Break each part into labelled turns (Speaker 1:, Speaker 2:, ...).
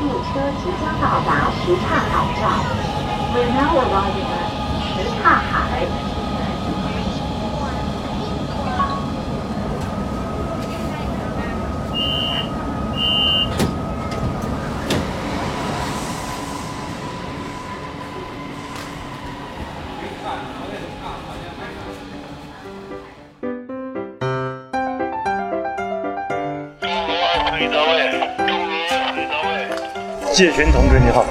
Speaker 1: 列车即将到达什刹海站。We're now arriving at 什刹海。
Speaker 2: 介群同志你好，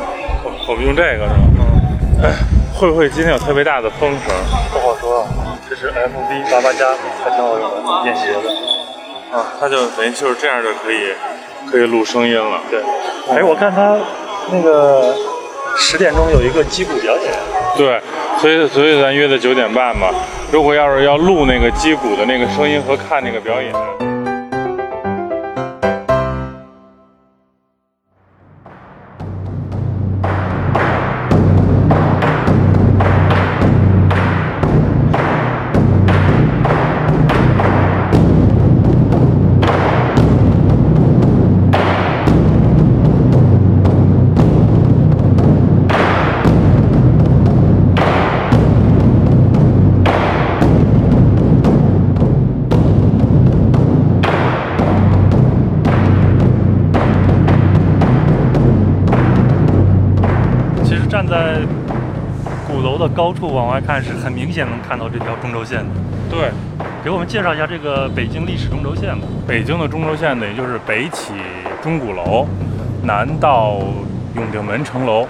Speaker 3: 我们用这个是吗？哎，会不会今天有特别大的风声？
Speaker 2: 不好说啊，这是 FB 八八加，还挺好用的，便携的。
Speaker 3: 啊，它就等于就是这样就可以可以录声音了。
Speaker 2: 对，哎，我看他那个十点钟有一个击鼓表演，
Speaker 3: 对，所以所以咱约的九点半嘛。如果要是要录那个击鼓的那个声音和看那个表演，
Speaker 2: 其实站在鼓楼的高处往外看，是很明显能看到这条中轴线的。
Speaker 3: 对，
Speaker 2: 给我们介绍一下这个北京历史中轴线吧。
Speaker 3: 北京的中轴线呢，也就是北起钟鼓楼，南到永定门城楼，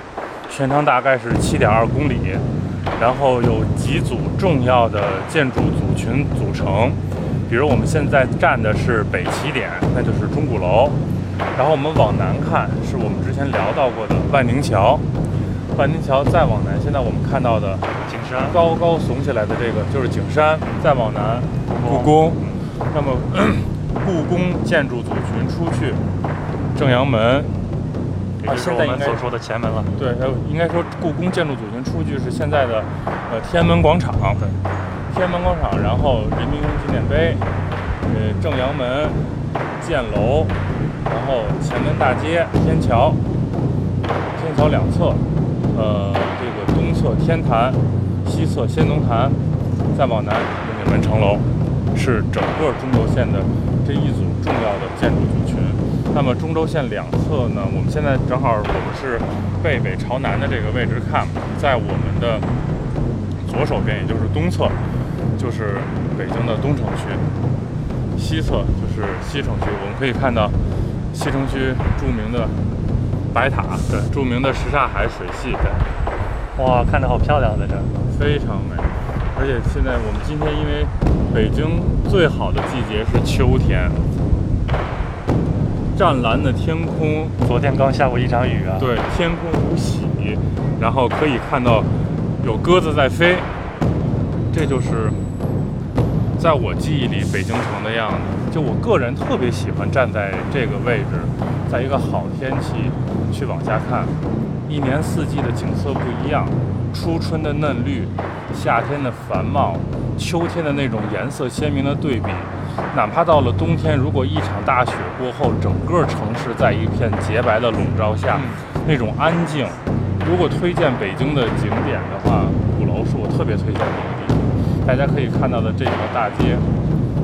Speaker 3: 全长大概是七点二公里，然后有几组重要的建筑组群组成，比如我们现在站的是北起点，那就是钟鼓楼，然后我们往南看是我们之前聊到过的万宁桥，万宁桥再往南，现在我们看到的
Speaker 2: 景山，
Speaker 3: 高高耸起来的这个就是景山，再往南
Speaker 2: 故
Speaker 3: 故宫，那么 故宫建筑组群出去，正阳门，也
Speaker 2: 啊，
Speaker 3: 就是
Speaker 2: 现
Speaker 3: 我
Speaker 2: 在应
Speaker 3: 们
Speaker 2: 该
Speaker 3: 所
Speaker 2: 所
Speaker 3: 说
Speaker 2: 说的前门了。
Speaker 3: 对，还有应该说故宫建筑组群出去是现在的呃天安门广场，对，天安门广场，然后人民英雄纪念碑，呃正阳门，箭楼，然后前门大街天桥，天桥两侧，呃这个东侧天坛，西侧先农坛，再往南永定门城楼，是整个中轴线的这一组重要的建筑组群。那么中轴线两侧呢，我们现在正好我们是背北朝南的这个位置看，在我们的左手边，也就是东侧，就是北京的东城区；西侧就是西城区。我们可以看到西城区著名的白塔，对，著名的什刹海水系，对。
Speaker 2: 哇，看着好漂亮，啊在这儿。
Speaker 3: 非常美。而且现在我们今天因为北京最好的季节是秋天，湛蓝的天空，
Speaker 2: 昨天刚下过一场雨啊。，
Speaker 3: 对，天空无喜，然后可以看到有鸽子在飞，这就是在我记忆里北京城的样子。就我个人特别喜欢站在这个位置，在一个好天气去往下看，一年四季的景色不一样，初春的嫩绿，夏天的繁茂，秋天的那种颜色鲜明的对比。哪怕到了冬天，如果一场大雪过后，整个城市在一片洁白的笼罩下，那种安静。如果推荐北京的景点的话，鼓楼是我特别推荐的一个地方。大家可以看到的这条大街，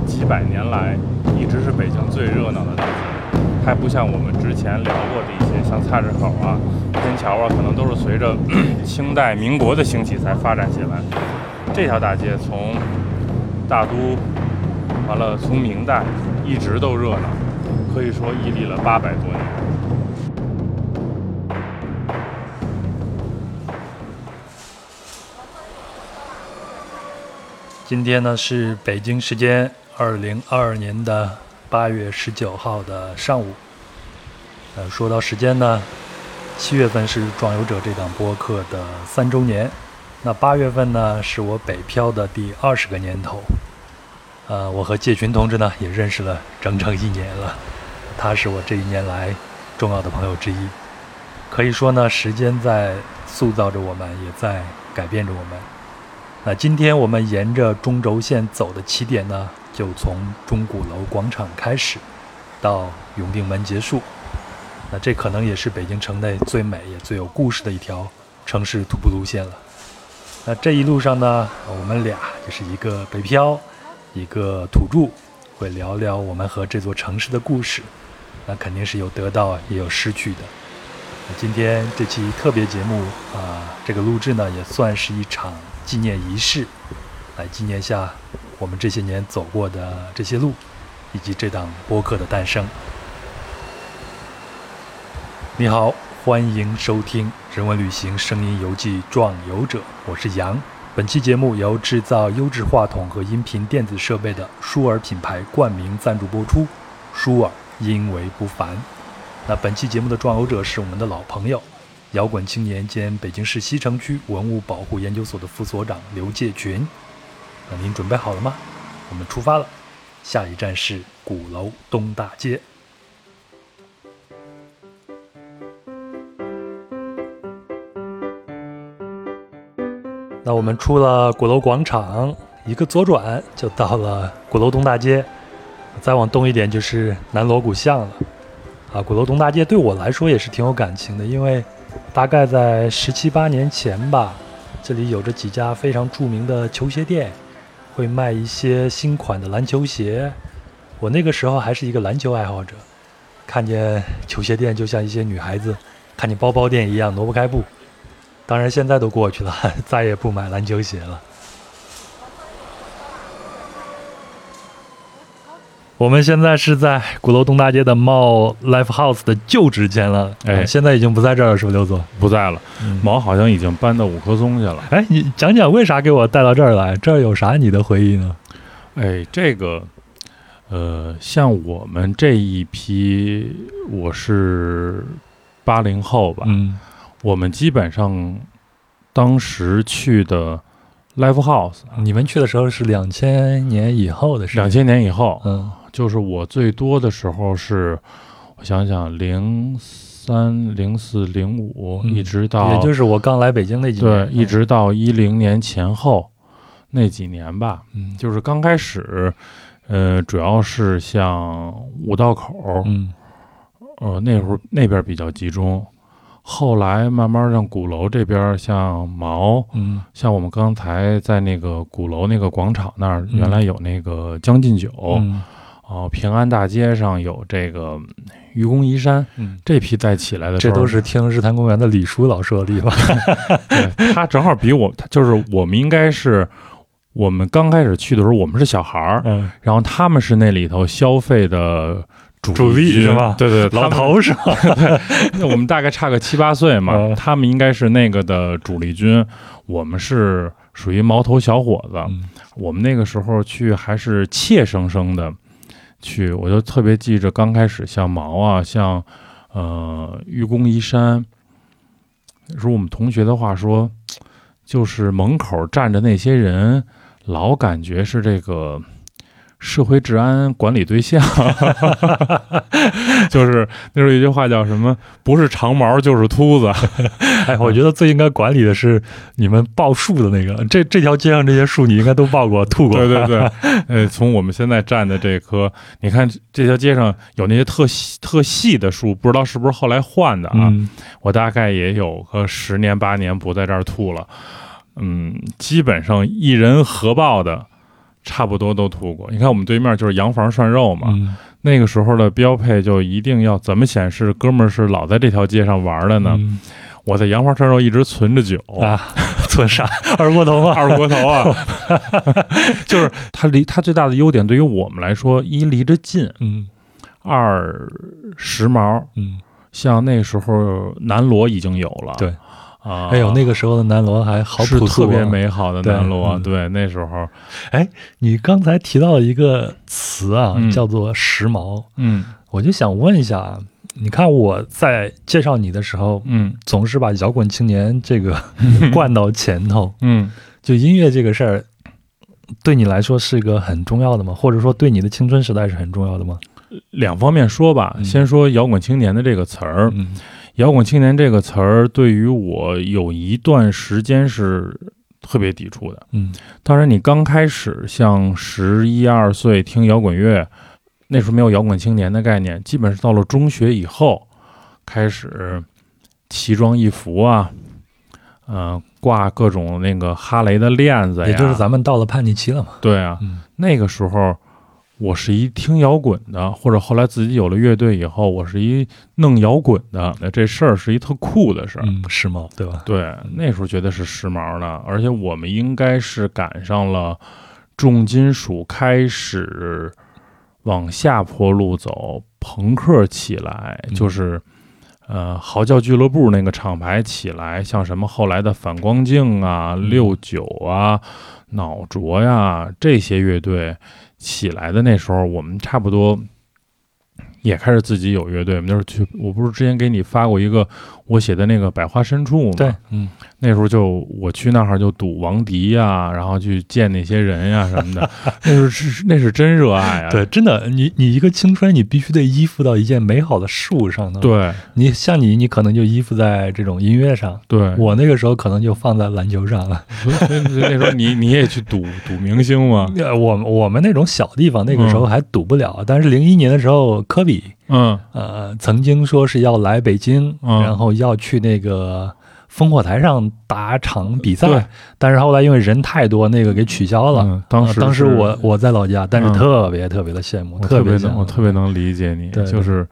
Speaker 3: 几百年来一直是北京最热闹的大街，还不像我们之前聊过的一些，像菜市口啊、天桥啊，可能都是随着 清代、民国的兴起才发展起来。这条大街从大都，完了从明代一直都热闹，可以说屹立了八百多年。
Speaker 2: 今天呢是北京时间二零二二年的八月十九号的上午。呃，说到时间呢，七月份是《壮游者》这档播客的三周年，那八月份呢是我北漂的第二十个年头。呃，我和介群同志呢也认识了整整一年了，他是我这一年来重要的朋友之一。可以说呢，时间在塑造着我们，也在改变着我们。那呃今天我们沿着中轴线走的起点呢，就从钟鼓楼广场开始，到永定门结束。那这可能也是北京城内最美也最有故事的一条城市徒步路线了。那这一路上呢，我们俩就是一个北漂，一个土著，会聊聊我们和这座城市的故事。那肯定是有得到也有失去的。那今天这期特别节目啊、这个录制呢也算是一场纪念仪式，来纪念下我们这些年走过的这些路，以及这档播客的诞生。你好，欢迎收听《人文旅行声音游记·壮游者》，我是杨。本期节目由制造优质话筒和音频电子设备的舒尔品牌冠名赞助播出。舒尔，因为不凡。那本期节目的壮游者是我们的老朋友，摇滚青年兼北京市西城区文物保护研究所的副所长刘介群。那您准备好了吗？我们出发了，下一站是鼓楼东大街。那我们出了鼓楼广场，一个左转就到了鼓楼东大街，再往东一点就是南锣鼓巷了。啊，鼓楼东大街对我来说也是挺有感情的，因为大概在十七八年前吧，这里有着几家非常著名的球鞋店，会卖一些新款的篮球鞋。我那个时候还是一个篮球爱好者，看见球鞋店就像一些女孩子看见包包店一样挪不开步。当然现在都过去了， 再也不买篮球鞋了。我们现在是在鼓楼东大街的茂 Life House 的旧址前了，
Speaker 3: 哎
Speaker 2: 呃现在已经不在这儿了，是不是刘总？
Speaker 3: 不在了，
Speaker 2: 嗯
Speaker 3: 毛好像已经搬到五棵松去了。
Speaker 2: 哎，你讲讲为啥给我带到这儿来？这儿有啥你的回忆呢？
Speaker 3: 哎，这个，呃，像我们这一批，我是八零后吧，
Speaker 2: 嗯
Speaker 3: 我们基本上当时去的 Live House，
Speaker 2: 你们去的时候是两千年以后的事。
Speaker 3: 两，千年以后，
Speaker 2: 嗯
Speaker 3: 就是我最多的时候是，我想想，零三、零四、零五，
Speaker 2: 嗯
Speaker 3: 一直到，
Speaker 2: 也就是我刚来北京那几
Speaker 3: 哦对
Speaker 2: 年，，哎
Speaker 3: 一直到一零年前后那几年吧，
Speaker 2: 嗯
Speaker 3: 就是刚开始，呃，主要是像五道口，
Speaker 2: 嗯
Speaker 3: 呃，那会儿那边比较集中，后来慢慢让鼓楼这边，像毛，
Speaker 2: 嗯
Speaker 3: 像我们刚才在那个鼓楼那个广场那儿，
Speaker 2: 嗯
Speaker 3: 原来有那个将进酒，哦、
Speaker 2: 嗯
Speaker 3: 平安大街上有这个嗯愚公移山，
Speaker 2: 嗯，
Speaker 3: 这批再起来的时
Speaker 2: 这
Speaker 3: 候，
Speaker 2: 都是听日坛公园的李叔老说的地 方。
Speaker 3: 对他正好比我，他就是我们应该是。我们刚开始去的时候，我们是小孩儿，
Speaker 2: 嗯，
Speaker 3: 然后他们是那里头消费的主
Speaker 2: 主力
Speaker 3: 军
Speaker 2: 是吧
Speaker 3: 对对，
Speaker 2: 老
Speaker 3: 他们
Speaker 2: 头是吧？
Speaker 3: 那我们大概差个七八岁嘛，
Speaker 2: 嗯
Speaker 3: 他们应该是那个的主力军，我们是属于毛头小伙子。
Speaker 2: 嗯
Speaker 3: 我们那个时候去还是怯生生的去，我就特别记着刚开始像毛啊，像呃愚公移山，说我们同学的话说，就是门口站着那些人，老感觉是这个。社会治安管理对象， 就是那时候有一句话叫什么？不是长毛就是秃子。
Speaker 2: 哎，我觉得最应该管理的是你们报数的那个，这这条街上这些树你应该都报过、吐过。
Speaker 3: 对 对对，呃，从我们现在站的这棵，你看这这条街上有那些特细特细的树，不知道是不是后来换的啊？
Speaker 2: 嗯，
Speaker 3: 我大概也有个十年八年不在这儿吐了，嗯，基本上一人合抱的。差不多都吐过。你看我们对面就是洋房涮肉嘛，
Speaker 2: 嗯
Speaker 3: 那个时候的标配就一定要怎么显示哥们儿是老在这条街上玩的哦呢？
Speaker 2: 嗯
Speaker 3: 我在洋房涮肉一直存着酒，
Speaker 2: 啊， 做啥？二锅 头啊？
Speaker 3: 二锅头啊，就是它离它最大的优点，对于我们来说，一离着近，
Speaker 2: 嗯
Speaker 3: 二时髦。
Speaker 2: 嗯，
Speaker 3: 像那时候南锣已经有了，
Speaker 2: 对
Speaker 3: 啊，
Speaker 2: 哎呦，那个时候的南锣还好
Speaker 3: 是
Speaker 2: 朴素、啊，
Speaker 3: 特别。美好的
Speaker 2: 对
Speaker 3: 南锣，啊
Speaker 2: 嗯
Speaker 3: 对，那时候，
Speaker 2: 你刚才提到一个词啊，
Speaker 3: 嗯
Speaker 2: 叫做时髦，
Speaker 3: 嗯
Speaker 2: 我就想问一下啊，你看我在介绍你的时候，
Speaker 3: 嗯
Speaker 2: 总是把摇滚青年这 个灌到前头，
Speaker 3: 嗯，
Speaker 2: 就音乐这个事儿。对你来说是一个很重要的吗？或者说对你的青春时代是很重要的吗？
Speaker 3: 两方面说吧，
Speaker 2: 嗯
Speaker 3: 先说摇滚青年的这个词儿，
Speaker 2: 嗯
Speaker 3: 摇滚青年这个词儿对于我有一段时间是特别抵触的，
Speaker 2: 嗯
Speaker 3: 当然，你刚开始像十一二岁听摇滚乐，那时候没有摇滚青年的概念，基本是到了中学以后，开始奇装异服啊，呃，挂各种那个哈雷的链子呀，
Speaker 2: 也就是咱们到了叛逆期了嘛。
Speaker 3: 对啊，
Speaker 2: 嗯
Speaker 3: 那个时候我是一听摇滚的，或者后来自己有了乐队以后，我是一弄摇滚的，那这事儿是一特酷的事儿。
Speaker 2: 嗯，时髦对吧？
Speaker 3: 对，那时候觉得是时髦的，而且我们应该是赶上了重金属开始往下坡路走，朋克起来，
Speaker 2: 嗯
Speaker 3: 就是呃嚎叫俱乐部那个厂牌起来，像什么后来的反光镜啊、
Speaker 2: 嗯
Speaker 3: 六九啊、脑浊呀、这些乐队起来的那时候，我们差不多。也开始自己有乐队，我们就是去。我不是之前给你发过一个我写的那个《百花深处》吗？
Speaker 2: 对，嗯，
Speaker 3: 那时候就我去那儿就赌王迪呀、然后去见那些人呀、什么的，那是是那是真热爱啊。
Speaker 2: 对，真的，你你一个青春，你必须得依附到一件美好的事物上呢。，
Speaker 3: 对
Speaker 2: 你像你，你可能就依附在这种音乐上，
Speaker 3: 对，
Speaker 2: 我那个时候可能就放在篮球上了。
Speaker 3: 所以所以那时候你你也去赌赌明星吗？
Speaker 2: 呃我我们那种小地方，那个时候还赌不了，但是零一年的时候，科比
Speaker 3: 嗯
Speaker 2: 呃曾经说是要来北京，
Speaker 3: 嗯
Speaker 2: 然后要去那个烽火台上打场比
Speaker 3: 对
Speaker 2: 赛，但是后来因为人太多，那个给取消了。
Speaker 3: 嗯，当时、
Speaker 2: 呃当时我我在老家，但是
Speaker 3: 嗯
Speaker 2: 特别特别的羡慕，
Speaker 3: 我特
Speaker 2: 别
Speaker 3: 别
Speaker 2: 羡
Speaker 3: 能
Speaker 2: 慕
Speaker 3: 我特别能理解你，
Speaker 2: 对对
Speaker 3: 就是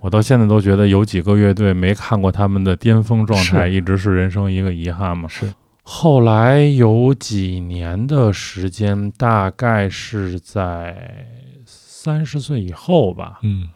Speaker 3: 我到现在都觉得有几个乐队没看过他们的巅峰状态，
Speaker 2: 是
Speaker 3: 一直是人生一个遗憾嘛。
Speaker 2: 是
Speaker 3: 后来有几年的时间，大概是在三十岁以后吧，
Speaker 2: 嗯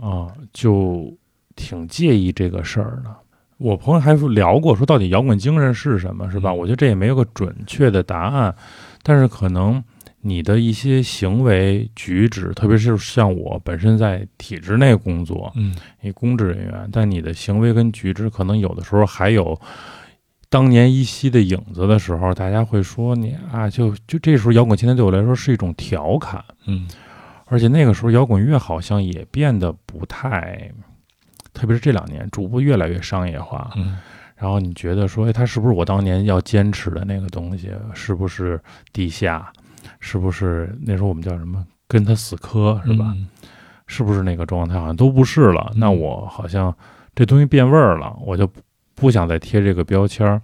Speaker 3: 啊、就挺介意这个事儿的。我朋友还聊过，说到底摇滚精神是什么，是吧？
Speaker 2: 嗯
Speaker 3: 我觉得这也没有个准确的答案，但是可能你的一些行为举止，特别是像我本身在体制内工作，
Speaker 2: 嗯
Speaker 3: 你公职人员，但你的行为跟举止可能有的时候还有当年依稀的影子的时候，大家会说你啊，就就这时候摇滚现在对我来说是一种调侃，
Speaker 2: 嗯
Speaker 3: 而且那个时候摇滚乐好像也变得不太，特别是这两年逐步越来越商业化。
Speaker 2: 嗯
Speaker 3: 然后你觉得说，哎，它是不是我当年要坚持的那个东西？是不是地下？是不是那时候我们叫什么？跟他死磕是吧？
Speaker 2: 嗯
Speaker 3: 是不是那个状态，好像都不是了。
Speaker 2: 嗯
Speaker 3: 那我好像这东西变味儿了，我就不不想再贴这个标签儿。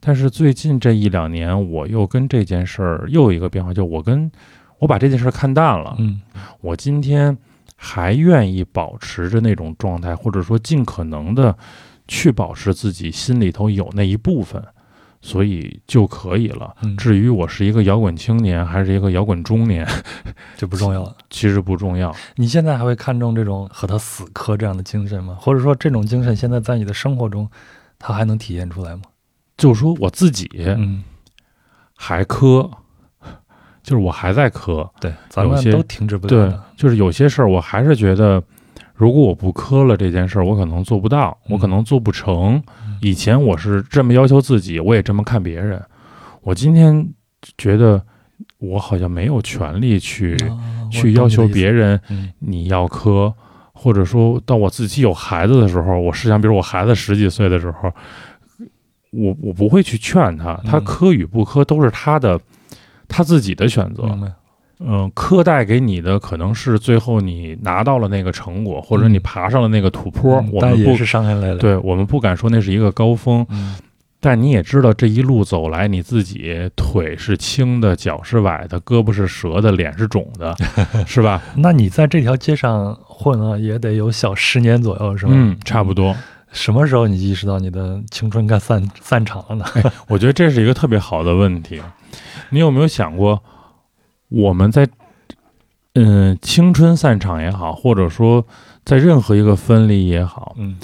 Speaker 3: 但是最近这一两年，我又跟这件事儿又有一个变化，就我跟我把这件事儿看淡了。
Speaker 2: 嗯
Speaker 3: 我今天还愿意保持着那种状态，或者说尽可能的去保持自己心里头有那一部分，所以就可以了。
Speaker 2: 嗯
Speaker 3: 至于我是一个摇滚青年还是一个摇滚中年，
Speaker 2: 这不重要了。
Speaker 3: 其实不重要。
Speaker 2: 你现在还会看重这种和他死磕这样的精神吗？或者说这种精神现在在你的生活中，他还能体现出来吗？
Speaker 3: 就说我自己，
Speaker 2: 嗯，
Speaker 3: 还磕，就是我还在磕。
Speaker 2: 对，咱
Speaker 3: 有
Speaker 2: 们
Speaker 3: 些
Speaker 2: 都停止不了
Speaker 3: 对
Speaker 2: 的。，
Speaker 3: 就是有些事儿，我还是觉得，如果我不磕了这件事儿，我可能做不到，我可能做不成。以前我是这么要求自己，我也这么看别人。我今天觉得，我好像没有权利去、
Speaker 2: 啊我
Speaker 3: 去
Speaker 2: 懂
Speaker 3: 要
Speaker 2: 你的
Speaker 3: 求
Speaker 2: 意思
Speaker 3: 别人
Speaker 2: 嗯
Speaker 3: 你要磕，或者说到我自己有孩子的时候，我试想，比如我孩子十几岁的时候，我我不会去劝他，他
Speaker 2: 嗯
Speaker 3: 磕与不磕都是他的他自己的选择。
Speaker 2: 明白，
Speaker 3: 嗯，课带给你的可能是最后你拿到了那个成果，或者你
Speaker 2: 嗯
Speaker 3: 爬上了那个土坡，
Speaker 2: 嗯
Speaker 3: 我
Speaker 2: 但
Speaker 3: 们
Speaker 2: 也
Speaker 3: 不
Speaker 2: 是伤痕累累。，
Speaker 3: 对，我们不敢说那是一个高峰，
Speaker 2: 嗯
Speaker 3: 但你也知道这一路走来，你自己腿是青的，脚是崴的，胳膊是折的，脸是肿 的，是吧？
Speaker 2: 那你在这条街上混了也得有小十年左右，是吧？
Speaker 3: 嗯，差不多。
Speaker 2: 什么时候你意识到你的青春该散散场了呢？
Speaker 3: 我觉得这是一个特别好的问题。你有没有想过，我们在嗯青春散场也好，或者说在任何一个分离也好，
Speaker 2: 嗯，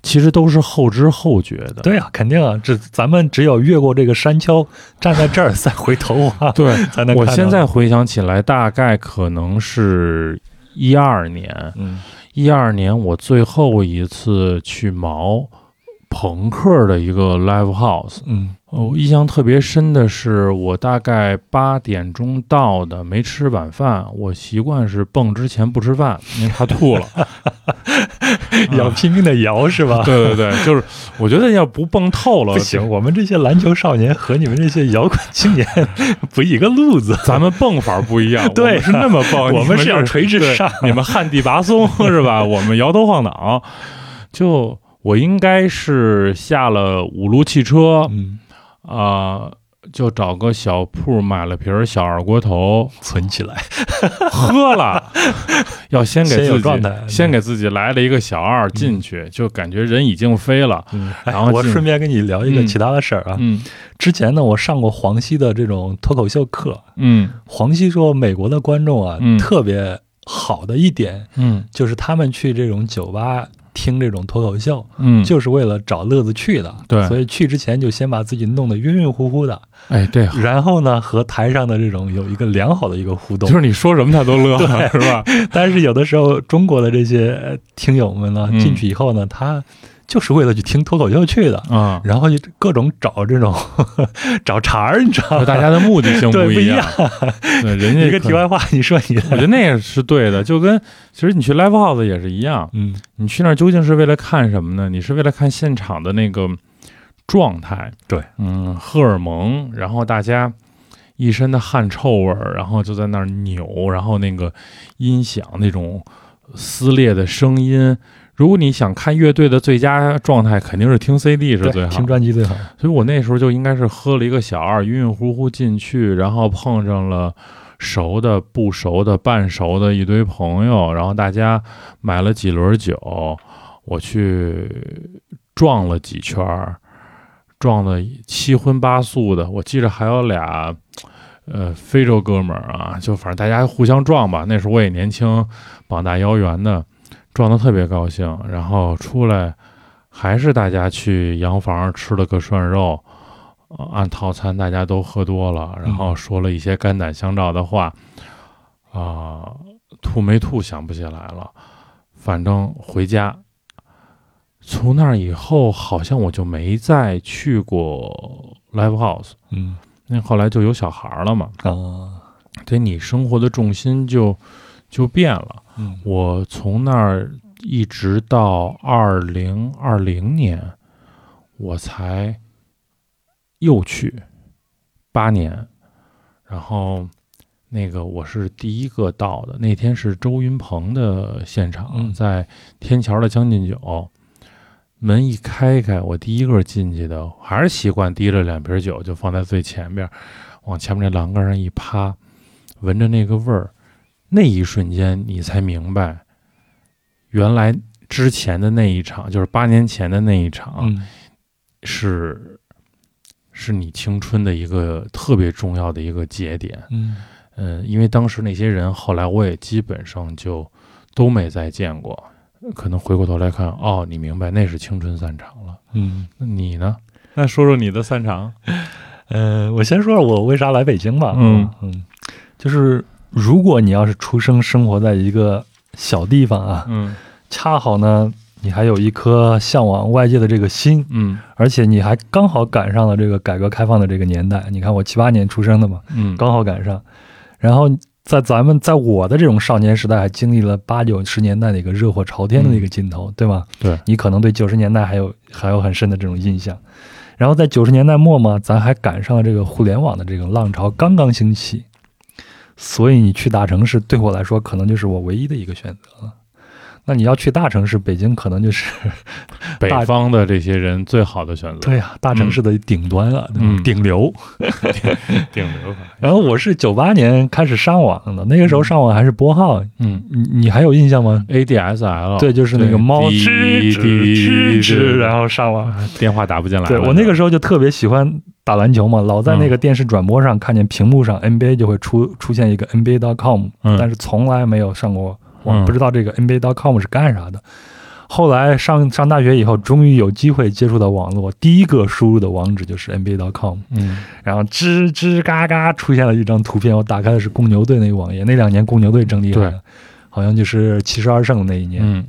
Speaker 3: 其实都是后知后觉的。
Speaker 2: 对啊，肯定啊，这咱们只有越过这个山丘，站在这儿再回头啊望，
Speaker 3: 对，
Speaker 2: 才能看到。
Speaker 3: 我现在，回想起来，大概可能是一二年，
Speaker 2: 嗯
Speaker 3: 一二年我最后一次去毛朋克的一个 live house。
Speaker 2: 嗯
Speaker 3: 哦，我印象特别深的是，我大概八点钟到的，没吃晚饭。我习惯是蹦之前不吃饭，因为怕 吐了。
Speaker 2: 嗯 要拼命的摇是吧？
Speaker 3: 对对对，就是我觉得要不蹦透了
Speaker 2: 不，行，我们这些篮球少年和你们这些摇滚青年 不一个路子。
Speaker 3: 咱们蹦法不一样，
Speaker 2: 对
Speaker 3: 我们是那么蹦，
Speaker 2: 我
Speaker 3: 你
Speaker 2: 们是
Speaker 3: 就
Speaker 2: 要垂直上
Speaker 3: 对你们旱地拔葱是吧？我们摇头晃脑。就我应该是下了五路汽车，
Speaker 2: 嗯，
Speaker 3: 啊、就找个小铺买了瓶儿小二 锅头
Speaker 2: 存起来，
Speaker 3: 喝了，要先给
Speaker 2: 先有
Speaker 3: 自己
Speaker 2: 状态
Speaker 3: 先给自己来了一个小二进去，就感觉人已经飞了。
Speaker 2: 嗯，
Speaker 3: 然后
Speaker 2: 我
Speaker 3: 进
Speaker 2: 顺便跟你聊一个
Speaker 3: 嗯
Speaker 2: 其他的事儿啊。
Speaker 3: 嗯
Speaker 2: 之前呢，我上过黄西的这种脱口秀课，
Speaker 3: 嗯
Speaker 2: 黄西说美国的观众啊，
Speaker 3: 嗯
Speaker 2: 特别好的一点
Speaker 3: 嗯
Speaker 2: 就是他们去这种酒吧听这种脱口秀，
Speaker 3: 嗯，
Speaker 2: 就是为了找乐子去的。
Speaker 3: 对
Speaker 2: 所以去之前就先把自己弄得晕晕乎乎的，
Speaker 3: 哎对，
Speaker 2: 然后呢，和台上的这种有一个良好的一个互动
Speaker 3: 就。是你说什么他都乐，是吧？
Speaker 2: 但是有的时候，中国的这些呃听友们呢，
Speaker 3: 嗯
Speaker 2: 进去以后呢，他就是为了去听脱口秀去的，
Speaker 3: 啊、
Speaker 2: 然后就各种找这种 找茬儿，你知道
Speaker 3: 就
Speaker 2: 吗？
Speaker 3: 大家的目的性
Speaker 2: 对
Speaker 3: 不
Speaker 2: 不一
Speaker 3: 样，对人家
Speaker 2: 一个
Speaker 3: 可
Speaker 2: 题外话，你说你
Speaker 3: 我觉
Speaker 2: 的，
Speaker 3: 得那也是对的，就跟其实你去 live house 也是一样，
Speaker 2: 嗯
Speaker 3: 你去那儿究竟是为了看什么呢？你是为了看现场的那个状态，
Speaker 2: 对，
Speaker 3: 嗯，荷尔蒙，然后大家一身的汗臭味儿，然后就在那儿扭，然后那个音响那种撕裂的声音。如果你想看乐队的最佳状态，肯定是听 CD 是最
Speaker 2: 对，
Speaker 3: 好
Speaker 2: 听
Speaker 3: 的。
Speaker 2: 专辑最好。
Speaker 3: 所以我那时候就应该是喝了一个小二，晕晕乎乎进去，然后碰上了熟的、不熟的、半熟的一堆朋友，然后大家买了几轮酒，我去撞了几圈儿，撞的七荤八素的。我记着还有俩。呃，非洲哥们儿啊，就反正大家互相撞吧。那时候我也年轻，膀大腰圆的，撞得特别高兴。然后出来还是大家去洋房吃了个涮肉，呃按套餐大家都喝多了，然后说了一些肝胆相照的话，啊、吐没吐想不起来了，反正回家。从那儿以后，好像我就没再去过 live house。
Speaker 2: 嗯
Speaker 3: 那后来就有小孩儿了嘛，
Speaker 2: 啊，
Speaker 3: 对你生活的重心就就变了。
Speaker 2: 嗯
Speaker 3: 我从那儿一直到二零二零年，我才又去八年，然后那个我是第一个到的，那天是周云鹏的现场，
Speaker 2: 嗯
Speaker 3: 在天桥的将进酒。门一开开，我第一个进去的，还是习惯提着两瓶酒就放在最前边儿，往前面这栏杆上一趴，闻着那个味儿，那一瞬间你才明白，原来之前的那一场，就是八年前的那一场，
Speaker 2: 嗯
Speaker 3: 是是你青春的一个特别重要的一个节点。
Speaker 2: 嗯
Speaker 3: 嗯，因为当时那些人，后来我也基本上就都没再见过。可能回过头来看，哦，你明白那是青春散场了。
Speaker 2: 嗯，
Speaker 3: 那你呢？那说说你的散场。
Speaker 2: 呃，我先说说我为啥来北京吧。
Speaker 3: 嗯
Speaker 2: 嗯，就是如果你要是出生生活在一个小地方啊，
Speaker 3: 嗯
Speaker 2: 恰好呢，你还有一颗向往外界的这个心，
Speaker 3: 嗯
Speaker 2: 而且你还刚好赶上了这个改革开放的这个年代。你看我七八年出生的嘛，
Speaker 3: 嗯，
Speaker 2: 刚好赶上。然后在咱们在我的这种少年时代，还经历了八九十年代的一个热火朝天的一个尽
Speaker 3: 嗯
Speaker 2: 头，对吧？
Speaker 3: 对，
Speaker 2: 你可能对九十年代还有还有很深的这种印象。然后在九十年代末嘛，咱还赶上了这个互联网的这个浪潮刚刚兴起，所以你去大城市对我来说，可能就是我唯一的一个选择了。那你要去大城市，北京可能就是
Speaker 3: 北
Speaker 2: 大
Speaker 3: 方的这些人最好的选择。
Speaker 2: 对呀、大城市的顶端了，对吧
Speaker 3: 嗯
Speaker 2: 顶流。
Speaker 3: 顶流。
Speaker 2: 然后我是九八年开始上网的，那个时候上网还是拨号，
Speaker 3: 嗯
Speaker 2: 你你还有印象吗？
Speaker 3: ，ADSL，
Speaker 2: 对，就是那个猫
Speaker 3: 哦滴
Speaker 2: 吱吱吱
Speaker 3: 滴
Speaker 2: 吱，然
Speaker 3: 后
Speaker 2: 后上网。
Speaker 3: 电话打不进来了。
Speaker 2: 对我那个时候就特别喜欢打篮球嘛，老在那个电视转播上看见屏幕上 NBA 就会出出现一个 NBA.com，
Speaker 3: 嗯
Speaker 2: 但是从来没有上过
Speaker 3: 嗯
Speaker 2: 网，不知道这个 NBA.com 是干啥的。后来上上大学以后，终于有机会接触到网络，第一个输入的网址就是 NBA.com。
Speaker 3: 嗯
Speaker 2: 然后吱吱嘎嘎出现了一张图片，我打开的是公牛队那个网页，那两年公牛队正厉害
Speaker 3: 对，
Speaker 2: 好像就是七十二胜那一年，
Speaker 3: 嗯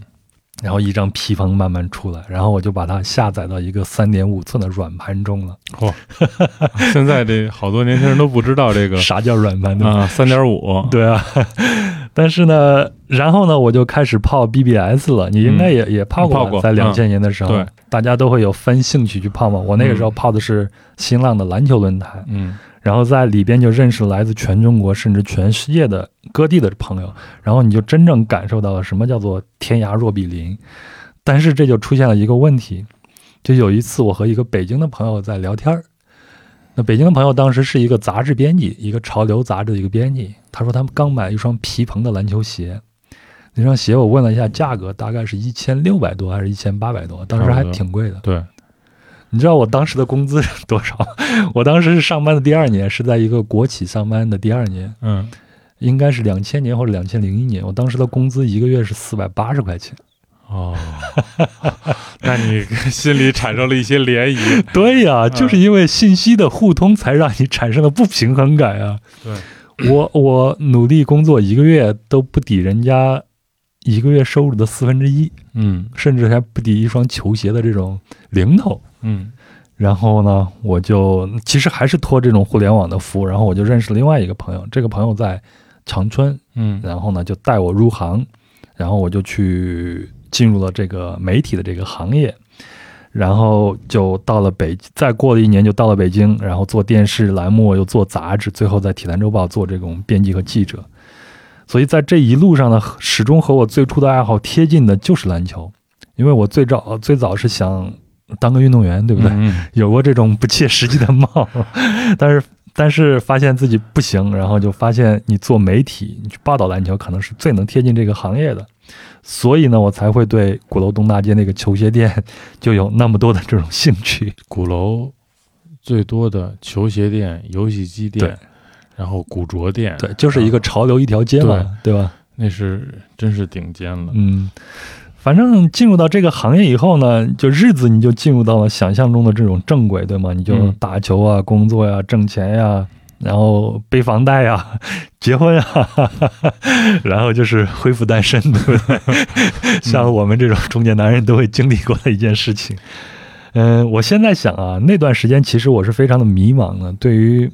Speaker 2: 然后一张披风慢慢出来，然后我就把它下载到一个三点五寸的软盘中了。
Speaker 3: 嚯， 现在这好多年轻人都不知道这 个
Speaker 2: 啥叫软盘？对吧？
Speaker 3: 啊，三点五，
Speaker 2: 对啊， 但是呢，然后呢，我就开始泡 BBS 了。你应该也、也泡过吧，
Speaker 3: 嗯泡过
Speaker 2: 在两千年的时候，
Speaker 3: 嗯对
Speaker 2: 大家都会有分兴趣去泡嘛。我那个时候泡的是新浪的篮球论坛，
Speaker 3: 嗯
Speaker 2: 然后在里边就认识来自全中国甚至全世界的各地的朋友，然后你就真正感受到了什么叫做天涯若比邻。但是这就出现了一个问题，就有一次我和一个北京的朋友在聊天儿，那北京的朋友当时是一个杂志编辑，一个潮流杂志的一个编辑，他说他们刚买一双皮蓬的篮球鞋，那双鞋我问了一下价格，大概是一千六百多还是一千八百多，当时
Speaker 4: 差
Speaker 2: 还
Speaker 4: 不多
Speaker 2: 挺贵的。
Speaker 4: 对，
Speaker 2: 你知道我当时的工资是多少？ 我当时是上班的第二年，是在一个国企上班的第二年，
Speaker 4: 嗯，
Speaker 2: 应该是两千年或者两千零一年。我当时的工资一个月是四百八十块钱。
Speaker 4: 哦，那你心里产生了一些涟漪。
Speaker 2: 对呀、就是因为信息的互通，才让你产生了不平衡感啊！
Speaker 4: 对，
Speaker 2: 我我努力工作一个月都不抵人家一个月收入的四分之一，
Speaker 4: 嗯
Speaker 2: 甚至还不抵一双球鞋的这种零头。
Speaker 4: 嗯
Speaker 2: 然后呢，我就其实还是托这种互联网的福，然后我就认识另外一个朋友，这个朋友在长春，
Speaker 4: 嗯
Speaker 2: 然后呢就带我入行，然后我就去进入了这个媒体的这个行业，然后就到了北，再过了一年就到了北京，然后做电视栏目，又做杂志，最后在《体坛周报》做这种编辑和记者。所以在这一路上呢，始终和我最初的爱好贴近的就是篮球，因为我最早最早是想当个运动员，对不对？
Speaker 4: 嗯
Speaker 2: 有过这种不切实际的梦， 但是但是发现自己不行，然后就发现你做媒体，你去报道篮球，可能是最能贴近这个行业的，所以呢，我才会对鼓楼东大街那个球鞋店就有那么多的这种兴趣。
Speaker 4: 鼓楼最多的球鞋店、游戏机店
Speaker 2: 对，
Speaker 4: 然后古着店，啊
Speaker 2: 对，就是一个潮流一条街嘛，对吧？
Speaker 4: 那是真是顶尖了。
Speaker 2: 嗯，反正进入到这个行业以后呢，就日子你就进入到了想象中的这种正轨，对吗？你就
Speaker 4: 嗯
Speaker 2: 打球啊，工作呀、挣钱呀、然后背房贷呀、 结婚呀、 然后就是恢复单身，对不对？
Speaker 4: 嗯
Speaker 2: 像我们这种中年男人都会经历过的一件事情。嗯，我现在想啊，那段时间其实我是非常的迷茫的，对于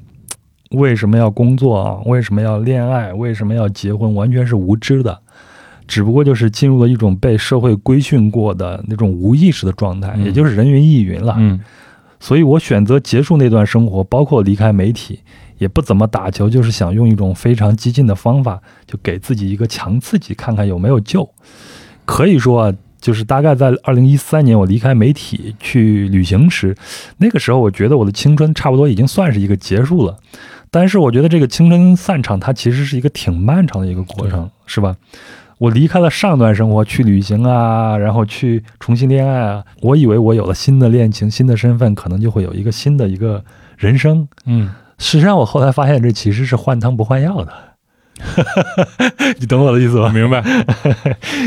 Speaker 2: 为什么要工作啊，为什么要恋爱，为什么要结婚，完全是无知的。只不过就是进入了一种被社会规训过的那种无意识的状态，
Speaker 4: 嗯
Speaker 2: 也就是人云亦云了。
Speaker 4: 嗯
Speaker 2: 所以我选择结束那段生活，包括离开媒体，也不怎么打球，就是想用一种非常激进的方法，就给自己一个强刺激，看看有没有救。可以说啊，就是大概在二零一三年我离开媒体去旅行时，那个时候我觉得我的青春差不多已经算是一个结束了。但是我觉得这个青春散场，它其实是一个挺漫长的一个过程，是吧？我离开了上段生活，去旅行啊，然后去重新恋爱啊。我以为我有了新的恋情、新的身份，可能就会有一个新的一个人生。
Speaker 4: 嗯，
Speaker 2: 事实上，我后来发现这其实是换汤不换药的。 你懂我的意思
Speaker 3: 嗯
Speaker 4: 我
Speaker 2: 吧？
Speaker 4: 明白。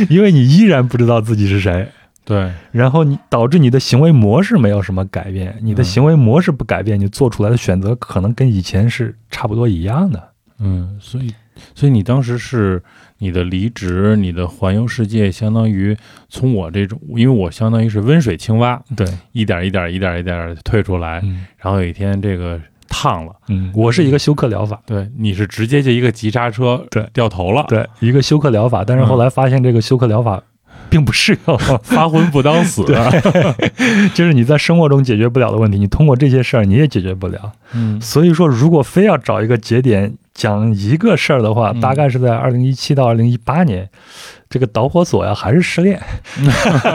Speaker 2: 因为你依然不知道自己是谁，
Speaker 4: 对，
Speaker 2: 然后你导致你的行为模式没有什么改变，你
Speaker 4: 嗯
Speaker 2: 的行为模式不改变，你做出来的选择可能跟以前是差不多一样的。
Speaker 4: 嗯，所以，所以你当时是你的离职，你的环游世界，相当于从我这种，因为我相当于是温水青蛙，
Speaker 2: 嗯对，
Speaker 4: 一点儿一点儿一点儿一点儿退出来，
Speaker 2: 嗯
Speaker 4: 然后有一天这个烫了，
Speaker 2: 嗯，我是一个休克疗法，
Speaker 4: 对，你是直接就一个急刹车，
Speaker 2: 对
Speaker 4: 掉头了，，
Speaker 2: 对，一个休克疗法，但是后来发现这个休克疗法并不适用。
Speaker 4: 发魂不当死，
Speaker 2: 就是你在生活中解决不了的问题，你通过这些事儿你也解决不了。
Speaker 4: 嗯
Speaker 2: 所以说，如果非要找一个节点讲一个事儿的话，
Speaker 4: 嗯
Speaker 2: 大概是在二零一七到二零一八年，这个导火索呀啊还是 失恋。
Speaker 4: 哎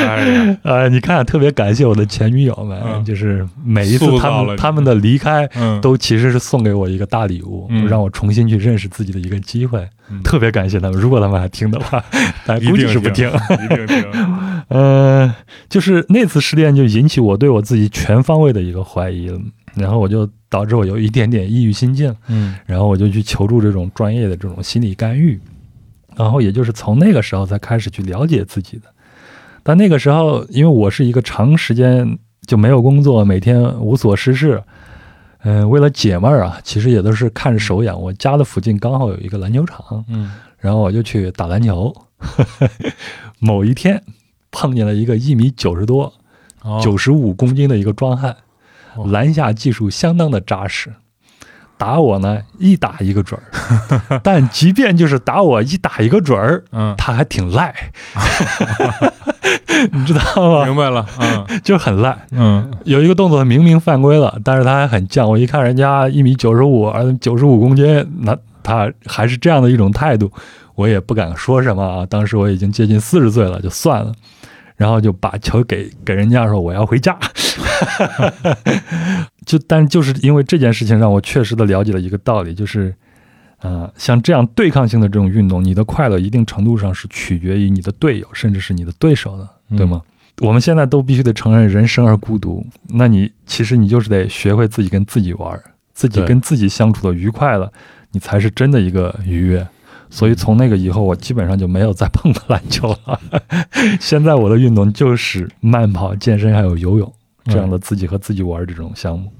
Speaker 4: 呀，
Speaker 2: 呃，你看，特别感谢我的前女友们，
Speaker 4: 嗯
Speaker 2: 就是每一次
Speaker 4: 塑
Speaker 2: 他
Speaker 4: 造了
Speaker 2: 们
Speaker 4: 你
Speaker 2: 他们的离开。
Speaker 4: 嗯，
Speaker 2: 都其实是送给我一个大礼物，
Speaker 4: 嗯
Speaker 2: 让我重新去认识自己的一个机会，
Speaker 4: 嗯
Speaker 2: 特别感谢他们。如果他们还听的 话，但
Speaker 4: 一
Speaker 2: 估计
Speaker 4: 定
Speaker 2: 是不听。嗯
Speaker 4: 一 定听，
Speaker 2: 呃，就是那次失恋就引起我对我自己全方位的一个怀疑了，然后我就导致我有一点点抑郁心境，
Speaker 4: 嗯
Speaker 2: 然后我就去求助这种专业的这种心理干预，然后也就是从那个时候才开始去了解自己的。但那个时候，因为我是一个长时间就没有工作，每天无所事事，嗯、为了解闷儿啊，其实也都是看着手痒。我家的附近刚好有一个篮球场，
Speaker 4: 嗯
Speaker 2: 然后我就去打篮球。 某一天碰见了一个一米九十多、
Speaker 4: 哦
Speaker 2: 九十五公斤的一个壮汉，
Speaker 4: 哦
Speaker 2: 篮下技术相当的扎实，打我呢一打一个准儿。 但即便就是打我一打一个准儿，
Speaker 4: 嗯，
Speaker 2: 他还 挺赖，你知道吗？
Speaker 4: 明白了，嗯
Speaker 2: 就是很赖。
Speaker 4: 嗯
Speaker 2: 有一个动作明明犯规了，但是他还很犟。我一看人家一米九十五，而九十五公斤，那他还是这样的一种态度，我我也不敢说什么啊。当时我已经接近四十岁了，就算了，然后就把球给给人家说我要回家。 就但就是因为这件事情，让我确实的了解了一个道理，就是，呃，像这样对抗性的这种运动，你的快乐一定程度上是取决于你的队友，甚至是你的对手的，
Speaker 4: 嗯
Speaker 2: 对吗？我们现在都必须得承认，人生而孤独。那你其实你就是得学会自己跟自己玩儿，自己
Speaker 3: 对
Speaker 2: 跟自己相处的愉快了，你才是真的一个愉悦。所以从那个以后，我基本上就没有再碰过篮球了。 现在我的运动就是慢跑、健身还有游泳
Speaker 4: 嗯
Speaker 2: 这
Speaker 3: 嗯
Speaker 2: 样的自己和自己玩儿这种项目。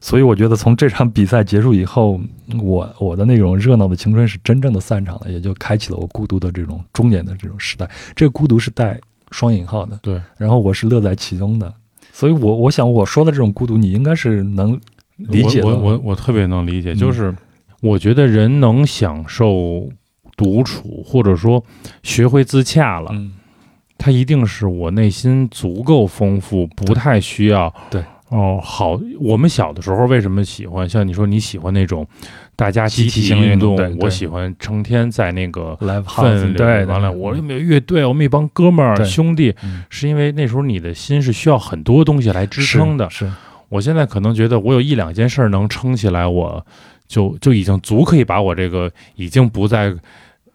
Speaker 2: 所以我觉得从这场比赛结束以后，我我的那种热闹的青春是真正的散场了，也就开启了我孤独的这种中年的这种时代。这个孤独是带双引号的，
Speaker 3: 对，
Speaker 2: 然后我是乐在其中的。所以我，我想我说的这种孤独，你应该是能理解的。
Speaker 3: 我我我我特别能理解，
Speaker 2: 嗯
Speaker 3: 就是我觉得人能享受独处，或者说学会自洽了，
Speaker 2: 嗯，
Speaker 3: 他一定是我内心足够丰富，不太需要
Speaker 2: 对
Speaker 3: 哦、好。我们小的时候为什么喜欢像你说你喜欢那种大家集
Speaker 2: 集体
Speaker 3: 体
Speaker 2: 性运
Speaker 3: 运
Speaker 2: 动对对
Speaker 3: 我喜欢成天在那个。
Speaker 2: 来
Speaker 3: 氛围
Speaker 2: 对，
Speaker 3: 完了，
Speaker 2: 对
Speaker 3: 我又没有乐队，我们一帮哥们
Speaker 2: 嗯
Speaker 3: 儿
Speaker 2: 对
Speaker 3: 兄弟
Speaker 2: 嗯，
Speaker 3: 是因为那时候你的心是需要很多东西来支
Speaker 2: 是
Speaker 3: 撑的，
Speaker 2: 是
Speaker 3: 我现在可能觉得我有一两件事儿能撑起来，我就就已经足可以把我这个已经不再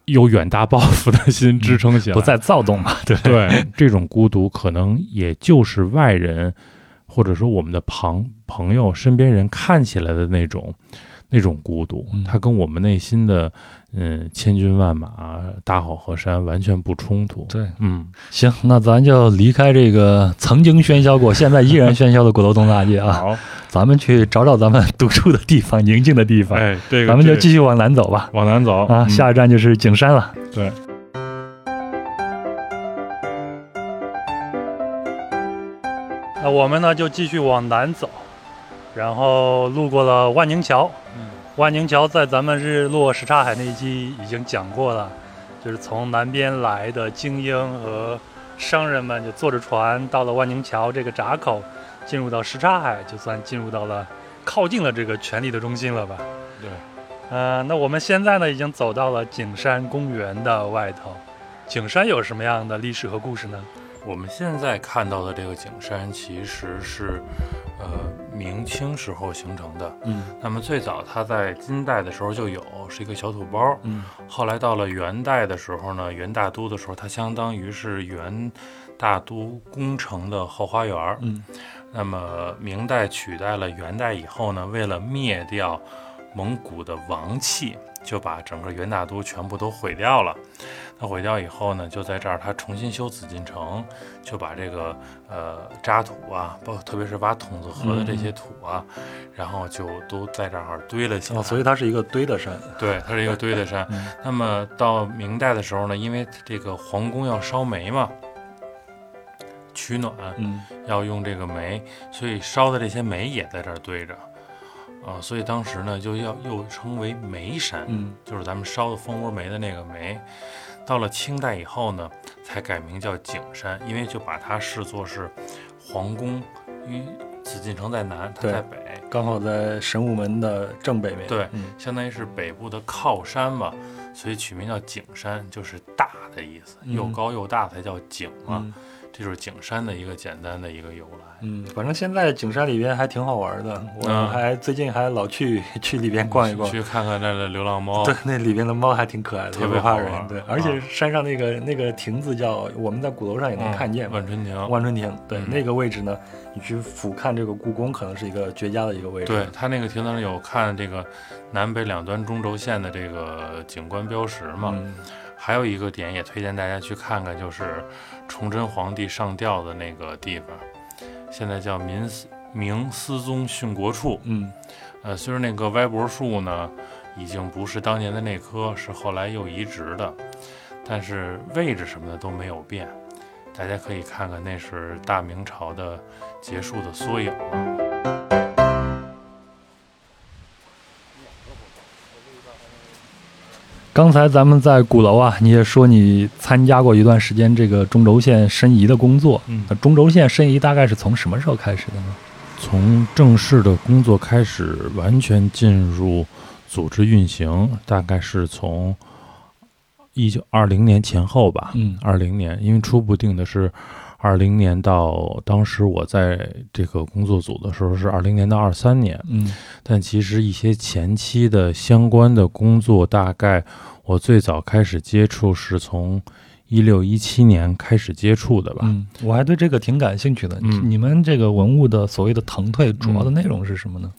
Speaker 3: 有远大抱负的心支撑起来。
Speaker 2: 不再躁动 嘛，对
Speaker 3: 对这种孤独，可能也就是外人或者说我们的旁朋友身边人看起来的那种那种孤独
Speaker 2: 嗯，
Speaker 3: 它跟我们内心的嗯千军万马、大好河山完全不冲突。
Speaker 2: 对。
Speaker 3: 嗯，
Speaker 2: 行，那咱就离开这个曾经喧嚣过，现在依然喧嚣的鼓楼东大街啊，
Speaker 3: 好，
Speaker 2: 咱们去找找咱们 独处的地方，宁静的地方。
Speaker 3: 哎，这个
Speaker 2: 咱们就
Speaker 3: 这个
Speaker 2: 继续往南走吧。
Speaker 3: 往南走
Speaker 2: 啊，
Speaker 3: 嗯
Speaker 2: 下一站就是景山了。
Speaker 3: 对。
Speaker 2: 那我们呢就继续往南走，然后路过了万宁桥。
Speaker 3: 嗯
Speaker 2: 万宁桥在咱们日落什刹海那一期已经讲过了，就是从南边来的精英和商人们就坐着船到了万宁桥这个闸口，进入到什刹海，就算进入到了靠近了这个权力的中心了吧。
Speaker 3: 对。
Speaker 2: 呃，那我们现在呢，已经走到了景山公园的外头。景山有什么样的历史和故事呢？
Speaker 3: 我们现在看到的这个景山，其实是，呃，明清时候形成的。
Speaker 2: 嗯
Speaker 3: 那么最早它在金代的时候就有，是一个小土包。
Speaker 2: 嗯
Speaker 3: 后来到了元代的时候呢，元大都的时候，它相当于是元大都工程的后花园儿。
Speaker 2: 嗯
Speaker 3: 那么明代取代了元代以后呢，为了灭掉蒙古的王气，就把整个元大都全部都毁掉了。那毁掉以后呢，就在这儿他重新修紫禁城，就把这个呃渣土啊，包特别是挖筒子河的这些土啊，然后就都在这儿堆了起来。
Speaker 2: 哦，所以它是一个堆的山。
Speaker 3: 对，它是一个堆的山。
Speaker 2: 嗯
Speaker 3: 那么到明代的时候呢，因为这个皇宫要烧煤嘛，取暖，
Speaker 2: 嗯
Speaker 3: 要用这个煤，所以烧的这些煤也在这儿堆着，啊、所以当时呢就要又称为煤山，
Speaker 2: 嗯
Speaker 3: 就是咱们烧的蜂窝煤的那个煤。到了清代以后呢，才改名叫景山，因为就把它视作是皇宫，因为紫禁城在南，它
Speaker 2: 对
Speaker 3: 在北，
Speaker 2: 刚好在神武门的正北面
Speaker 3: 对
Speaker 2: 嗯
Speaker 3: 相当于是北部的靠山吧，所以取名叫景山，就是大的意思，又
Speaker 2: 嗯
Speaker 3: 高又大才叫景嘛，
Speaker 2: 嗯
Speaker 3: 这就是景山的一个简单的一个由来。
Speaker 2: 嗯，反正现在景山里边还挺好玩的，我
Speaker 3: 嗯
Speaker 2: 还最近还老去 去里边逛一逛。
Speaker 3: 去看看那的流浪猫。
Speaker 2: 对，那里边的猫还挺可爱的，
Speaker 3: 特
Speaker 2: 也
Speaker 3: 别
Speaker 2: 不怕
Speaker 3: 好
Speaker 2: 人。
Speaker 3: 玩
Speaker 2: 对，
Speaker 3: 啊
Speaker 2: 而且山上那个那个亭子叫，我们在鼓楼上也能
Speaker 3: 嗯
Speaker 2: 看见嘛，
Speaker 3: 万春亭。
Speaker 2: 万春亭。对，
Speaker 3: 嗯
Speaker 2: 那个位置呢，你去俯瞰这个故宫，可能是一个绝佳的一个位置。
Speaker 3: 对，它那个亭子上有看这个南北两端中轴线的这个景观标识嘛，
Speaker 2: 嗯，
Speaker 3: 还有一个点也推荐大家去看看，就是崇祯皇帝上吊的那个地方，现在叫民思明思宗殉国处。
Speaker 2: 嗯
Speaker 3: 呃，虽然那个歪脖树呢，已经不是当年的那棵，是后来又移植的，但是位置什么的都没有变。大家可以看看，那是大明朝的结束的缩影了。
Speaker 2: 刚才咱们在鼓楼啊，你也说你参加过一段时间这个中轴线申遗的工作。
Speaker 3: 嗯
Speaker 2: 那中轴线申遗大概是从什么时候开始的呢？
Speaker 3: 从正式的工作开始，完全进入组织运行，大概是从一九二零年前后吧，
Speaker 2: 嗯
Speaker 3: 二零年，因为初步定的是二零年到当时我在这个工作组的时候是二零年到二三年，
Speaker 2: 嗯
Speaker 3: 但其实一些前期的相关的工作，大概我最早开始接触是从一六一七年开始接触的吧。
Speaker 2: 嗯，我还对这个挺感兴趣的。
Speaker 3: 嗯
Speaker 2: 你你们这个文物的所谓的腾退，主要的内容是什么呢？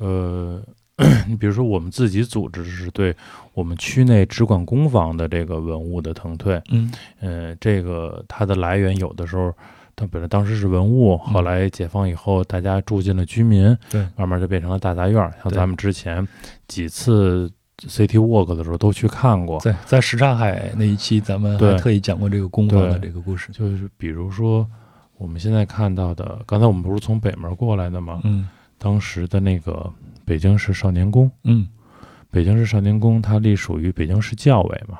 Speaker 2: 嗯
Speaker 3: 呃， 你比如说我们自己组织是对我们区内只管公房的这个文物的腾退，
Speaker 2: 嗯
Speaker 3: 呃，这个它的来源有的时候。它本来当时是文物，后来解放以后，大家住进了居民，
Speaker 2: 嗯对
Speaker 3: 慢慢就变成了大杂院儿。像
Speaker 2: 对
Speaker 3: 咱们之前几次 CT walk 的时候都去看过，
Speaker 2: 在在什刹海那一期，咱们还
Speaker 3: 对
Speaker 2: 特意讲过这个工坊的
Speaker 3: 对
Speaker 2: 这个故事。
Speaker 3: 就是比如说我们现在看到的，刚才我们不是从北门过来的吗？
Speaker 2: 嗯
Speaker 3: 当时的那个北京市少年宫，
Speaker 2: 嗯
Speaker 3: 北京市少年宫它隶属于北京市教委嘛，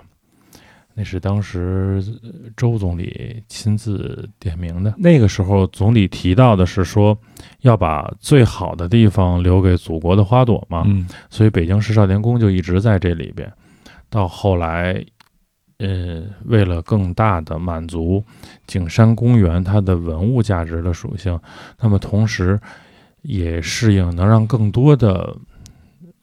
Speaker 3: 那是当时呃周总理亲自点名的。那个时候总理提到的是说要把最好的地方留给祖国的花朵嘛，
Speaker 2: 嗯
Speaker 3: 所以北京市少年宫就一直在这里边。到后来，呃，为了更大的满足景山公园它的文物价值的属性，那么同时也适应能让更多的，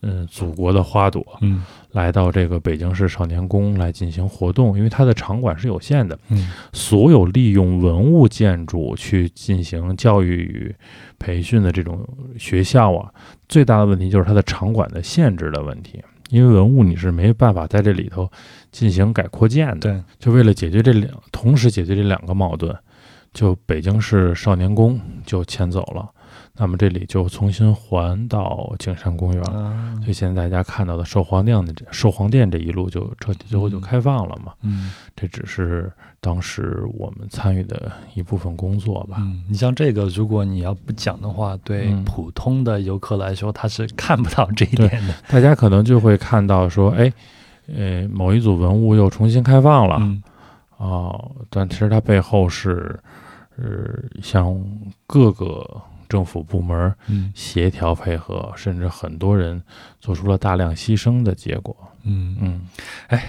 Speaker 3: 嗯、祖国的花朵
Speaker 2: 嗯
Speaker 3: 来到这个北京市少年宫来进行活动，因为它的场馆是有限的，
Speaker 2: 嗯
Speaker 3: 所有利用文物建筑去进行教育与培训的这种学校啊，最大的问题就是它的场馆的限制的问题。因为文物你是没办法在这里头进行改扩建的，
Speaker 2: 对，啊
Speaker 3: 就为了解决这两，同时解决这两个矛盾，就北京市少年宫就迁走了，那么这里就重新还到景山公园了。
Speaker 2: 啊
Speaker 3: 所以现在大家看到的寿皇殿的这寿皇殿这一路就彻底最后就
Speaker 2: 嗯
Speaker 3: 开放了嘛，
Speaker 2: 嗯
Speaker 3: 这只是当时我们参与的一部分工作吧。
Speaker 2: 嗯，你像这个，如果你要不讲的话，对
Speaker 3: 嗯
Speaker 2: 普通的游客来说，他是看不到这一点的。
Speaker 3: 大家可能就会看到说，哎，呃，某一组文物又重新开放了，
Speaker 2: 嗯
Speaker 3: 哦，但其实它背后是，呃，像各个政府部门
Speaker 2: 嗯
Speaker 3: 协调配合，甚至很多人做出了大量牺牲的结果。
Speaker 2: 嗯嗯，
Speaker 3: 嗯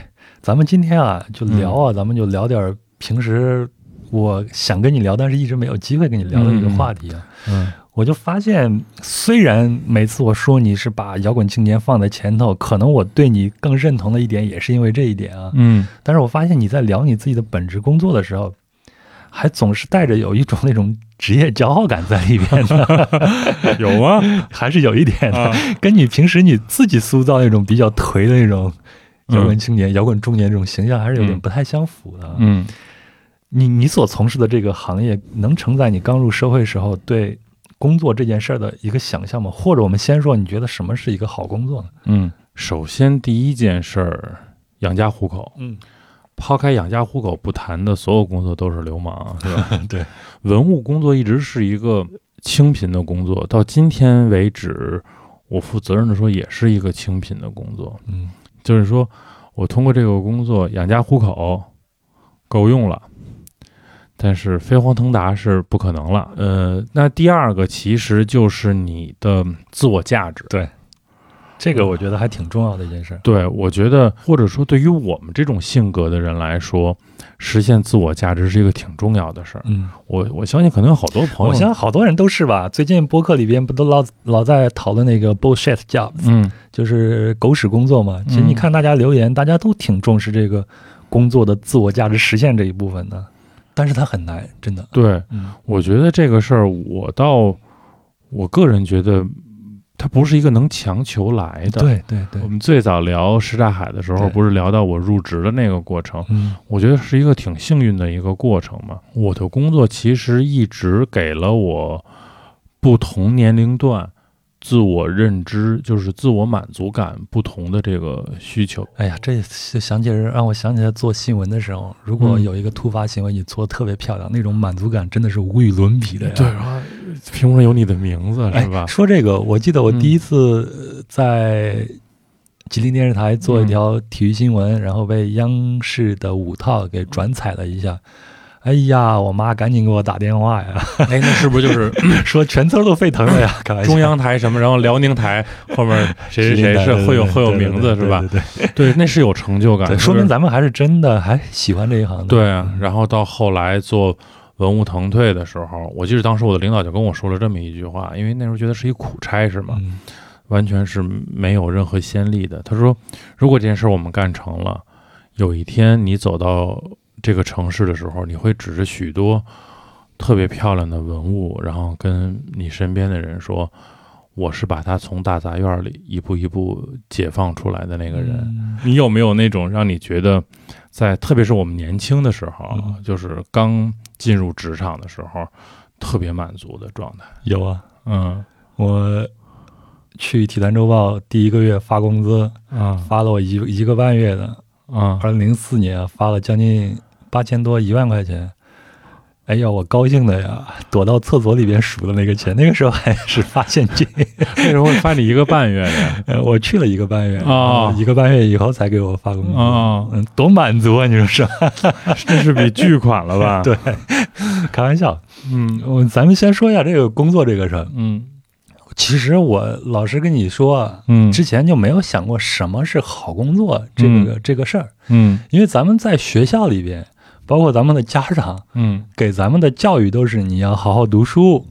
Speaker 2: 咱们今天啊，就聊啊，咱们就聊点儿平时我想跟你聊，但是一直没有机会跟你聊的一个
Speaker 3: 嗯嗯
Speaker 2: 话题啊。
Speaker 3: 嗯
Speaker 2: 我就发现，虽然每次我说你是把摇滚青年放在前头，可能我对你更认同的一点也是因为这一点啊，
Speaker 3: 嗯
Speaker 2: 但是我发现你在聊你自己的本职工作的时候，还总是带着有一种那种职业骄傲感在里边的，
Speaker 3: 嗯
Speaker 4: 有 吗？
Speaker 2: 还是有一点的，
Speaker 4: 啊，
Speaker 2: 跟你平时你自己塑造那种比较颓的那种摇滚青年、摇滚中年这种形象，还是有点
Speaker 3: 嗯
Speaker 2: 不太相符的啊。
Speaker 3: 嗯
Speaker 2: 你你所从事的这个行业，能承载你刚入社会时候对工作这件事儿的一个想象吗？或者我们先说，你觉得什么是一个好工作呢？
Speaker 3: 嗯，首先第一件事儿，养家糊口。
Speaker 2: 嗯
Speaker 3: 抛开养家糊口不谈的所有工作都是流氓啊，是吧？
Speaker 2: 对，
Speaker 3: 文物工作一直是一个清贫的工作，到今天为止，我负责任的说，也是一个清贫的工作。
Speaker 2: 嗯
Speaker 3: 就是说我通过这个工作养家糊口，够用了。但是飞黄腾达是不可能了。呃，那第二个其实就是你的自我价值。
Speaker 2: 这个我觉得还挺重要的一件事儿。
Speaker 3: 对，我觉得或者说对于我们这种性格的人来说，实现自我价值是一个挺重要的事儿。
Speaker 2: 嗯，
Speaker 3: 我我相信可能有好多朋
Speaker 2: 我相信
Speaker 3: 友，
Speaker 2: 好多人都是吧。最近播客里边不都老老在讨论那个 bullshit job，
Speaker 3: 嗯
Speaker 2: 就是狗屎工作嘛？其实你看大家留言，大家都挺重视这个工作的自我价值实现这一部分的，但是它很难，真的。
Speaker 3: 对，
Speaker 2: 嗯
Speaker 3: 我觉得这个事儿，我倒我个人觉得，它不是一个能强求来的。，
Speaker 2: 嗯对对对
Speaker 3: 我，们最早聊什刹海的时候，
Speaker 2: 对
Speaker 3: 不是聊到我入职的那个过程，
Speaker 2: 嗯
Speaker 3: 我觉得是一个挺幸运的一个过程嘛。我的工作其实一直给了我不同年龄段自我认知，就是自我满足感不同的这个需求。
Speaker 2: 哎呀，这就想起来让我想起来做新闻的时候，如果
Speaker 3: 嗯
Speaker 2: 有一个突发行为你做的特别漂亮，那种满足感真的是无与伦比的呀。
Speaker 3: 对，然后啊屏幕上有你的名字是吧嗯
Speaker 2: 哎，？说这个，我记得我第一次呃在吉林电视台做一条体育新闻，然后被央视的五套给转采了一下。哎呀，我妈赶紧给我打电话呀，
Speaker 3: 哎，那 是不是就是
Speaker 2: 说全村都沸腾了 哎呀，开玩笑
Speaker 3: 中央台什么，然后辽宁台后 面谁谁谁是
Speaker 2: 对对对
Speaker 3: 会有会有
Speaker 2: 对对
Speaker 3: 名字
Speaker 2: 对
Speaker 3: 是吧
Speaker 2: 对？对对
Speaker 3: 对，那是有成就感
Speaker 2: 对，，说明咱们还是真的还喜欢这一行的。
Speaker 3: 对啊，然后到后来做文物腾退的时候，我记得当时我的领导就跟我说了这么一句话，因为那时候觉得是一苦差事嘛，
Speaker 2: 嗯，
Speaker 3: 完全是没有任何先例的。他说，如果这件事我们干成了，有一天你走到这个城市的时候，你会指着许多特别漂亮的文物，然后跟你身边的人说。我是把它从大杂院里一步一步解放出来的那个人，
Speaker 2: 嗯
Speaker 3: 你有没有那种让你觉得在，特别是我们年轻的时候啊，
Speaker 2: 嗯
Speaker 3: 就是刚进入职场的时候，特别满足的状态？
Speaker 2: 有啊，
Speaker 3: 嗯
Speaker 2: 我去《体坛周报》第一个月发工资，
Speaker 3: 啊
Speaker 2: 发了我一一个半月的，
Speaker 3: 啊
Speaker 2: 二零零四年发了将近八千多一万块钱。哎呀，我高兴的呀，躲到厕所里边数的那个钱，那个时候还是发现金。
Speaker 3: 那时候会发你一个半月的
Speaker 2: 呃我去了一个半月，
Speaker 3: 哦
Speaker 2: 然后一个半月以后才给我发工资，
Speaker 3: 啊，
Speaker 2: 嗯，多满足啊！你说是 吧？
Speaker 3: 这是笔巨款了 吧？
Speaker 2: 对，开玩笑。
Speaker 3: 嗯
Speaker 2: 我咱们先说一下这个工作这个事儿。
Speaker 3: 嗯
Speaker 2: 其实我老实跟你说啊，
Speaker 3: 嗯
Speaker 2: 之前就没有想过什么是好工作这个、这个事儿，
Speaker 3: 嗯
Speaker 2: 因为咱们在学校里边，包括咱们的家长，
Speaker 3: 嗯
Speaker 2: 给咱们的教育都是你要好好读书，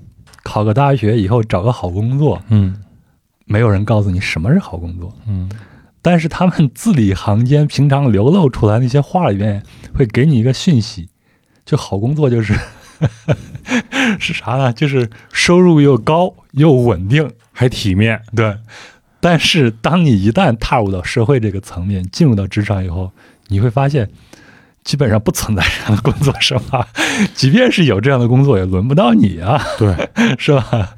Speaker 2: 考个大学以后找个好工作。
Speaker 3: 嗯
Speaker 2: 没有人告诉你什么是好工作，
Speaker 3: 嗯
Speaker 2: 但是他们字里行间平常流露出来那些话里面会给你一个讯息，就好工作就是 是啥呢？就是收入又高又稳定，
Speaker 3: 还体面。
Speaker 2: 对。但是当你一旦踏入到社会这个层面，进入到职场以后，你会发现。基本上不存在这样的工作，是吧？ 即便是有这样的工作，也轮不到你啊。
Speaker 3: 对，
Speaker 2: 是吧？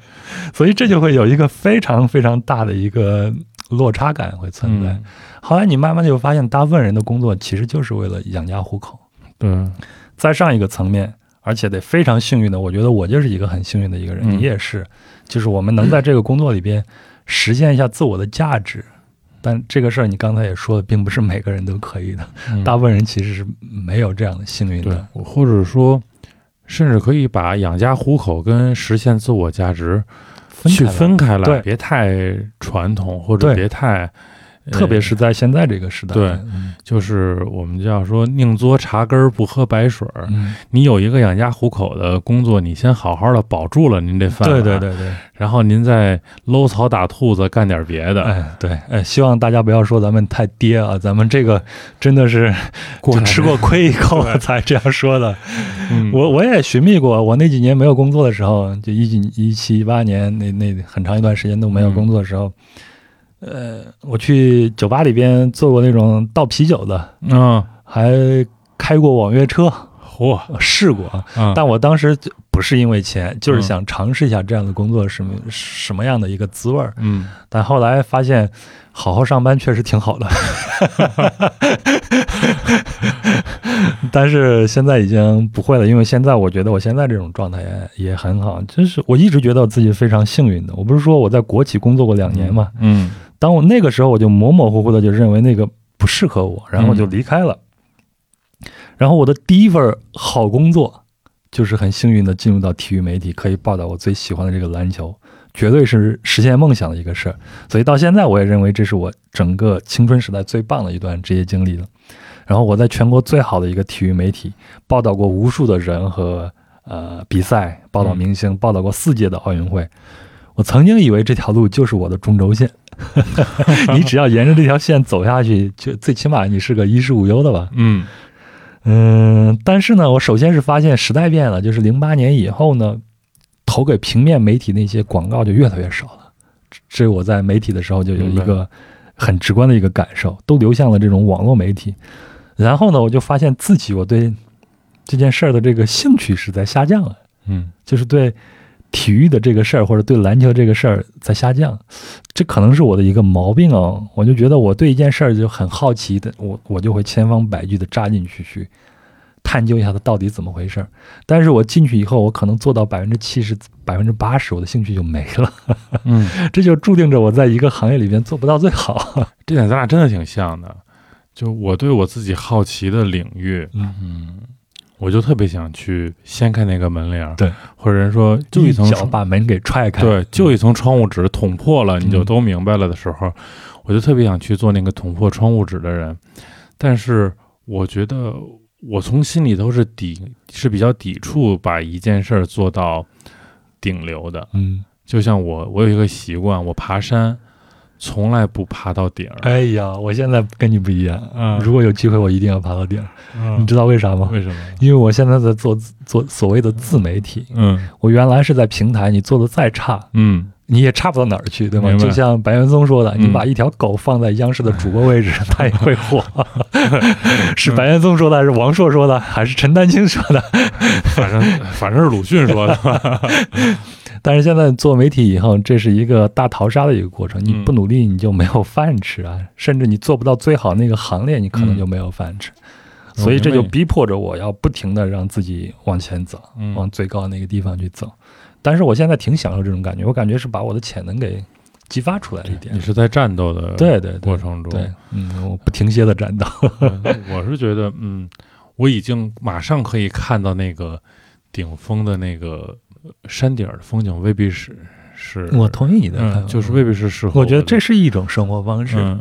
Speaker 2: 所以这就会有一个非常非常大的一个落差感会存在。
Speaker 3: 嗯
Speaker 2: 后来你慢慢就发现，大部分人的工作其实就是为了养家糊口。
Speaker 3: 对，
Speaker 2: 再上一个层面，而且得非常幸运的，我觉得我就是一个很幸运的一个人，
Speaker 3: 嗯
Speaker 2: 你也是，就是我们能在这个工作里边实现一下自我的价值。但这个事儿你刚才也说了，并不是每个人都可以的，
Speaker 3: 嗯
Speaker 2: 大部分人其实是没有这样的幸运
Speaker 3: 对
Speaker 2: 的。，
Speaker 3: 或者说，甚至可以把养家糊口跟实现自我价值去
Speaker 2: 开来
Speaker 3: 分开来，
Speaker 2: 对
Speaker 3: 别太传统或者
Speaker 2: 对
Speaker 3: 别太，呃
Speaker 2: 特别是在现在这个时代，
Speaker 3: 对
Speaker 2: 嗯
Speaker 3: 就是我们叫说宁作茶根儿不喝白水儿。
Speaker 2: 嗯，
Speaker 3: 你有一个养家糊口的工作，你先好好的保住了您这饭，
Speaker 2: 对对，对对。
Speaker 3: 然后您再搂草打兔子干点别的，
Speaker 2: 哎，对，哎，希望大家不要说咱们太爹啊，咱们这个真的是
Speaker 3: 过
Speaker 2: 就
Speaker 3: 来
Speaker 2: 吃过亏以 后才这样说的。
Speaker 3: 嗯
Speaker 2: 我我也寻觅过，我那几年没有工作的时候，就一几一七一八年那那很长一段时间都没
Speaker 3: 嗯
Speaker 2: 有工作的时候，呃，我去酒吧里边做过那种倒啤酒的，
Speaker 3: 嗯，
Speaker 2: 还开过网约车，
Speaker 3: 嚯
Speaker 2: 试过啊。
Speaker 3: 啊，
Speaker 2: 但我当时就不是因为钱，就是
Speaker 3: 嗯
Speaker 2: 想尝试一下这样的工作是什么什么样的一个滋味儿。
Speaker 3: 嗯，
Speaker 2: 但后来发现，好好上班确实挺好的，但是现在已经不会了，因为现在我觉得我现在这种状态也也很好，就是我一直觉得我自己非常幸运的。我不是说我在国企工作过两年嘛，
Speaker 3: 嗯
Speaker 2: 当我那个时候我就模模糊糊的就认为那个不适合我，然后就离开了。然后我的第一份好工作，就是很幸运的进入到体育媒体，可以报道我最喜欢的这个篮球，绝对是实现梦想的一个事儿。所以到现在，我也认为这是我整个青春时代最棒的一段职业经历了。然后我在全国最好的一个体育媒体报道过无数的人和呃比赛，报道明星，报道过四届的奥运会。我曾经以为这条路就是我的中轴线，你只要沿着这条线走下去，就最起码你是个衣食无忧的吧。
Speaker 3: 嗯
Speaker 2: 嗯，但是呢，我首先是发现时代变了，就是零八年以后呢，投给平面媒体那些广告就越来越少了。这这我在媒体的时候就有一
Speaker 3: 明
Speaker 2: 个很直观的一个感受，都流向了这种网络媒体。然后呢，我就发现自己我对这件事儿的这个兴趣是在下降了。
Speaker 3: 嗯
Speaker 2: 就是对体育的这个事儿或者对篮球这个事儿在下降，这可能是我的一个毛病哦。我就觉得我对一件事儿就很好奇的，我我就会千方百计的扎进去去探究一下它到底怎么回事儿。但是我进去以后，我可能做到百分之七十、百分之八十，我的兴趣就没了。
Speaker 3: 嗯，
Speaker 2: 这就注定着我在一个行业里边做不到最好。
Speaker 3: 这点咱俩真的挺像的，就我对我自己好奇的领域，
Speaker 2: 嗯
Speaker 3: 嗯，我就特别想去掀开那个门帘儿，
Speaker 2: 对，
Speaker 3: 或者人说就一层
Speaker 2: 脚
Speaker 3: 窗
Speaker 2: 把门给踹开，
Speaker 3: 对，就一层窗户纸捅破了，你就
Speaker 2: 嗯
Speaker 3: 都明白了的时候，我就特别想去做那个捅破窗户纸的人，但是我觉得我从心里头是抵是比较抵触把一件事儿做到顶流的，
Speaker 2: 嗯，
Speaker 3: 就像我我有一个习惯，我爬山从来不爬到顶儿，
Speaker 2: 哎呀，我现在跟你不一样，
Speaker 3: 嗯
Speaker 2: 如果有机会，我一定要爬到顶儿。你
Speaker 3: 嗯，
Speaker 2: 知道为啥吗？
Speaker 3: 为什么？
Speaker 2: 因为我现在在做自做所谓的自媒体，
Speaker 3: 嗯
Speaker 2: 我原来是在平台，你做的再差，
Speaker 3: 嗯，
Speaker 2: 你也差不到哪儿去，对吗？
Speaker 3: 明白
Speaker 2: 就像白岩松说的，
Speaker 3: 嗯
Speaker 2: 你把一条狗放在央视的主播位 置，它也会火。是白岩松说的，还是王朔说的，还是陈丹青说的？
Speaker 3: 反正反正是鲁迅说的，
Speaker 2: 但是现在做媒体以后，这是一个大逃杀的一个过程。你
Speaker 3: 嗯
Speaker 2: 不努力，你就没有饭吃啊！甚至你做不到最好那个行列，你可能
Speaker 3: 嗯
Speaker 2: 就没有饭吃。
Speaker 3: 我
Speaker 2: 所以这
Speaker 3: 明
Speaker 2: 就
Speaker 3: 白你
Speaker 2: 逼迫着我要不停的让自己往前走，
Speaker 3: 嗯
Speaker 2: 往最高那个地方去走。但是我现在挺享受这种感觉，我感觉是把我的潜能给激发出来了一点
Speaker 3: 你。是在战斗的
Speaker 2: 对对对
Speaker 3: 过程中，
Speaker 2: 对，嗯，我不停歇的战斗。
Speaker 3: 嗯我是觉得，嗯，我已经马上可以看到那个顶峰的那个呃山顶儿的风景，未必是是，
Speaker 2: 我同意你的看法，
Speaker 3: 嗯，就是未必是适合
Speaker 2: 我觉得
Speaker 3: 的
Speaker 2: 这是一种生活方式。
Speaker 3: 嗯，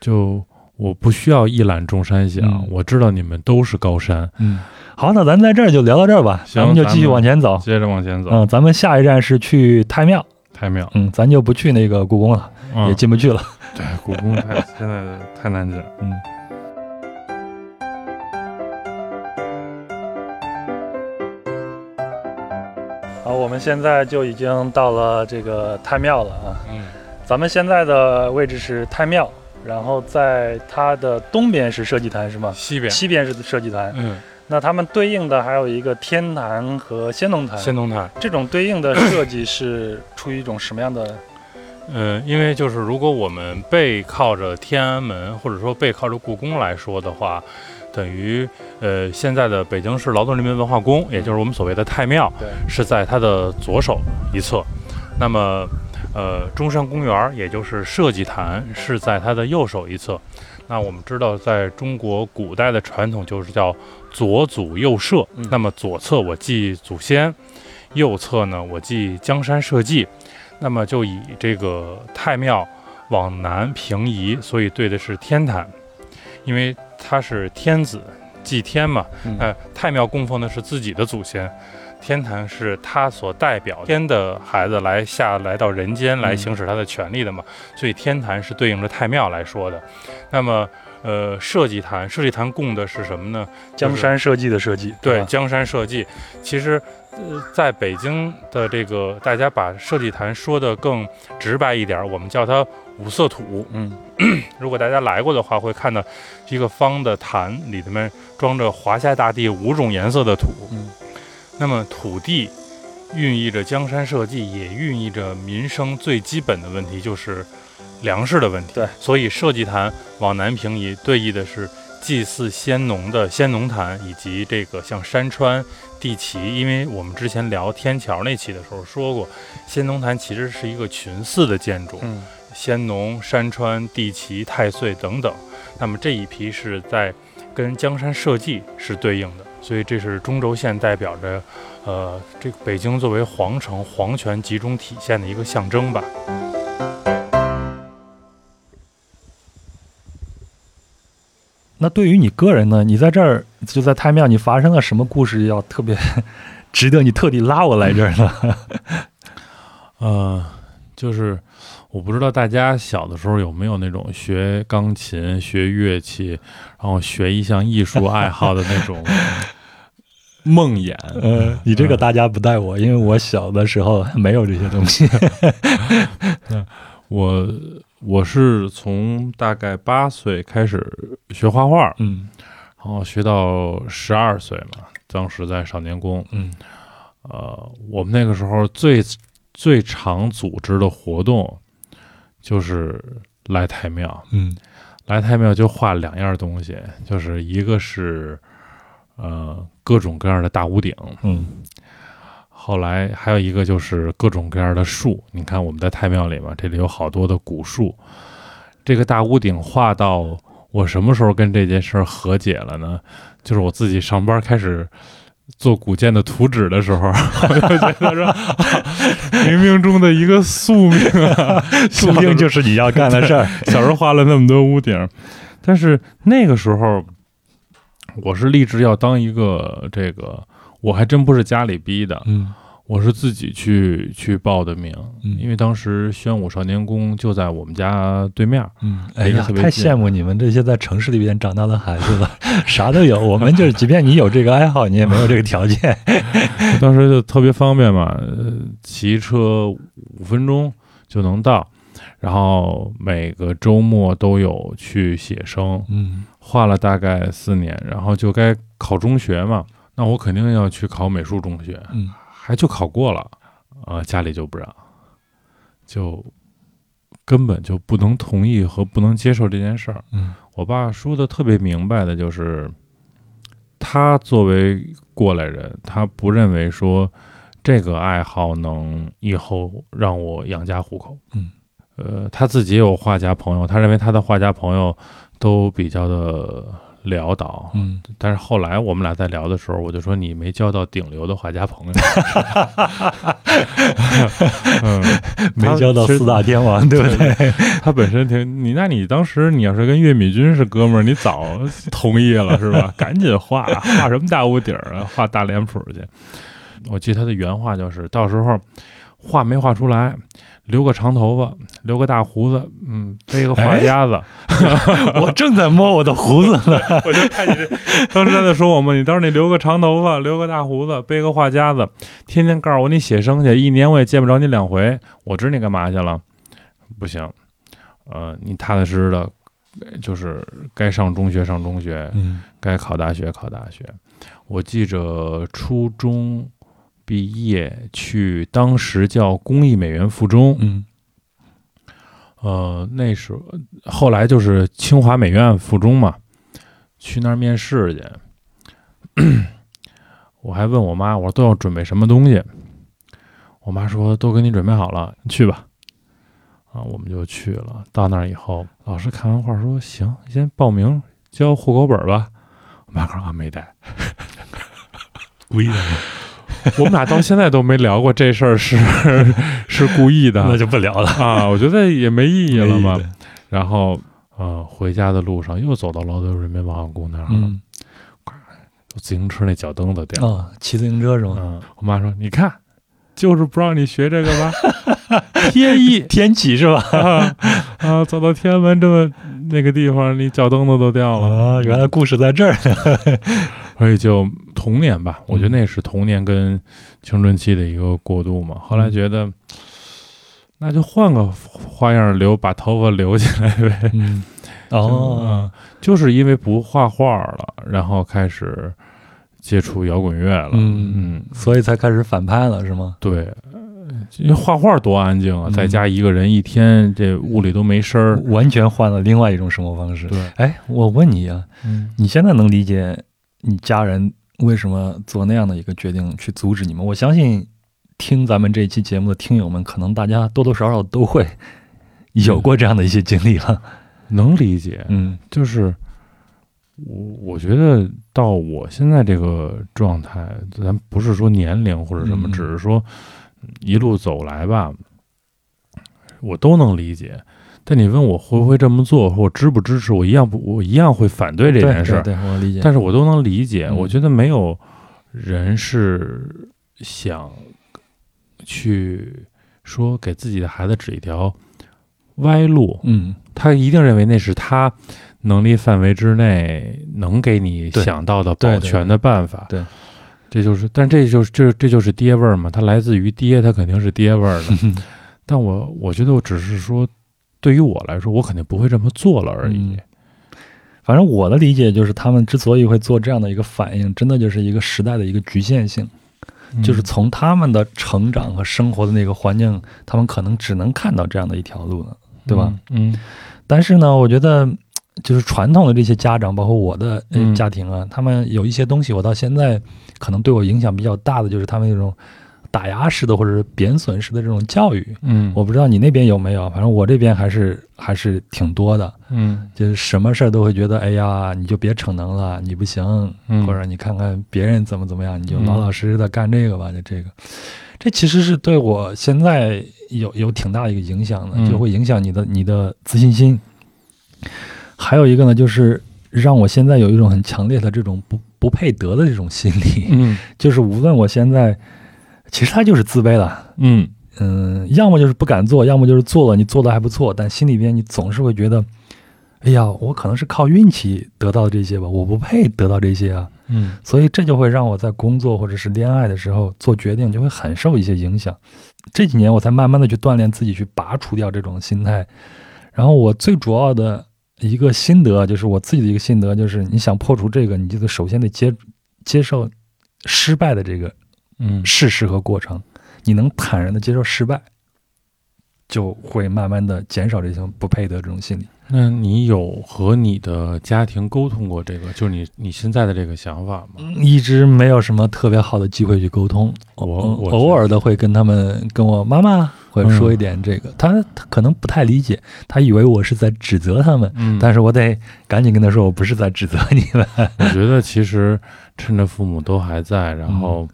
Speaker 3: 就我不需要一览众山小，
Speaker 2: 嗯
Speaker 3: 我知道你们都是高山，
Speaker 2: 嗯，好，那咱在这儿就聊到这儿吧，
Speaker 3: 行
Speaker 2: 咱们就继续
Speaker 3: 咱们
Speaker 2: 往前走。
Speaker 3: 接着往前走，
Speaker 2: 嗯，咱们下一站是去太庙。
Speaker 3: 太妙，
Speaker 2: 嗯，咱就不去那个故宫了，
Speaker 3: 嗯
Speaker 2: 也，进不去了。
Speaker 3: 对，故宫太现在太难进了，
Speaker 2: 嗯，好，我们现在就已经到了这个太庙了啊。
Speaker 3: 嗯
Speaker 2: 咱们现在的位置是太庙，然后在它的东边是社稷坛，是吗？
Speaker 3: 西边，
Speaker 2: 西边是社稷坛，
Speaker 3: 嗯，
Speaker 2: 那它们对应的还有一个天坛和先农坛。
Speaker 3: 仙农坛，
Speaker 2: 这种对应的设计是出于一种什么样的？
Speaker 3: 嗯，因为就是如果我们背靠着天安门，或者说背靠着故宫来说的话，等于呃现在的北京市劳动人民文化宫，也就是我们所谓的太庙，
Speaker 2: 对，
Speaker 3: 是在它的左手一侧。那么，呃，中山公园，也就是社稷坛，是在它的右手一侧。那我们知道，在中国古代的传统就是叫左祖右社。
Speaker 2: 嗯
Speaker 3: 那么左侧我祭祖先，右侧呢我祭江山社稷。那么就以这个太庙往南平移，所以对的是天坛，因为它是天子祭天嘛。
Speaker 2: 嗯
Speaker 3: 呃，太庙供奉的是自己的祖先，天坛是他所代表天的孩子来下来到人间来
Speaker 2: 嗯
Speaker 3: 行使他的权利的嘛。所以天坛是对应着太庙来说的。那么，呃，社稷坛，社稷坛供的是什么呢？
Speaker 2: 江山社稷的设计，
Speaker 3: 对，
Speaker 2: 吧
Speaker 3: 江山社稷。其实，呃，在北京的这个，大家把社稷坛说的更直白一点儿，我们叫它五色土。
Speaker 2: 嗯，
Speaker 3: 如果大家来过的话，会看到一个方的坛，里面装着华夏大地五种颜色的土。
Speaker 2: 嗯，
Speaker 3: 那么土地孕育着江山社稷，也孕育着民生最基本的问题，就是粮食的问题。
Speaker 2: 对，
Speaker 3: 所以社稷坛往南平移，对应的是祭祀先农的先农坛，以及这个像山川地旗。因为我们之前聊天桥那期的时候说过，先农坛其实是一个群祀的建筑。
Speaker 2: 嗯，
Speaker 3: 先农、山川、地旗、太岁等等。那么这一批是在跟江山社稷是对应的，所以这是中轴线代表着，呃，这个北京作为皇城皇权集中体现的一个象征吧。
Speaker 2: 那对于你个人呢？你在这儿就在太庙，你发生了什么故事要特别 值得你特地拉我来这儿 呢？
Speaker 3: 呃，就是我不知道大家小的时候有没有那种学钢琴、学乐器，然后学一项艺术爱好的那种梦魇。
Speaker 2: 呃，你这个大家不带我，因为我小的时候没有这些东西。
Speaker 3: 我我是从大概八岁开始学画画，
Speaker 2: 嗯
Speaker 3: 然后学到十二岁嘛，当时在少年宫。
Speaker 2: 嗯
Speaker 3: 呃，我们那个时候最最常组织的活动就是来太庙，
Speaker 2: 嗯
Speaker 3: 来太庙就画两样东西，就是一个是呃各种各样的大屋顶，
Speaker 2: 嗯
Speaker 3: 后来还有一个就是各种各样的树，你看我们在太庙里嘛，这里有好多的古树。这个大屋顶画到我我什么时候跟这件事儿和解了呢？就是我自己上班开始做古建的图纸的时候， 我就觉得说，冥冥中的一个宿命啊，
Speaker 2: 注定 就是你要干的 事儿。
Speaker 3: 小时候画了那么多屋顶，但是那个时候，我是立志要当一个这个，我还真不是家里逼的，
Speaker 2: 嗯
Speaker 3: 我是自己去去报的名，
Speaker 2: 嗯
Speaker 3: 因为当时宣武少年宫就在我们家对面儿，
Speaker 2: 嗯，哎
Speaker 3: 离得
Speaker 2: 呀，
Speaker 3: 特别
Speaker 2: 太
Speaker 3: 近
Speaker 2: 羡慕你们这些在城市里边长大的孩子了， 啥都有。我们就是，即便你有这个爱好，你也没有这个条件。
Speaker 3: 我当时就特别方便嘛，呃骑车五分钟就能到。然后每个周末都有去写生，
Speaker 2: 嗯
Speaker 3: 画了大概四年，然后就该考中学嘛，那我肯定要去考美术中学，
Speaker 2: 嗯，
Speaker 3: 还就考过了，啊、家里就不让，就根本就不能同意和不能接受这件事儿。
Speaker 2: 嗯，
Speaker 3: 我爸说的特别明白的就是，他作为过来人，他不认为说这个爱好能以后让我养家糊口。
Speaker 2: 嗯，
Speaker 3: 呃，他自己也有画家朋友，他认为他的画家朋友都比较的潦倒，
Speaker 2: 嗯，
Speaker 3: 但是后来我们俩在聊的时候，我就说你没交到顶流的画 家朋友， 嗯，
Speaker 2: 没交到
Speaker 3: 其实
Speaker 2: 四大天王，对不对？
Speaker 3: 他本身挺你，那你当时你要是跟岳敏君是哥们儿，你早同意了是吧？ 赶紧画，画什么大屋顶儿啊，画大脸谱去。我记得他的原话就是，到时候画没画出来，留个长头发，留个大胡子，嗯，背个
Speaker 2: 哎
Speaker 3: 画夹子。
Speaker 2: 我正在摸我的胡子呢。
Speaker 3: 我就看你这，当 时他在说我嘛，你到时候你留个长头发，留个大胡子，背个画夹子，天天告诉我你写生去，一年我也见不着你两回，我知你干嘛去了？不行，呃，你踏踏实实的，就是该上中学上中学，
Speaker 2: 嗯
Speaker 3: 该考大学考大学。我记着初中毕业去，当时叫工艺美院附中，
Speaker 2: 嗯
Speaker 3: 呃，那时候后来就是清华美院附中嘛，去那儿面试去。 我还问我妈，我说都要准备什么东西？我妈说都给你准备好了，去吧。啊，我们就去了。到那儿以后，老师看完画说行，先报名交户口本吧。我妈说啊，没带。
Speaker 2: 故意的，
Speaker 3: 我们俩到现在都没聊过这事儿是是故意的
Speaker 2: 那就不聊了。 哎
Speaker 3: 啊，我觉得也没意义了嘛
Speaker 2: 没。意思
Speaker 3: 然后呃，回家的路上又走到劳德人民广场宫那儿了，
Speaker 2: 嗯
Speaker 3: 自行车那脚蹬子掉了。
Speaker 2: 哦，骑自行车是吗？
Speaker 3: 嗯，我妈说：“你看，就是不让你学这个吧， 天意
Speaker 2: 天启是吧？
Speaker 3: 啊啊！走到天安门这么那个地方，你脚蹬子都掉了。
Speaker 2: 啊，原来故事在这儿。
Speaker 3: 所以就童年
Speaker 2: 嗯
Speaker 3: 吧，我觉得那是童年跟青春期的一个过渡
Speaker 2: 嗯
Speaker 3: 嘛。后来觉得。”那就换个花样留，把头发留起来呗。
Speaker 2: 嗯，
Speaker 3: 嗯
Speaker 2: 哦，，
Speaker 3: 就是因为不画画了，然后开始接触摇滚乐了。
Speaker 2: 嗯
Speaker 3: 嗯，
Speaker 2: 所以才开始反叛了是吗？
Speaker 3: 对，呃因为画画多安静啊，
Speaker 2: 嗯
Speaker 3: 在家一个人一天，这屋里都没声儿。
Speaker 2: 完全换了另外一种生活方式。
Speaker 3: 对，
Speaker 2: 哎，我问你啊，
Speaker 3: 嗯，
Speaker 2: 你现在能理解你家人为什么做那样的一个决定去阻止你们？我相信听咱们这一期节目的听友们，可能大家多多少少都会有过这样的一些经历了。
Speaker 3: 能理解。
Speaker 2: 嗯
Speaker 3: 就是我我觉得到我现在这个状态，咱不是说年龄或者什么，
Speaker 2: 嗯
Speaker 3: 只是说一路走来吧，我都能理解。但你问我会不会这么做，或支不支持，我一样不，我一样会反对这件事儿。
Speaker 2: 对对对我理解。
Speaker 3: 但是我都能理解，
Speaker 2: 嗯
Speaker 3: 我觉得没有人是想去说给自己的孩子指一条歪路，
Speaker 2: 嗯，
Speaker 3: 他一定认为那是他能力范围之内能给你
Speaker 2: 对
Speaker 3: 想到的
Speaker 2: 对
Speaker 3: 保
Speaker 2: 对
Speaker 3: 全的办法。
Speaker 2: 对
Speaker 3: 这就是，但这就是这这就是爹味儿嘛，他来自于爹，他肯定是爹味儿的。 但我我觉得我只是说，对于我来说，我肯定不会这么做了而已
Speaker 2: 嗯。反正我的理解就是，他们之所以会做这样的一个反应，真的就是一个时代的一个局限性。就是从他们的成长和生活的那个环境，他们可能只能看到这样的一条路了，对吧？？
Speaker 3: 嗯
Speaker 2: 但是呢，我觉得嗯就是传统的这些家长，包括我的、呃
Speaker 3: 嗯
Speaker 2: 家庭啊，他们有一些东西，我到现在可能对我影响比较大的，就是他们那种打压式的或者是贬损式的这种教育。
Speaker 3: 嗯
Speaker 2: 我不知道你那边有没有，反正我这边还是还是挺多的，
Speaker 3: 嗯
Speaker 2: 就是什么事儿都会觉得，哎呀，你就别逞能了，你不行，
Speaker 3: 嗯
Speaker 2: 或者你看看别人怎么怎么样，你就
Speaker 3: 嗯
Speaker 2: 老老实实的干这个吧，就这个。这其实是对我现在有有挺大的一个影响的，
Speaker 3: 嗯
Speaker 2: 就会影响你的你的自信心。还有一个呢，就是让我现在有一种很强烈的这种不不配得的这种心理，
Speaker 3: 嗯
Speaker 2: 就是无论我现在，其实他就是自卑了。
Speaker 3: 嗯
Speaker 2: 嗯，要么就是不敢做，要么就是做了，你做的还不错，但心里边你总是会觉得，哎呀，我可能是靠运气得到这些吧，我不配得到这些啊，
Speaker 3: 嗯
Speaker 2: 所以这就会让我在工作或者是恋爱的时候做决定就会很受一些影响。这几年我才慢慢的去锻炼自己，去拔除掉这种心态。然后我最主要的一个心得就是我自己的一个心得就是，你想破除这个，你就得首先得接接受失败的这个
Speaker 3: 嗯
Speaker 2: 事实和过程，你能坦然的接受失败，就会慢慢的减少这种不配得这种心理。
Speaker 3: 那你有和你的家庭沟通过这个，就是你你现在的这个想法吗？
Speaker 2: 嗯一直没有什么特别好的机会去沟通，
Speaker 3: 我
Speaker 2: 嗯
Speaker 3: 哦我
Speaker 2: 偶尔的会跟他们跟我妈妈会说一点这
Speaker 3: 嗯
Speaker 2: 个，他他可能不太理解，他以为我是在指责他们，
Speaker 3: 嗯，
Speaker 2: 但是我得赶紧跟他说，我不是在指责你们。
Speaker 3: 我觉得其实趁着父母都还在，然后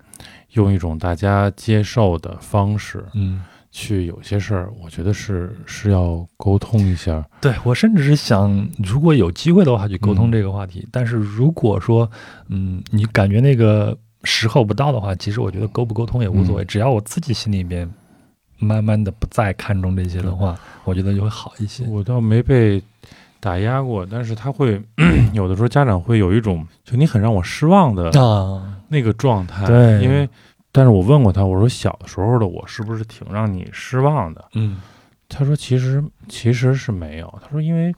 Speaker 3: 用一种大家接受的方式
Speaker 2: 嗯，
Speaker 3: 去有些事儿，我觉得是是要沟通一下。
Speaker 2: 对我甚至是想，如果有机会的话去沟通
Speaker 3: 嗯
Speaker 2: 这个话题，但是如果说，嗯，你感觉那个时候不到的话，其实我觉得沟不沟通也无
Speaker 3: 嗯
Speaker 2: 所谓，只要我自己心里边慢慢的不再看重这些的话，
Speaker 3: 嗯
Speaker 2: 我觉得就会好一些。
Speaker 3: 我倒没被打压过，但是他会 有的时候家长会有一种就你很让我失望的
Speaker 2: 啊，
Speaker 3: 那个状态，
Speaker 2: 对
Speaker 3: 因为但是我问过他，我说小时候的我是不是挺让你失望的？
Speaker 2: 嗯
Speaker 3: 他说其实其实是没有，他说因为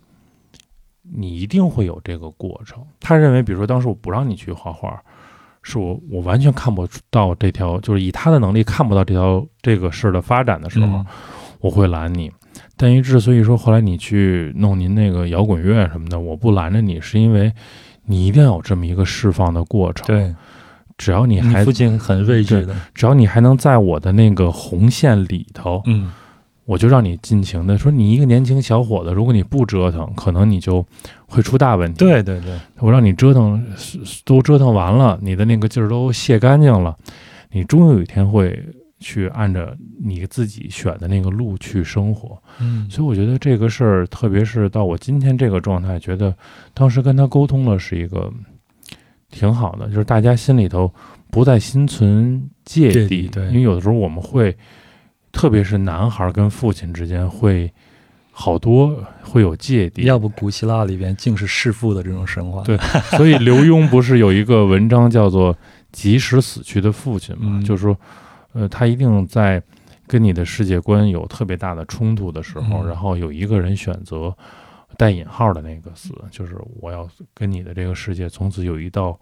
Speaker 3: 你一定会有这个过程。他认为，比如说当时我不让你去画画，是我我完全看不到这条，就是以他的能力看不到这条这个事儿的发展的时候，
Speaker 2: 嗯
Speaker 3: 我会拦你。但于之所以说后来你去弄您那个摇滚乐什么的，我不拦着你，是因为你一定要有这么一个释放的过程。，
Speaker 2: 对，
Speaker 3: 只要你
Speaker 2: 你
Speaker 3: 还
Speaker 2: 父亲很畏惧的，
Speaker 3: 只要你还能在我的那个红线里头，
Speaker 2: 嗯
Speaker 3: 我就让你尽情的说，你一个年轻小伙子，如果你不折腾，可能你就会出大问题。，
Speaker 2: 对对对，
Speaker 3: 我让你折腾，都折腾完了，你的那个劲儿都泄干净了，你终有一天会去按着你自己选的那个路去生活。
Speaker 2: 嗯
Speaker 3: 所以我觉得这个事儿，特别是到我今天这个状态，觉得当时跟他沟通了是一个挺好的，就是大家心里头不再心存芥
Speaker 2: 芥
Speaker 3: 蒂
Speaker 2: 蒂，对
Speaker 3: 因为有的时候我们会，特别是男孩儿跟父亲之间会好多会有芥蒂，
Speaker 2: 要不古希腊里边竟是弑父的这种神话。
Speaker 3: 对 所以刘墉不是有一个文章叫做《即使死去的父亲》嘛，
Speaker 2: 嗯
Speaker 3: 就是说，呃，他一定在跟你的世界观有特别大的冲突的时候，
Speaker 2: 嗯
Speaker 3: 然后有一个人选择带引号的那个死，
Speaker 2: 嗯
Speaker 3: 就是我要跟你的这个世界从此有一道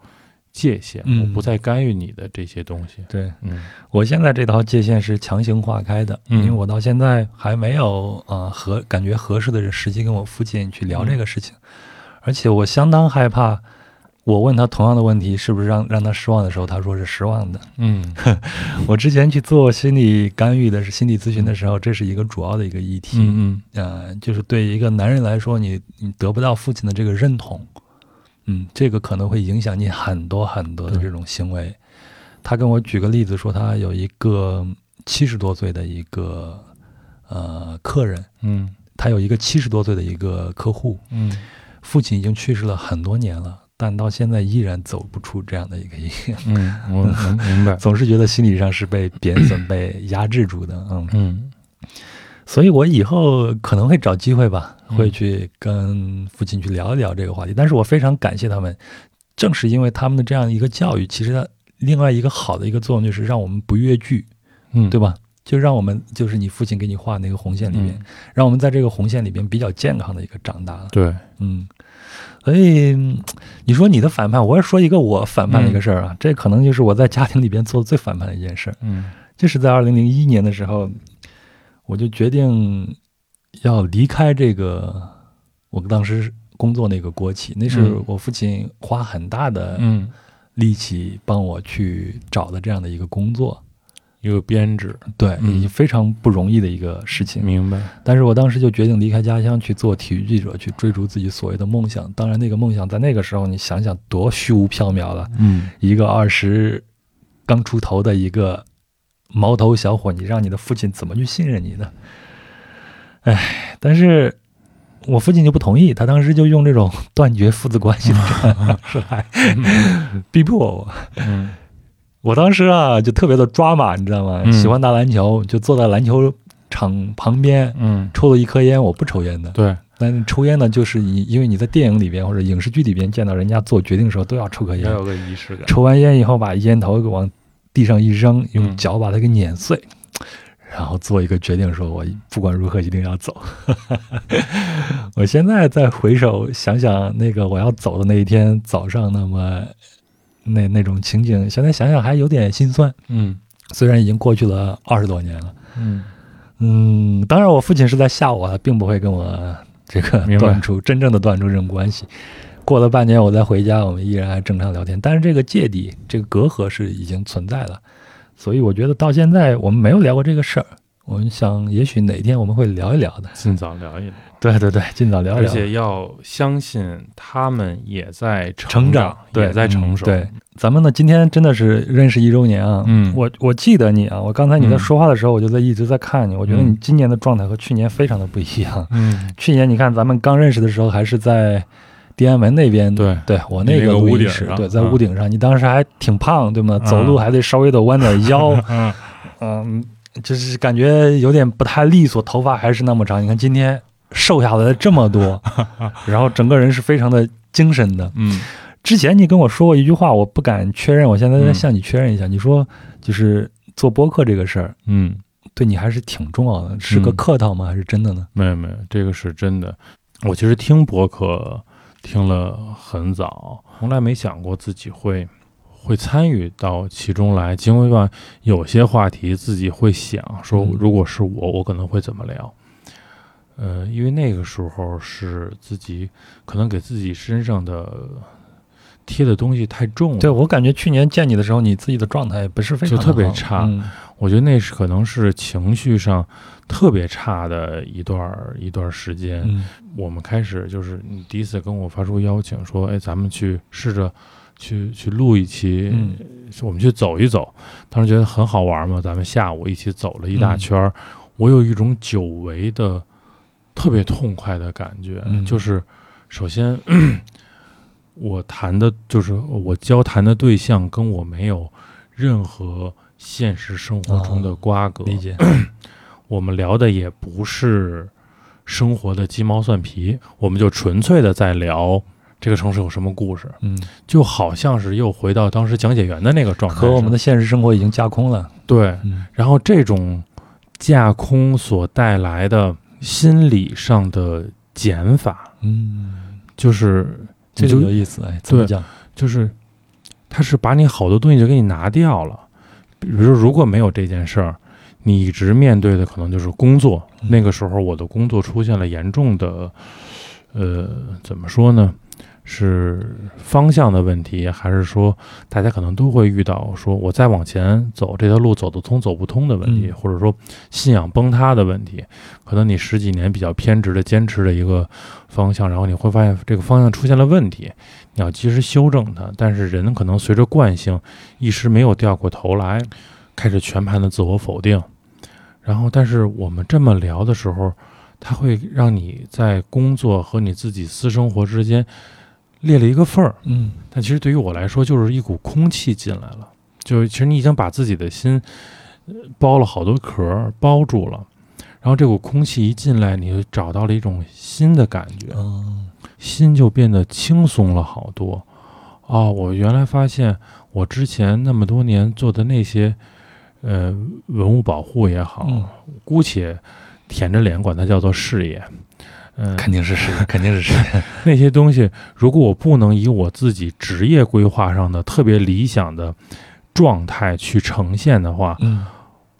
Speaker 3: 界限，
Speaker 2: 嗯
Speaker 3: 我不再干预你的这些东西。
Speaker 2: 对
Speaker 3: 嗯
Speaker 2: 我现在这条界限是强行划开的，
Speaker 3: 嗯
Speaker 2: 因为我到现在还没有啊、呃合感觉合适的时机跟我父亲去聊
Speaker 3: 嗯
Speaker 2: 这个事情，而且我相当害怕，我问他同样的问题是不是让让他失望的时候，他说是失望的。
Speaker 3: 嗯
Speaker 2: 我之前去做心理干预的是心理咨询的时候，这是一个主要的一个议题，
Speaker 3: 嗯
Speaker 2: 呃，就是对一个男人来说，你你得不到父亲的这个认同，嗯，这个可能会影响你很多很多的这种行为。他跟我举个例子说，他有一个七十多岁的一个呃客人，
Speaker 3: 嗯
Speaker 2: 他有一个七十多岁的一个客户，
Speaker 3: 嗯
Speaker 2: 父亲已经去世了很多年了，但到现在依然走不出这样的一个阴影，
Speaker 3: 嗯嗯，我能明白。
Speaker 2: 总是觉得心理上是被贬损、被压制住的，嗯。
Speaker 3: 嗯
Speaker 2: 所以我以后可能会找机会吧，
Speaker 3: 嗯
Speaker 2: 会去跟父亲去聊一聊这个话题。但是我非常感谢他们，正是因为他们的这样一个教育，其实它另外一个好的一个作用就是让我们不越剧，
Speaker 3: 嗯，
Speaker 2: 对吧？就让我们就是你父亲给你画那个红线里面，
Speaker 3: 嗯
Speaker 2: 让我们在这个红线里边比较健康的一个长大。
Speaker 3: 对，
Speaker 2: 嗯，所以嗯你说你的反叛，我要说一个我反叛的一个事儿啊，这可能就是我在家庭里边做的最反叛的一件事。
Speaker 3: 嗯
Speaker 2: 这是在二零零一年的时候，我就决定要离开这个我当时工作那个国企，那是
Speaker 3: 嗯
Speaker 2: 我父亲花很大的
Speaker 3: 嗯，
Speaker 2: 力气帮我去找的这样的一个工作。
Speaker 3: 一个编制。
Speaker 2: 对，
Speaker 3: 嗯
Speaker 2: 也非常不容易的一个事情。
Speaker 3: 明白，
Speaker 2: 但是我当时就决定离开家乡去做体育记者，去追逐自己所谓的梦想。当然，那个梦想在那个时候，你想想多虚无缥缈了。
Speaker 3: 嗯，
Speaker 2: 一个二十刚出头的一个毛头小伙，你让你的父亲怎么去信任你呢？哎，但是我父亲就不同意，他当时就用这种断绝父子关系的 这样的方式来逼迫我。
Speaker 3: 嗯
Speaker 2: 我当时啊，就特别的抓马，你知道吗？
Speaker 3: 嗯
Speaker 2: 喜欢打篮球，就坐在篮球场旁边
Speaker 3: 嗯，
Speaker 2: 抽了一颗烟。我不抽烟的，
Speaker 3: 对，
Speaker 2: 但是抽烟呢，就是你因为你在电影里边或者影视剧里边见到人家做决定的时候都要抽颗烟
Speaker 3: 要，有个仪式感。
Speaker 2: 抽完烟以后，把烟头给往地上一扔，用
Speaker 3: 嗯
Speaker 2: 脚把它给碾碎，然后做一个决定，说我不管如何一定要走。 我现在再回首想想那个我要走的那一天早上，那么那那种情景，现在想想还有点心酸。
Speaker 3: 嗯
Speaker 2: 虽然已经过去了二十多年了，
Speaker 3: 嗯，
Speaker 2: 嗯，当然我父亲是在吓我，他并不会跟我这个
Speaker 3: 明白
Speaker 2: 断出真正的断出这种关系。过了半年，我再回家，我们依然还正常聊天，但是这个芥蒂，这个隔阂是已经存在了，所以我觉得到现在我们没有聊过这个事儿。我们想，也许哪天我们会聊一聊的。嗯
Speaker 3: 尽早聊一聊，
Speaker 2: 对对对，尽早聊一
Speaker 3: 而
Speaker 2: 聊。
Speaker 3: 且要相信他们也在
Speaker 2: 成
Speaker 3: 长，
Speaker 2: 对，
Speaker 3: 也在成
Speaker 2: 嗯
Speaker 3: 熟。
Speaker 2: 对，咱们呢，今天真的是认识一周年啊。
Speaker 3: 嗯
Speaker 2: 我我记得你啊，我刚才你在
Speaker 3: 嗯
Speaker 2: 说话的时候，我就在一直在看你，我觉得
Speaker 3: 嗯
Speaker 2: 你今年的状态和去年非常的不一样。
Speaker 3: 嗯，
Speaker 2: 去年你看咱们刚认识的时候，还是在天安门那边，
Speaker 3: 对
Speaker 2: 对我那
Speaker 3: 那个
Speaker 2: 录
Speaker 3: 屋
Speaker 2: 音
Speaker 3: 顶
Speaker 2: 室，
Speaker 3: 上
Speaker 2: 对，在
Speaker 3: 嗯
Speaker 2: 屋顶上，你当时还挺胖，对吗？
Speaker 3: 嗯
Speaker 2: 走路还得稍微的弯点腰，
Speaker 3: 嗯
Speaker 2: 嗯，就是感觉有点不太利索，头发还是那么长。你看今天瘦下来了这么 多，然后整个人是非常的精神的。
Speaker 3: 嗯
Speaker 2: 之前你跟我说过一句话，我不敢确认，我现
Speaker 3: 嗯
Speaker 2: 在再向你确认一下，你说就是做播客这个事儿。
Speaker 3: 嗯，
Speaker 2: 对你还是挺重要的，是个
Speaker 3: 嗯
Speaker 2: 客套吗？还是真的呢？
Speaker 3: 没有没有，这个是真的。我其实听博客听了很早，从来没想过自己会会参与到其中来。因为吧，有些话题自己会想说
Speaker 2: 嗯，
Speaker 3: 如果是我，我可能会怎么聊。呃，因为那个时候是自己可能给自己身上的呃贴的东西太重了，
Speaker 2: 对我感觉去年见你的时候，你自己的状态不是非常
Speaker 3: 就特别
Speaker 2: 好
Speaker 3: 差
Speaker 2: 嗯
Speaker 3: 我觉得那是可能是情绪上特别差的一段儿一段儿时间。
Speaker 2: 嗯
Speaker 3: 我们开始就是你第一次跟我发出邀请说，哎，咱们去试着去去录一期，
Speaker 2: 嗯
Speaker 3: 我们去走一走。当时觉得很好玩嘛，咱们下午一起走了一大圈儿，
Speaker 2: 嗯
Speaker 3: 我有一种久违的特别痛快的感觉，
Speaker 2: 嗯
Speaker 3: 就是首先 我谈的就是我交谈的对象跟我没有任何现实生活中的瓜葛，
Speaker 2: 哦理解。
Speaker 3: 我们聊的也不是生活的鸡毛蒜皮，我们就纯粹的在聊这个城市有什么故事，
Speaker 2: 嗯，
Speaker 3: 就好像是又回到当时讲解员的那个状态上，
Speaker 2: 和我们的现实生活已经架空了。
Speaker 3: 对。
Speaker 2: 嗯
Speaker 3: 然后这种架空所带来的心理上的减法，
Speaker 2: 嗯，
Speaker 3: 就是
Speaker 2: 这
Speaker 3: 你
Speaker 2: 就
Speaker 3: 就
Speaker 2: 有意思。哎，怎么
Speaker 3: 对
Speaker 2: 讲？
Speaker 3: 就是它是把你好多东西就给你拿掉了。比如说，如果没有这件事儿，你一直面对的可能就是工作。
Speaker 2: 嗯
Speaker 3: 那个时候，我的工作出现了严重的，呃，怎么说呢？是方向的问题，还是说大家可能都会遇到，说我再往前走这条路走得通走不通的问题，
Speaker 2: 嗯
Speaker 3: 或者说信仰崩塌的问题，可能你十几年比较偏执的坚持的一个方向，然后你会发现这个方向出现了问题，你要及时修正它。但是人可能随着惯性，一时没有掉过头来，开始全盘的自我否定。然后，但是我们这么聊的时候，它会让你在工作和你自己私生活之间裂了一个缝儿。
Speaker 2: 嗯
Speaker 3: 但其实对于我来说，就是一股空气进来了，就是其实你已经把自己的心呃包了好多壳儿，包住了。然后这股空气一进来，你就找到了一种新的感觉，
Speaker 2: 嗯
Speaker 3: 心就变得轻松了好多。啊，我原来发现我之前那么多年做的那些，呃，文物保护也好，
Speaker 2: 嗯
Speaker 3: 姑且舔着脸管它叫做事业，嗯、
Speaker 2: 肯定 是是，肯定是是。
Speaker 3: 那些东西，如果我不能以我自己职业规划上的特别理想的状态去呈现的话，
Speaker 2: 嗯，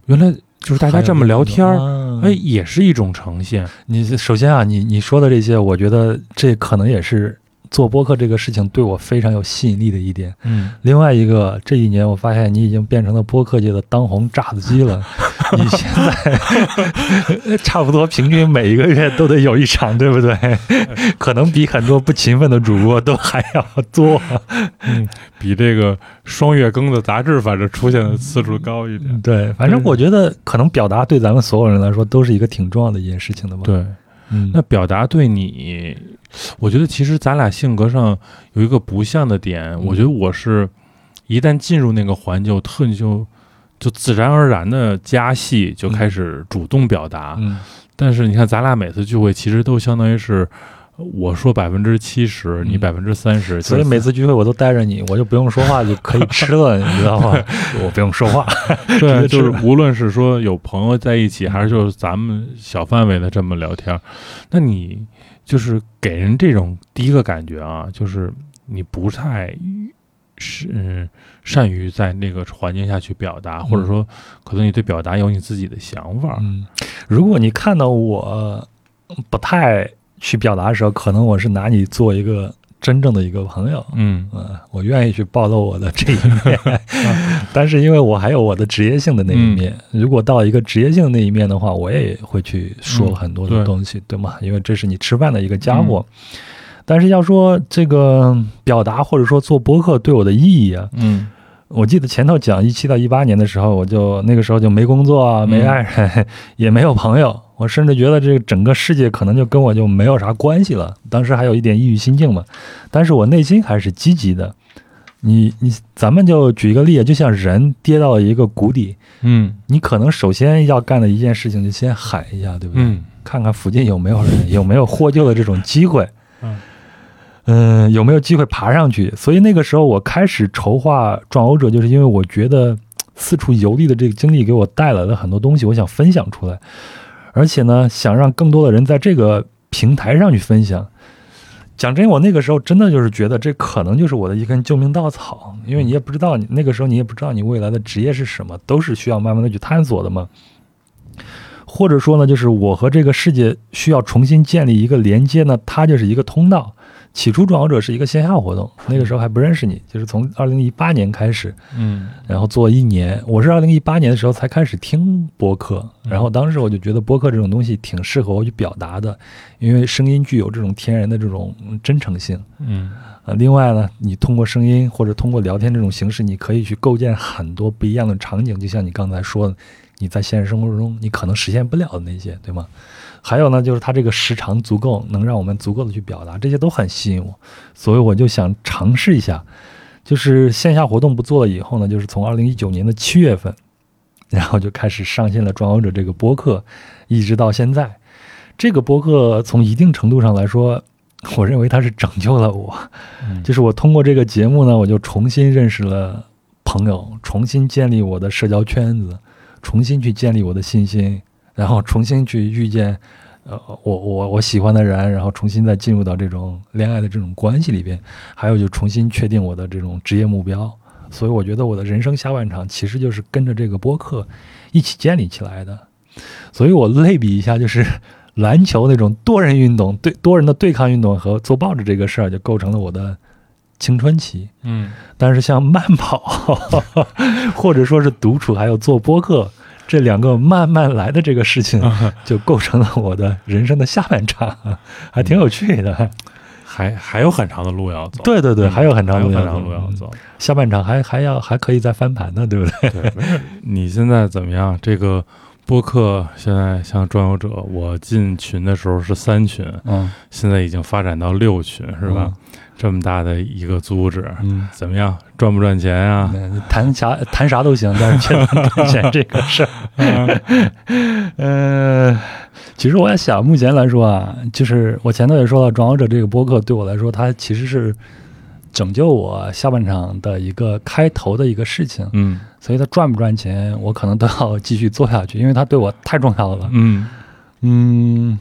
Speaker 3: 原来就是大家这么聊天儿，
Speaker 2: 儿
Speaker 3: 哎，，也是一种呈现。
Speaker 2: 你首先啊，你你说的这些，我觉得这可能也是做播客这个事情对我非常有吸引力的一点。
Speaker 3: 嗯，
Speaker 2: 另外一个，这一年我发现你已经变成了播客界的当红炸子鸡了。你现在差不多平均每一个月都得有一场，对不对？可能比很多不勤奋的主播都还要多。
Speaker 3: 比这个双月更的杂志反正出现的次数高一点。
Speaker 2: 对，反正我觉得可能表达对咱们所有人来说都是一个挺重要的一件事情的吧。，
Speaker 3: 对，
Speaker 2: 嗯，
Speaker 3: 那表达对你，我觉得其实咱俩性格上有一个不像的点，我觉得我是一旦进入那个环境，我特就就自然而然的加戏，就开始主动表达。
Speaker 2: 嗯
Speaker 3: 但是你看，咱俩每次聚会其实都相当于是我说百分之七十，你
Speaker 2: 嗯
Speaker 3: 百分之三十，
Speaker 2: 所以每次聚会我都带着你，我就不用说话就可以吃了，你知道吗？我不用说话。
Speaker 3: 对，
Speaker 2: 接
Speaker 3: 就是
Speaker 2: 吃
Speaker 3: 无论是说有朋友在一
Speaker 2: 嗯
Speaker 3: 起，还是就是咱们小范围的这么聊天儿，那你就是给人这种第一个感觉啊，就是你不太是、嗯善于在那个环境下去表达，或者说可能你对表达有你自己的想法儿。
Speaker 2: 嗯，如果你看到我不太去表达的时候，可能我是拿你做一个真正的一个朋友。
Speaker 3: 嗯
Speaker 2: 嗯，我愿意去暴露我的这一面， 但是因为我还有我的职业性的那一面，如果到一个职业性的那一面的话，我也会去说很多
Speaker 3: 嗯
Speaker 2: 的
Speaker 3: 对
Speaker 2: 东西，对吗？因为这是你吃饭的一个家伙。但是要说这个表达或者说做播客对我的意义啊，
Speaker 3: 嗯
Speaker 2: 我记得前头讲一七到一八年的时候，我就那个时候就没工作啊，没爱人， 也没有朋友，我甚至觉得这个整个世界可能就跟我就没有啥关系了。当时还有一点抑郁心境嘛，但是我内心还是积极的。你你，咱们就举一个例，就像人跌到一个谷底，
Speaker 3: 嗯
Speaker 2: 你可能首先要干的一件事情就先喊一下，对不对？
Speaker 3: 嗯
Speaker 2: 看看附近有没有人，有没有获救的这种机会。
Speaker 3: 嗯
Speaker 2: 嗯，有没有机会爬上去？所以那个时候我开始筹划《壮游者》，就是因为我觉得嘖四处游历的这个经历给我带来了很多东西，我想分享出来，而且呢，想让更多的人在这个平台上去分享。讲真，我那个时候真的就是觉得这可能就是我的一根救命稻草，因为你也不知道你那个时候你也不知道你未来的职业是什么，都是需要慢慢的去探索的嘛。或者说呢，就是我和这个世界需要重新建立一个连接呢，它就是一个通道。起初，壮游者是一个线下活动，那个时候还不认识你，就是从二零一八年开始，
Speaker 3: 嗯
Speaker 2: 然后做一年。我是二零一八年的时候才开始听播客，然后当时我就觉得播客这种东西挺适合我去表达的，因为声音具有这种天然的这种嗯真诚性。
Speaker 3: 嗯
Speaker 2: 呃，另外呢，你通过声音或者通过聊天这种形式，你可以去构建很多不一样的场景，就像你刚才说的，你在现实生活中你可能实现不了的那些，对吗？还有呢，就是它这个时长足够，能让我们足够的去表达，这些都很吸引我，所以我就想尝试一下。就是线下活动不做了以后呢，就是从二零一九年的七月份，然后就开始上线了《装游者》这个播客，一直到现在。这个播客从一定程度上来说，我认为它是拯救了我。
Speaker 3: 嗯
Speaker 2: 就是我通过这个节目呢，我就重新认识了朋友，重新建立我的社交圈子，重新去建立我的信心，然后 重新去遇见，呃，我我我喜欢的人，然后重新再进入到这种恋爱的这种关系里边，还有就重新确定我的这种职业目标。所以我觉得我的人生下半场其实就是跟着这个播客一起建立起来的。所以我类比一下，就是篮球那种多人运动、对多人的对抗运动和做报纸这个事儿，就构成了我的青春期。
Speaker 3: 嗯
Speaker 2: 但是像慢跑， 或者说是独处，还有做播客这两个慢慢来的这个事
Speaker 3: 嗯
Speaker 2: 情，就构成了我的人生的下半场， 还挺有趣的。
Speaker 3: 还还有很长的路要走。
Speaker 2: 对对对，还有很
Speaker 3: 还
Speaker 2: 长
Speaker 3: 有
Speaker 2: 路
Speaker 3: 很
Speaker 2: 要
Speaker 3: 长
Speaker 2: 走，
Speaker 3: 的路要
Speaker 2: 嗯。
Speaker 3: 走，
Speaker 2: 下半场还还要还可以再翻盘呢，对不对？
Speaker 3: 对，没事。你现在怎么样？这个播客现在像转悠者，我进群的时候是三群，
Speaker 2: 嗯，
Speaker 3: 现在已经发展到六群，是吧？这么大的一个组织，
Speaker 2: 嗯。
Speaker 3: 怎么样？赚不赚钱啊？
Speaker 2: 嗯谈啥谈啥都行，但是 确实赚钱这个事儿，
Speaker 3: 嗯
Speaker 2: 呃，其实我也想，目前来说啊，就是我前头也说了，《转行者》这个播客对我来说，它其实是拯救我下半场的一个开头的一个事情，
Speaker 3: 嗯
Speaker 2: 所以它赚不赚钱，我可能都要继续做下去，因为它对我太重要了。
Speaker 3: 嗯
Speaker 2: 嗯，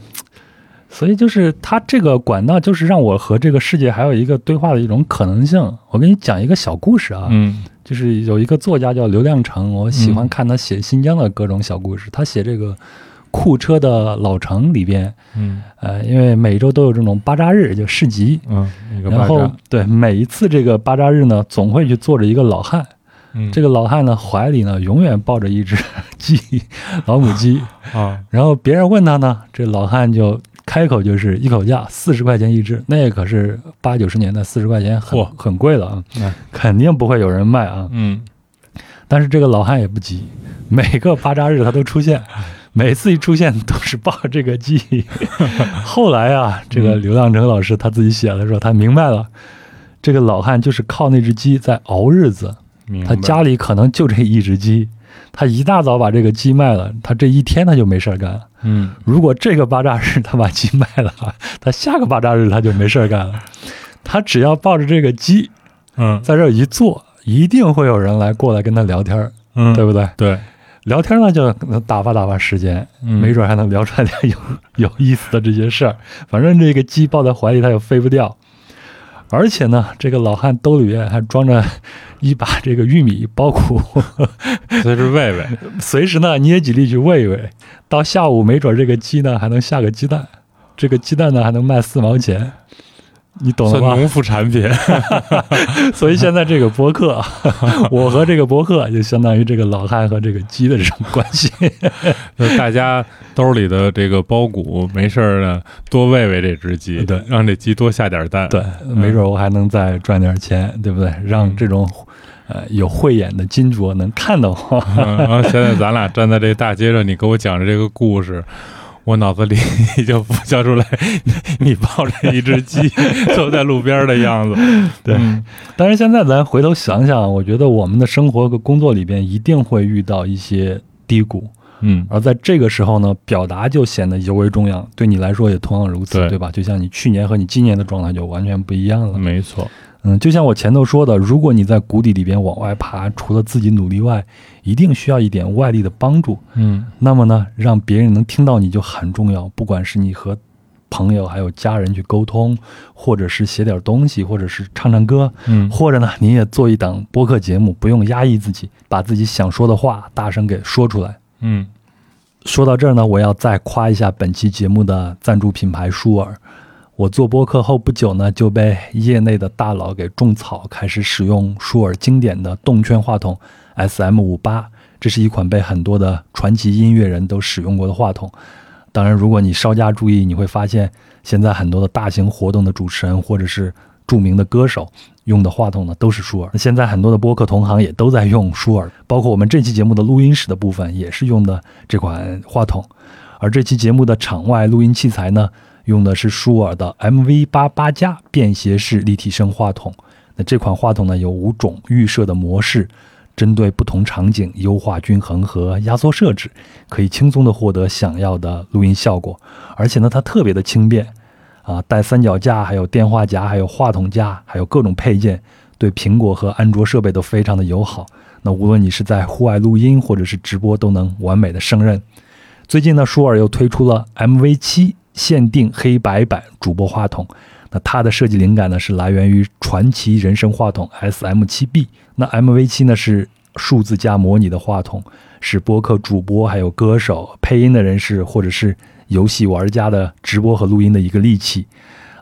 Speaker 2: 所以就是它这个管道，就是让我和这个世界还有一个对话的一种可能性。我给你讲一个小故事啊，
Speaker 3: 嗯
Speaker 2: 就是有一个作家叫刘亮程，我喜欢
Speaker 3: 嗯
Speaker 2: 看他写新疆的各种小故事。他写这个库车的老城里边，
Speaker 3: 嗯
Speaker 2: 呃，因为每周都有这种巴扎日，就市集。
Speaker 3: 嗯，那个
Speaker 2: 然
Speaker 3: 巴
Speaker 2: 后
Speaker 3: 扎，
Speaker 2: 对每一次这个巴扎日呢，总会去坐着一个老汉，
Speaker 3: 嗯，
Speaker 2: 这个老汉呢怀里呢永远抱着一只鸡，老母 鸡。
Speaker 3: 啊，
Speaker 2: 然后别人问他呢，这老汉就开口就是一口价，四十块钱一只，那可是八九十年代四十块钱很
Speaker 3: 嚯
Speaker 2: 很贵了啊
Speaker 3: 哎，
Speaker 2: 肯定不会有人卖啊。
Speaker 3: 嗯
Speaker 2: 但是这个老汉也不急，每个巴扎日他都出现，每次一出现都是抱着这个 鸡。后来啊，这个刘亮程老师他自己写的时候，他明白了，这个老汉就是靠那只鸡在熬日子。
Speaker 3: 明白
Speaker 2: 他家里可能就这一只鸡，他一大早把这个鸡卖了，他这一天他就没事儿干了。
Speaker 3: 嗯
Speaker 2: 如果这个巴扎日他把鸡卖了， 他下个巴扎日他就没事儿干了。他只要抱着这个鸡
Speaker 3: 嗯
Speaker 2: 在这儿一坐，一定会有人来过来跟他聊天儿，
Speaker 3: 嗯，
Speaker 2: 对不对？
Speaker 3: 对，
Speaker 2: 聊天呢就能打发打发时间，
Speaker 3: 嗯
Speaker 2: 没准还能聊出来点有有意思的这些事儿。反正这个鸡抱在怀里，它也飞不掉。而且呢，这个老汉兜里面还装着一把这个玉米包谷，
Speaker 3: 随时喂喂，
Speaker 2: 随时呢捏几粒去喂一喂。到下午，没准这个鸡呢还能下个鸡蛋，这个鸡蛋呢还能卖四毛钱，你懂了
Speaker 3: 算
Speaker 2: 吧？
Speaker 3: 农副产品，
Speaker 2: 所以现在这个博 客，我和这个博客就相当于这个老汉和这个鸡的这种关系。
Speaker 3: 就是大家兜里的这个包谷，没事儿呢，多喂喂这只鸡，
Speaker 2: 对
Speaker 3: 让这鸡多下点蛋，
Speaker 2: 对，嗯没准我还能再赚点钱，对不对？让这种呃有慧眼的金主能看到我。
Speaker 3: 嗯。然后现在咱俩站在这大街上，你给我讲的这个故事。我脑子里 已经浮现出来你，你抱着一只鸡坐在路边的样子。
Speaker 2: 对
Speaker 3: 嗯
Speaker 2: 但是现在咱回头想想，我觉得我们的生活和工作里边一定会遇到一些低谷，
Speaker 3: 嗯
Speaker 2: 而在这个时候呢，表达就显得尤为重要。对你来说也同样如此，
Speaker 3: 对
Speaker 2: 对吧？就像你去年和你今年的状态就完全不一样了。
Speaker 3: 没错，
Speaker 2: 嗯，就像我前头说的，如果你在谷底里边往外爬，除了自己努力外，一定需要一点外力的帮助。
Speaker 3: 嗯
Speaker 2: 那么呢，让别人能听到你就很重要。不管是你和朋友还有家人去沟通，或者是写点东西，或者是唱唱歌，
Speaker 3: 嗯
Speaker 2: 或者呢，你也做一档播客节目，不用压抑自己，把自己想说的话大声给说出来。
Speaker 3: 嗯
Speaker 2: 说到这儿呢，我要再夸一下本期节目的赞助品牌舒尔。我做播客后不久呢，就被业内的大佬给种草，开始使用舒尔经典的动圈话筒 SM 五八。这是一款被很多的传奇音乐人都使用过的话筒。当然，如果你稍加注意，你会发现现在很多的大型活动的主持人或者是著名的歌手用的话筒呢，都是舒尔。现在很多的播客同行也都在用舒尔，包括我们这期节目的录音室的部分也是用的这款话筒。而这期节目的场外录音器材呢，用的是舒尔的 MV 八八加便携式立体声话筒。那这款话筒呢，有五种预设的模式，针对不同场景优化均衡和压缩设置，可以轻松的获得想要的录音效果。而且呢，它特别的轻便，啊，带三脚架，还有电话夹，还有话筒架，还有各种配件，对苹果和安卓设备都非常的友好。那无论你是在户外录音或者是直播，都能完美的胜任。最近呢，舒尔又推出了 MV 七限定黑白版主播话筒。那它的设计灵感呢是来源于传奇人声话筒 SM 七 B。那 MV 七呢是数字加模拟的话筒，是播客主播、还有歌手、配音的人士或者是游戏玩家的直播和录音的一个利器。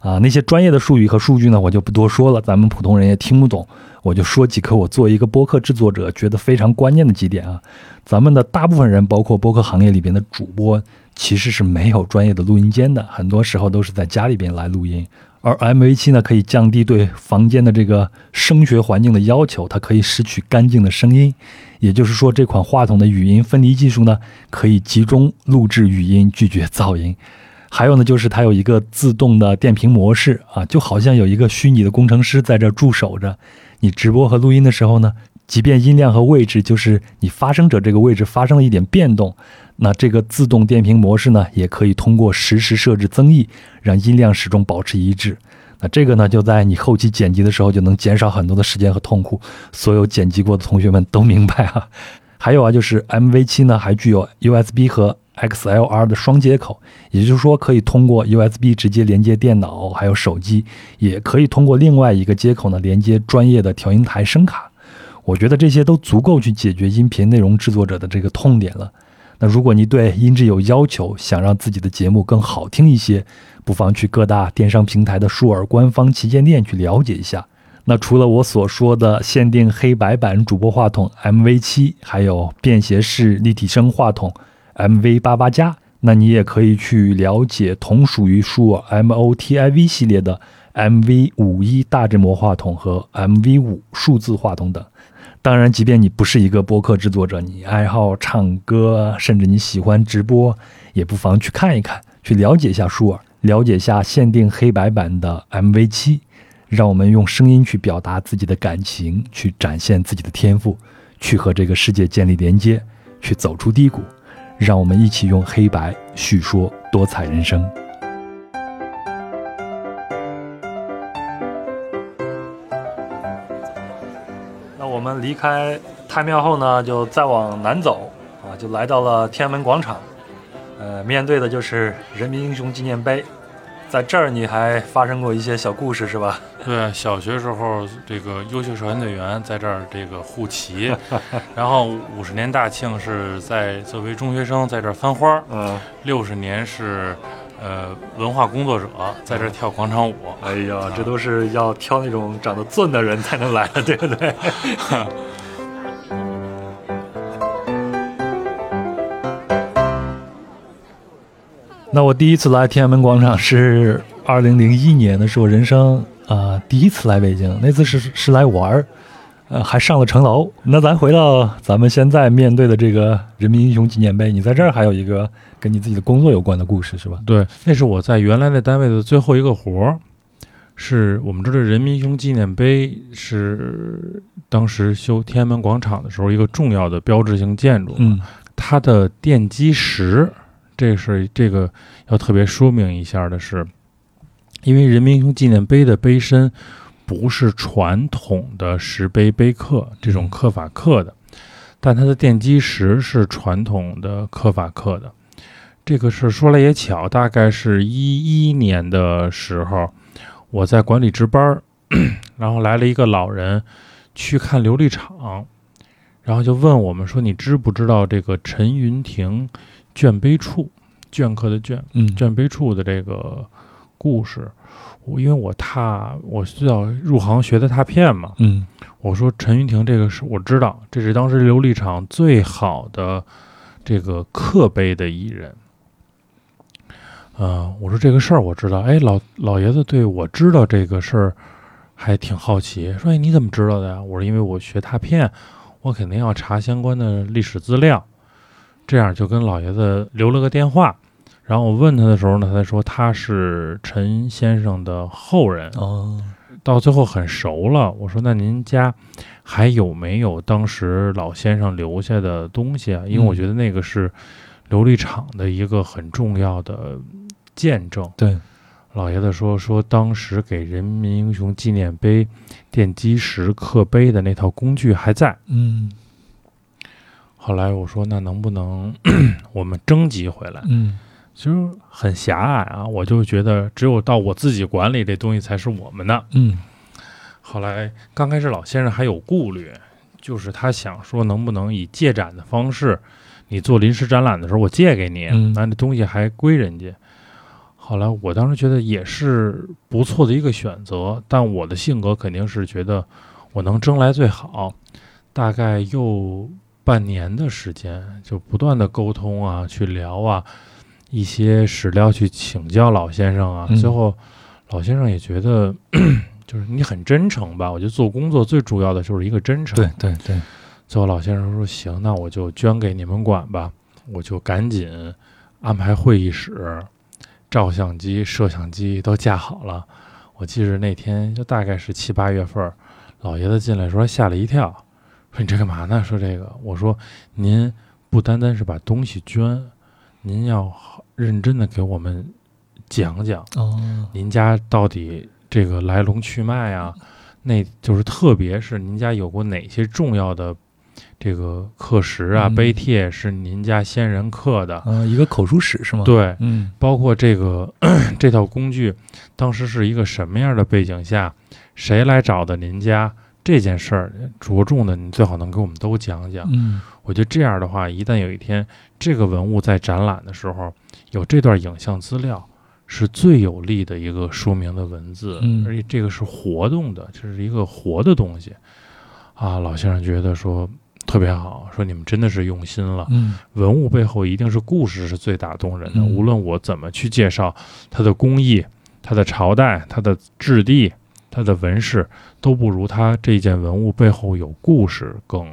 Speaker 2: 啊，那些专业的术语和数据呢，我就不多说了，咱们普通人也听不懂，我就说几颗我作为一个播客制作者觉得非常关键的几点啊。咱们的大部分人，包括播客行业里边的主播，其实是没有专业的录音间的，很多时候都是在家里边来录音。而 MV 七呢，可以降低对房间的这个声学环境的要求，它可以拾取干净的声音。也就是说，这款话筒的语音分离技术呢，可以集中录制语音，拒绝噪音。还有呢，就是它有一个自动的电瓶模式啊，就好像有一个虚拟的工程师在这驻守着。你直播和录音的时候呢，即便音量和位置，就是你发声者这个位置发生了一点变动，那这个自动电瓶模式呢，也可以通过实时设置增益，让音量始终保持一致。那这个呢，就在你后期剪辑的时候就能减少很多的时间和痛苦。所有剪辑过的同学们都明白啊。还有啊，就是 MV 七呢，还具有 USB 和 XLR 的双接口，也就是说可以通过 USB 直接连接电脑，还有手机，也可以通过另外一个接口呢连接专业的调音台声卡。我觉得这些都足够去解决音频内容制作者的这个痛点了。那如果您对音质有要求，想让自己的节目更好听一些，不妨去各大电商平台的舒尔官方旗舰店去了解一下。那除了我所说的限定黑白版主播话筒 MV 七，还有便携式立体声话筒 MV 八八加，那你也可以去了解同属于舒尔 MOTIV 系列的 MV 五一大振膜话筒和 MV 五数字话筒等。当然，即便你不是一个播客制作者，你爱好唱歌，啊甚至你喜欢直播，也不妨去看一看，去了解一下舒尔，了解一下限定黑白版的 MV 七，让我们用声音去表达自己的感情，去展现自己的天赋，去和这个世界建立连接，去走出低谷。让我们一起用黑白叙说多彩人生。那我们离开太庙后呢，就再往南走啊，就来到了天安门广场。呃，面对的就是人民英雄纪念碑，在这儿你还发生过一些小故事是吧？
Speaker 4: 对，小学时候这个优秀少先队员在这儿这个护 旗，然后五十年大庆是在作为中学生在这儿翻花，
Speaker 2: 嗯，
Speaker 4: 六十年是呃文化工作者在这儿跳广场舞，
Speaker 2: 哎呀，这都是要挑那种长得俊的人才能来的，对不对？ 那我第一次来天安门广场是二零零一年的时候，人生啊、呃第一次来北京，那次是是来玩儿，呃，还上了城楼。那咱回到咱们现在面对的这个人民英雄纪念碑，你在这儿还有一个跟你自己的工作有关的故事是吧？
Speaker 3: 对，那是我在原来的单位的最后一个活儿，是我们这儿的人民英雄纪念碑是当时修天安门广场的时候一个重要的标志性建筑，
Speaker 2: 嗯
Speaker 3: 它的奠基石，这是这个要特别说明一下的是，因为人民英雄纪念碑的碑身不是传统的石碑碑刻这种刻法刻的，但它的奠基石是传统的刻法刻的。这个事儿说来也巧，大概是一一年的时候，我在管理值班儿， 然后来了一个老人去看琉璃厂，然后就问我们说：“你知不知道这个陈云亭卷碑处，镌刻的镌，
Speaker 2: 嗯，
Speaker 3: 卷碑处的这个故事，我因为我踏我最早入行学的拓片嘛，
Speaker 2: 嗯
Speaker 3: 我说陈云亭这个是我知道，这是当时琉璃厂最好的这个刻碑的艺人。呃，我说这个事儿我知道，哎，老老爷子对我知道这个事儿还挺好奇，说哎你怎么知道的呀？我说因为我学拓片，我肯定要查相关的历史资料，这样就跟老爷子留了个电话。然后我问他的时候呢，他才说他是陈先生的后人，
Speaker 2: 哦，
Speaker 3: 到最后很熟了，我说那您家还有没有当时老先生留下的东西啊？因为我觉得那个是琉璃厂的一个很重要的见证。
Speaker 2: 对，
Speaker 3: 老爷子说说当时给人民英雄纪念碑奠基石刻碑的那套工具还在。
Speaker 2: 嗯
Speaker 3: 后来我说那能不能 我们征集回来？
Speaker 2: 嗯
Speaker 3: 其实很狭隘啊，我就觉得只有到我自己管理这东西才是我们的。
Speaker 2: 嗯
Speaker 3: 后来刚开始老先生还有顾虑，就是他想说能不能以借展的方式，你做临时展览的时候我借给你，
Speaker 2: 嗯
Speaker 3: 那这东西还归人家。后来我当时觉得也是不错的一个选择，但我的性格肯定是觉得我能争来最好。大概又半年的时间，就不断的沟通啊，去聊啊，一些史料去请教老先生啊。
Speaker 2: 嗯
Speaker 3: 最后，老先生也觉得就是你很真诚吧。我觉得做工作最主要的就是一个真诚。
Speaker 2: 对对对，
Speaker 3: 最后老先生说：“行，那我就捐给你们管吧。”我就赶紧安排会议室、照相机、摄像机都架好了。我记着那天就大概是七八月份儿，老爷子进来说吓了一跳，说你这干嘛呢？说这个，我说您不单单是把东西捐，您要好认真的给我们讲讲
Speaker 2: 哦
Speaker 3: 您家到底这个来龙去脉啊？那就是特别是您家有过哪些重要的这个刻石啊、
Speaker 2: 嗯
Speaker 3: 碑帖是您家先人刻的？
Speaker 2: 啊，一个口述史是吗？，
Speaker 3: 对，
Speaker 2: 嗯
Speaker 3: 包括这个 这套工具，当时是一个什么样的背景下，谁来找的您家？这件事儿着重的，你最好能给我们都讲讲。
Speaker 2: 嗯
Speaker 3: 我觉得这样的话，一旦有一天这个文物在展览的时候有这段影像资料，是最有力的一个说明的文字，
Speaker 2: 嗯
Speaker 3: 而且这个是活动的，这是一个活的东西。啊，老先生觉得说特别好，说你们真的是用心了。
Speaker 2: 嗯
Speaker 3: 文物背后一定是故事是最打动人的，
Speaker 2: 嗯
Speaker 3: 无论我怎么去介绍它的工艺、它的朝代、它的质地、它的纹饰，都不如它这件文物背后有故事更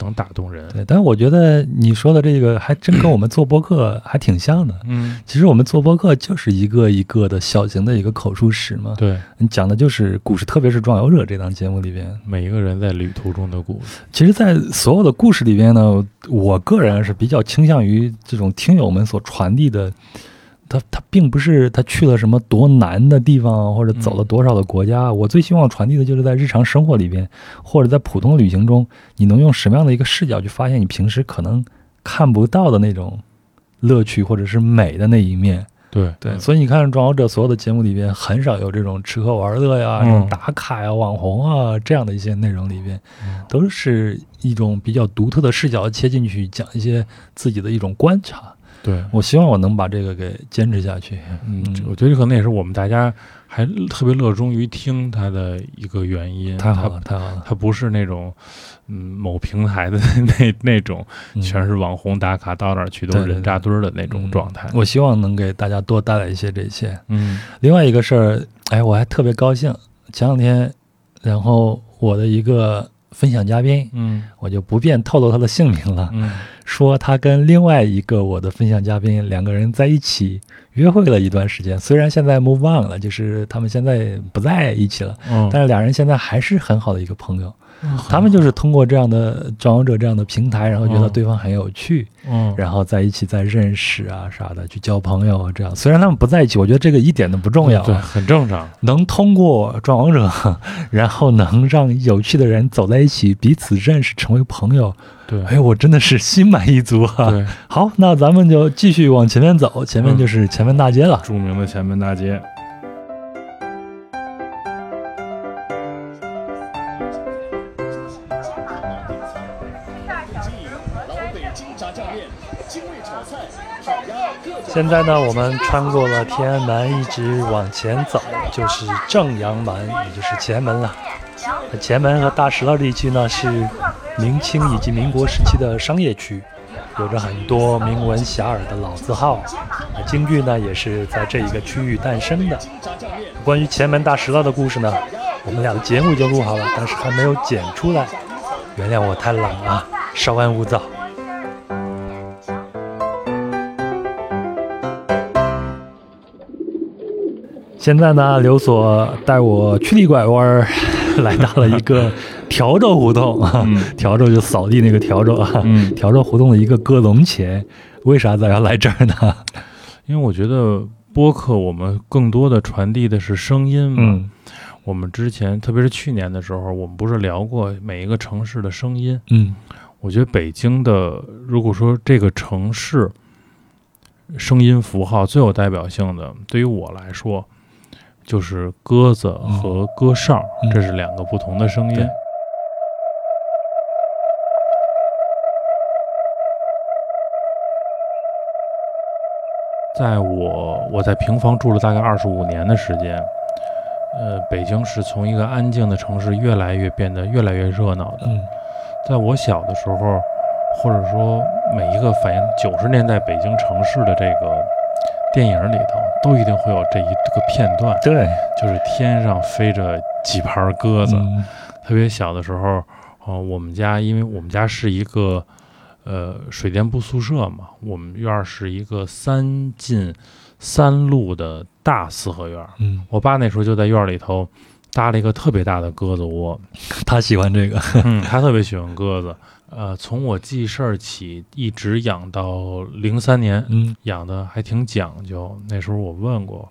Speaker 3: 能打动人。
Speaker 2: 对，但是我觉得你说的这个还真跟我们做播客还挺像的。
Speaker 3: 嗯，
Speaker 2: 其实我们做播客就是一个一个的小型的一个口述史嘛，
Speaker 3: 对，
Speaker 2: 你讲的就是故事，特别是《壮游者》这档节目里边。
Speaker 3: 每一个人在旅途中的故事。
Speaker 2: 其实，在所有的故事里边呢，我个人是比较倾向于这种听友们所传递的，他他并不是他去了什么多难的地方，或者走了多少的国家。我最希望传递的就是在日常生活里边，或者在普通旅行中，你能用什么样的一个视角去发现你平时可能看不到的那种乐趣，或者是美的那一面。
Speaker 3: 对
Speaker 2: 对，所以你看《壮游者》所有的节目里边，很少有这种吃喝玩乐呀、
Speaker 3: 嗯
Speaker 2: 这种打卡呀、网红啊这样的一些内容里边，
Speaker 3: 嗯
Speaker 2: 都是一种比较独特的视角切进去，讲一些自己的一种观察。
Speaker 3: 对，
Speaker 2: 我希望我能把这个给坚持下去。
Speaker 3: 嗯，这我觉得可能也是我们大家还特别热衷于听它的一个原因。
Speaker 2: 太好
Speaker 3: 它
Speaker 2: 了，太好了，
Speaker 3: 它不是那种，嗯，某平台的那那种
Speaker 2: 嗯
Speaker 3: 全是网红打卡，到哪儿去都
Speaker 2: 对
Speaker 3: 是
Speaker 2: 对嗯
Speaker 3: 人扎堆儿的那种状态。
Speaker 2: 我希望能给大家多带来一些这些。
Speaker 3: 嗯
Speaker 2: 另外一个事儿，哎，我还特别高兴，前两天，然后我的一个分享嘉宾，
Speaker 3: 嗯
Speaker 2: 我就不便透露他的姓名 了。
Speaker 3: 嗯
Speaker 2: 说他跟另外一个我的分享嘉宾两个人在一起约会了一段时间，虽然现在 move on 了，就是他们现在不在一起了，
Speaker 3: 嗯，
Speaker 2: 但是俩人现在还是很好的一个朋友。他们就是通过这样的装游者这样的平台，然后觉得
Speaker 3: 嗯
Speaker 2: 对方很有趣，
Speaker 3: 嗯
Speaker 2: 然后在一起再认识啊啥的，去交朋友啊这样。虽然他们不在一起，我觉得这个一点都不重要啊。
Speaker 3: 对，很正常。
Speaker 2: 能通过撞王者， 然后能让有趣的人走在一起，彼此认识，成为朋友。
Speaker 3: 对
Speaker 2: 哎，我真的是心满意足啊！
Speaker 3: 对，嗯
Speaker 2: 好，那咱们就继续往前面走，前面就是前门大街了。
Speaker 3: 著名的前门大街。
Speaker 2: 现在呢，我们穿过了天安门，一直往前走，就是正阳门，也就是前门了。那前门和大石头地区呢，是明清以及民国时期的商业区，有着很多名闻遐迩的老字号。那京剧呢，也是在这一个区域诞生的。关于前门大石头的故事呢，我们俩的节目就录好了，但是还没有剪出来，原谅我太懒了，稍安勿躁。现在呢，刘所带我曲里拐弯儿，来到了一个笤帚胡同啊，笤帚就扫地那个笤帚啊，
Speaker 3: 嗯
Speaker 2: 笤帚胡同的一个鸽笼前，为啥咱要来这儿呢？
Speaker 3: 因为我觉得播客我们更多的传递的是声音嘛。
Speaker 2: 嗯
Speaker 3: 我们之前，特别是去年的时候，我们不是聊过每一个城市的声音。
Speaker 2: 嗯
Speaker 3: 我觉得北京的，如果说这个城市声音符号最有代表性的，对于我来说，就是鸽子和歌哨，
Speaker 2: 嗯
Speaker 3: 这是两个不同的声音。
Speaker 2: 对
Speaker 3: 在我我在平房住了大概二十五年的时间，呃，北京是从一个安静的城市越来越变得越来越热闹的。
Speaker 2: 嗯
Speaker 3: 在我小的时候，或者说每一个反映九十年代北京城市的这个电影里头，都一定会有这一个片段，
Speaker 2: 对，
Speaker 3: 就是天上飞着几盘鸽子。
Speaker 2: 嗯
Speaker 3: 特别小的时候，呃，我们家因为我们家是一个呃水电部宿舍嘛，我们院儿是一个三进三路的大四合院儿。
Speaker 2: 嗯，
Speaker 3: 我爸那时候就在院儿里头搭了一个特别大的鸽子窝，
Speaker 2: 他喜欢这个，
Speaker 3: 嗯，他特别喜欢鸽子。呃，从我记事儿起，一直养到零三年，
Speaker 2: 嗯
Speaker 3: 养的还挺讲究。那时候我问过，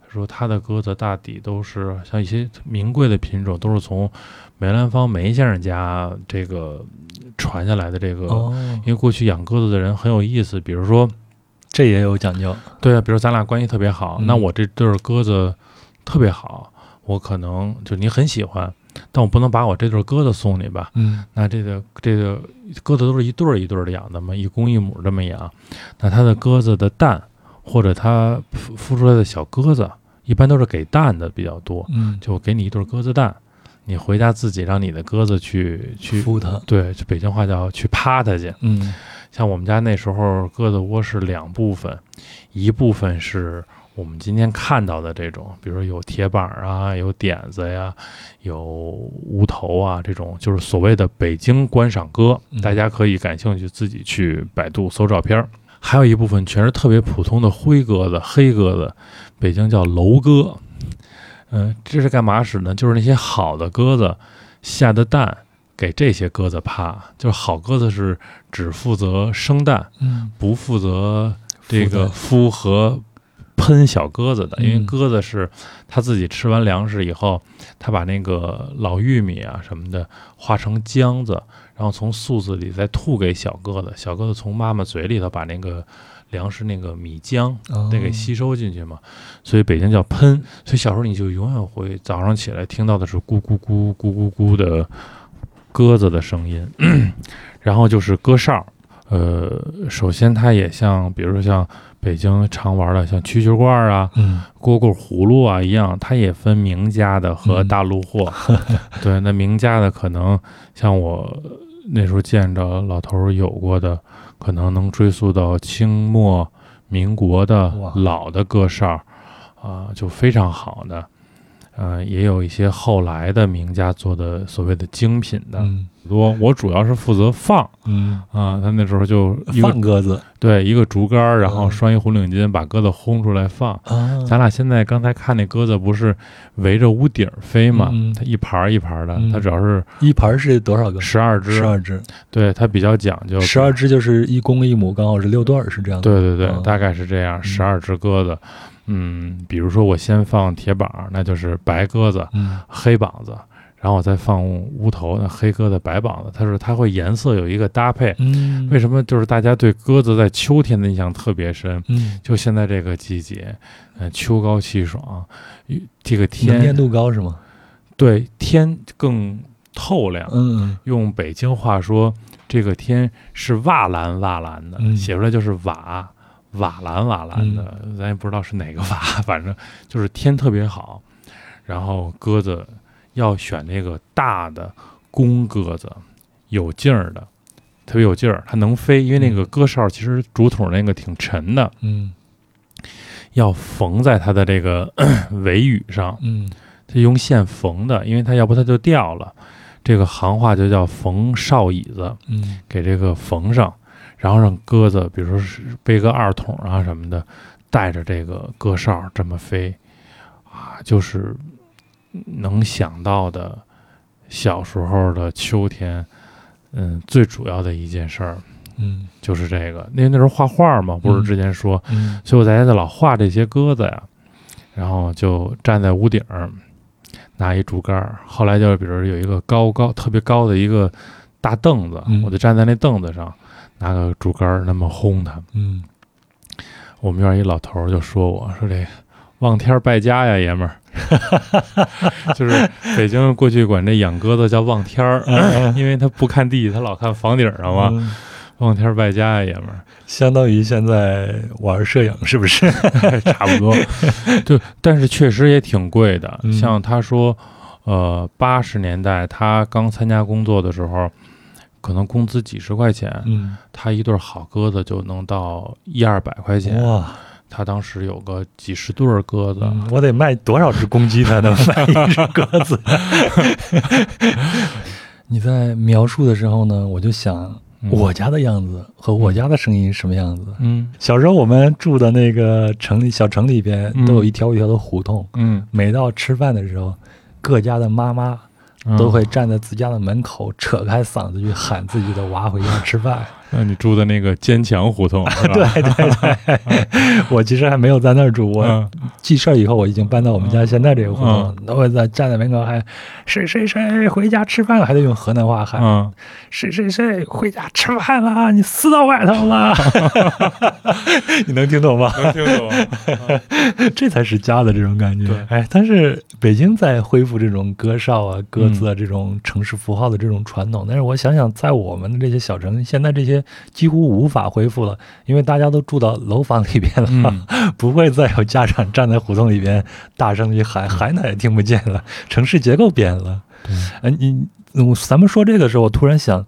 Speaker 3: 他说他的鸽子大抵都是像一些名贵的品种，都是从梅兰芳梅先生家这个传下来的这个。
Speaker 2: 哦，
Speaker 3: 因为过去养鸽子的人很有意思，比如说，
Speaker 2: 这也有讲究，
Speaker 3: 对啊，比如咱俩关系特别好，
Speaker 2: 嗯
Speaker 3: 那我这对儿鸽子特别好，我可能就你很喜欢，但我不能把我这对鸽子送你吧？
Speaker 2: 嗯
Speaker 3: 那这个这个鸽子都是一对儿一对儿的养的嘛，一公一母这么养。那它的鸽子的蛋或者它孵孵出来的小鸽子，一般都是给蛋的比较多，
Speaker 2: 嗯，
Speaker 3: 就给你一对儿鸽子蛋，你回家自己让你的鸽子去去
Speaker 2: 孵它，
Speaker 3: 对，就北京话叫去趴它去。
Speaker 2: 嗯
Speaker 3: 像我们家那时候鸽子窝是两部分，一部分是我们今天看到的这种，比如说有铁板儿啊、有点子呀、有无头啊这种，就是所谓的北京观赏鸽
Speaker 2: 嗯，
Speaker 3: 大家可以感兴趣自己去百度搜照片儿。还有一部分全是特别普通的灰鸽子、黑鸽子，北京叫楼鸽。嗯、这是干嘛使呢？就是那些好的鸽子下的蛋给这些鸽子趴，就是好鸽子是只负责生蛋，
Speaker 2: 嗯
Speaker 3: 不负责这个
Speaker 2: 负
Speaker 3: 孵和喷小鸽子的，因为
Speaker 2: 嗯
Speaker 3: 鸽子是它自己吃完粮食以后，它把那个老玉米啊什么的化成浆子，然后从宿子里再吐给小鸽子，小鸽子从妈妈嘴里头把那个粮食那个米浆
Speaker 2: 哦
Speaker 3: 那给吸收进去嘛，所以北京叫喷。所以小时候你就永远会早上起来听到的是咕咕咕咕咕咕的鸽子的声音， 然后就是鸽哨。呃，首先它也像，比如说像北京常玩的像蛐蛐罐儿啊、
Speaker 2: 嗯
Speaker 3: 蝈蝈葫芦啊一样，它也分名家的和
Speaker 2: 嗯
Speaker 3: 大 陆货。对，那名家的可能像我那时候见着老头儿有过的，可能能追溯到清末民国的
Speaker 2: 哇
Speaker 3: 老的歌哨，啊、就非常好的。呃，也有一些后来的名家做的所谓的精品的，
Speaker 2: 嗯
Speaker 3: 很多我主要是负责放
Speaker 2: 嗯，
Speaker 3: 啊，他那时候就一个
Speaker 2: 放鸽子
Speaker 3: 对一个竹竿儿，然后
Speaker 2: 嗯
Speaker 3: 拴一红领巾，把鸽子轰出来放。
Speaker 2: 啊
Speaker 3: 咱俩现在刚才看那鸽子不是围着屋顶儿飞嘛，
Speaker 2: 嗯
Speaker 3: 它一盘儿一盘儿的，
Speaker 2: 嗯
Speaker 3: 它主要是
Speaker 2: 一盘儿是多少个？
Speaker 3: 十二只
Speaker 2: 十，二只，
Speaker 3: 对它比较讲究，
Speaker 2: 十二只就是一公一母，刚好是六对儿，是这样的。
Speaker 3: 对对对，
Speaker 2: 嗯
Speaker 3: 大概是这样，十二只鸽子。嗯，比如说我先放铁板儿，那就是白鸽子、
Speaker 2: 嗯
Speaker 3: 黑膀子，然后我再放乌头，那黑鸽子、白膀子，它是它会颜色有一个搭配。
Speaker 2: 嗯
Speaker 3: 为什么就是大家对鸽子在秋天的印象特别深？
Speaker 2: 嗯，
Speaker 3: 就现在这个季节，呃，秋高气爽，与这个
Speaker 2: 能见
Speaker 3: 天
Speaker 2: 度高是吗？
Speaker 3: 对天更透亮。
Speaker 2: 嗯嗯
Speaker 3: 用北京话说，这个天是瓦蓝瓦蓝的，
Speaker 2: 嗯
Speaker 3: 写出来就是瓦瓦蓝瓦蓝的，咱也不知道是哪个瓦，反正就是天特别好。然后鸽子要选那个大的公鸽子，有劲儿的，特别有劲儿，它能飞，因为那个鸽哨其实竹筒那个挺沉的，
Speaker 2: 嗯
Speaker 3: 要缝在它的这个 咳尾羽上，
Speaker 2: 嗯
Speaker 3: 它用线缝的，因为它要不它就掉了。这个行话就叫缝哨椅子，
Speaker 2: 嗯
Speaker 3: 给这个缝上，然后让鸽子，比如说是背个二筒啊什么的，带着这个鸽哨这么飞，啊，就是能想到的小时候的秋天，嗯，最主要的一件事儿
Speaker 2: 嗯
Speaker 3: 就是这个，因为那时候画画嘛，不是
Speaker 2: 嗯
Speaker 3: 之前说，
Speaker 2: 嗯
Speaker 3: 所以我在家就老画这些鸽子呀，然后就站在屋顶儿，拿一竹竿儿。后来就是比如有一个高高特别高的一个大凳子，
Speaker 2: 嗯
Speaker 3: 我就站在那凳子上，拿个竹竿儿那么轰它。
Speaker 2: 嗯，
Speaker 3: 我们院儿一老头儿就说我说这望天儿败家呀，爷们儿。就是北京过去管这养鸽子叫望天儿，因为他不看地，他老看房顶上嘛。
Speaker 2: 嗯
Speaker 3: 望天儿败家呀，爷们儿。
Speaker 2: 相当于现在玩摄影是不是？
Speaker 3: 差不 多。对，但是确实也挺贵的。
Speaker 2: 嗯
Speaker 3: 像他说，呃，八十年代他刚参加工作的时候，可能工资几十块钱，
Speaker 2: 嗯
Speaker 3: 他一对好鸽子就能到一二百块钱。
Speaker 2: 哇，
Speaker 3: 他当时有个几十对儿鸽子，
Speaker 2: 嗯我得卖多少只公鸡才能 卖一只鸽子？ 你在描述的时候呢，我就想
Speaker 3: 嗯
Speaker 2: 我家的样子和我家的声音是什么样子。
Speaker 3: 嗯
Speaker 2: 小时候我们住的那个城里小城里边
Speaker 3: 嗯
Speaker 2: 都有一条一条的胡同，
Speaker 3: 嗯
Speaker 2: 每到吃饭的时候，各家的妈妈
Speaker 3: 嗯
Speaker 2: 都会站在自家的门口，扯开嗓子去喊自己的娃回家吃饭。
Speaker 3: 那你住的那个坚强 胡同是吧？
Speaker 2: 对对对， 我其实还没有在那儿住，我
Speaker 3: 嗯，
Speaker 2: 记事儿以后我已经搬到我们家现在这个胡
Speaker 3: 嗯
Speaker 2: 同，那我在站在门口还谁谁谁回家吃饭了，还得用河南话喊
Speaker 3: 嗯
Speaker 2: 谁谁谁回家吃饭了，你撕到外头了， 你能听懂吗？
Speaker 4: 能听懂。
Speaker 2: 这才是家的这种感觉
Speaker 3: 对。
Speaker 2: 哎，但是北京在恢复这种歌哨啊、
Speaker 3: 嗯
Speaker 2: 歌字啊这种城市符号的这种传统，但是我想想，在我们的这些小城，现在这些几乎无法恢复了，因为大家都住到楼房里边了，
Speaker 3: 嗯
Speaker 2: 不会再有家长站在胡同里边大声去喊，喊哪也听不见了。城市结构变了。
Speaker 3: 嗯对
Speaker 2: 哎，你我咱们说这个时候，我突然想。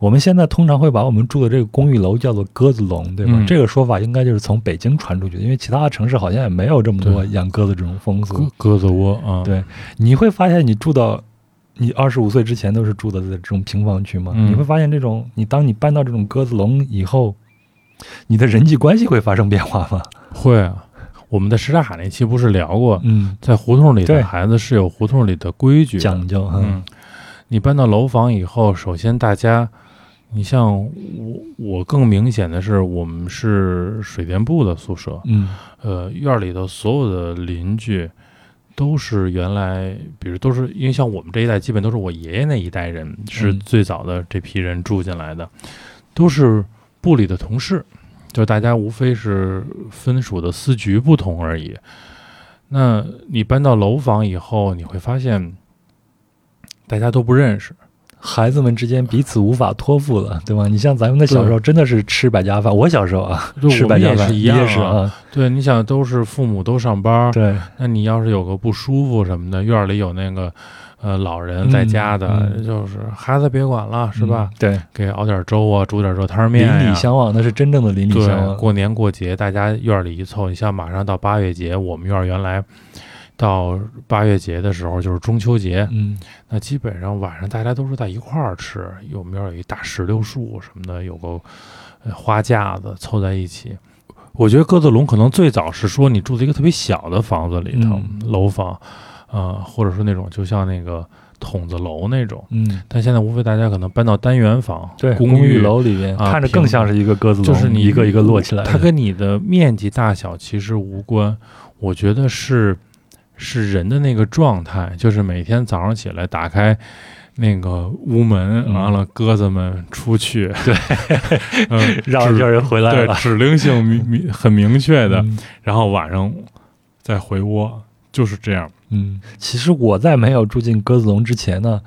Speaker 2: 我们现在通常会把我们住的这个公寓楼叫做鸽子笼，对吧？
Speaker 3: 嗯
Speaker 2: 这个说法应该就是从北京传出去的，因为其他的城市好像也没有这么多养鸽子这种风
Speaker 3: 鸽
Speaker 2: 俗。
Speaker 3: 鸽子窝啊，
Speaker 2: 对你会发现，你住到你二十五岁之前都是住的这种平房区嘛？
Speaker 3: 嗯
Speaker 2: 你会发现，这种你当你搬到这种鸽子笼以后，你的人际关系会发生变化吗？
Speaker 3: 会啊。我们在什刹海那期不是聊过，
Speaker 2: 嗯，
Speaker 3: 在胡同里
Speaker 2: 对
Speaker 3: 的孩子是有胡同里的规矩的，
Speaker 2: 讲究哈。
Speaker 3: 嗯，你搬到楼房以后，首先大家，你像我，我更明显的是，我们是水电部的宿舍，
Speaker 2: 嗯
Speaker 3: 呃，院儿里头所有的邻居都是原来，比如都是因为像我们这一代，基本都是我爷爷那一代人是
Speaker 2: 嗯
Speaker 3: 最早的这批人住进来的，都是部里的同事，就是大家无非是分属的司局不同而已。那你搬到楼房以后，你会发现大家都不认 识，
Speaker 2: 孩子们之间彼此无法托付了，对吧？你像咱们的小时候，真的是吃百家饭。我小时候啊，
Speaker 3: 对
Speaker 2: 吃
Speaker 3: 我
Speaker 2: 百
Speaker 3: 们
Speaker 2: 家
Speaker 3: 也
Speaker 2: 饭
Speaker 3: 是一样
Speaker 2: 你也是
Speaker 3: 啊。
Speaker 2: 啊，
Speaker 3: 对，你想都是父母都上班，
Speaker 2: 对，
Speaker 3: 那你要是有个不舒服什么的，院儿里有那个呃老人在家的，
Speaker 2: 嗯嗯
Speaker 3: 就是孩子别管了，是吧？
Speaker 2: 嗯？对，
Speaker 3: 给熬点粥啊，煮点热汤面、呀。
Speaker 2: 邻里相望，那是真正的邻里相
Speaker 3: 对，
Speaker 2: 望。
Speaker 3: 过年过节大家院儿里一凑，你像马上到八月节，我们院儿原来到八月节的时候就是中秋节，
Speaker 2: 嗯，
Speaker 3: 那基本上晚上大家都是在一块儿吃，有没有一大石榴树什么的，有个呃花架子凑在一起。我觉得鸽子笼可能最早是说你住在一个特别小的房子里头，
Speaker 2: 嗯
Speaker 3: 楼房，呃，或者说那种就像那个筒子楼那种。
Speaker 2: 嗯，
Speaker 3: 但现在无非大家可能搬到单元房、
Speaker 2: 对，
Speaker 3: 公
Speaker 2: 公寓楼里边
Speaker 3: 啊
Speaker 2: 看着更像是一个鸽子笼，
Speaker 3: 就是你
Speaker 2: 一个一个摞起来的。
Speaker 3: 它跟你的面积大小其实无关，我觉得是是人的那个状态，就是每天早上起来打开那个屋门，
Speaker 2: 嗯
Speaker 3: 完了鸽子们出去，对，嗯，
Speaker 2: 绕一
Speaker 3: 指
Speaker 2: 圈人回来
Speaker 3: 对
Speaker 2: 了，
Speaker 3: 指令性明明很明确的，
Speaker 2: 嗯
Speaker 3: 然后晚上再回窝，就是这样。
Speaker 2: 嗯，其实我在没有住进鸽子笼之前呢，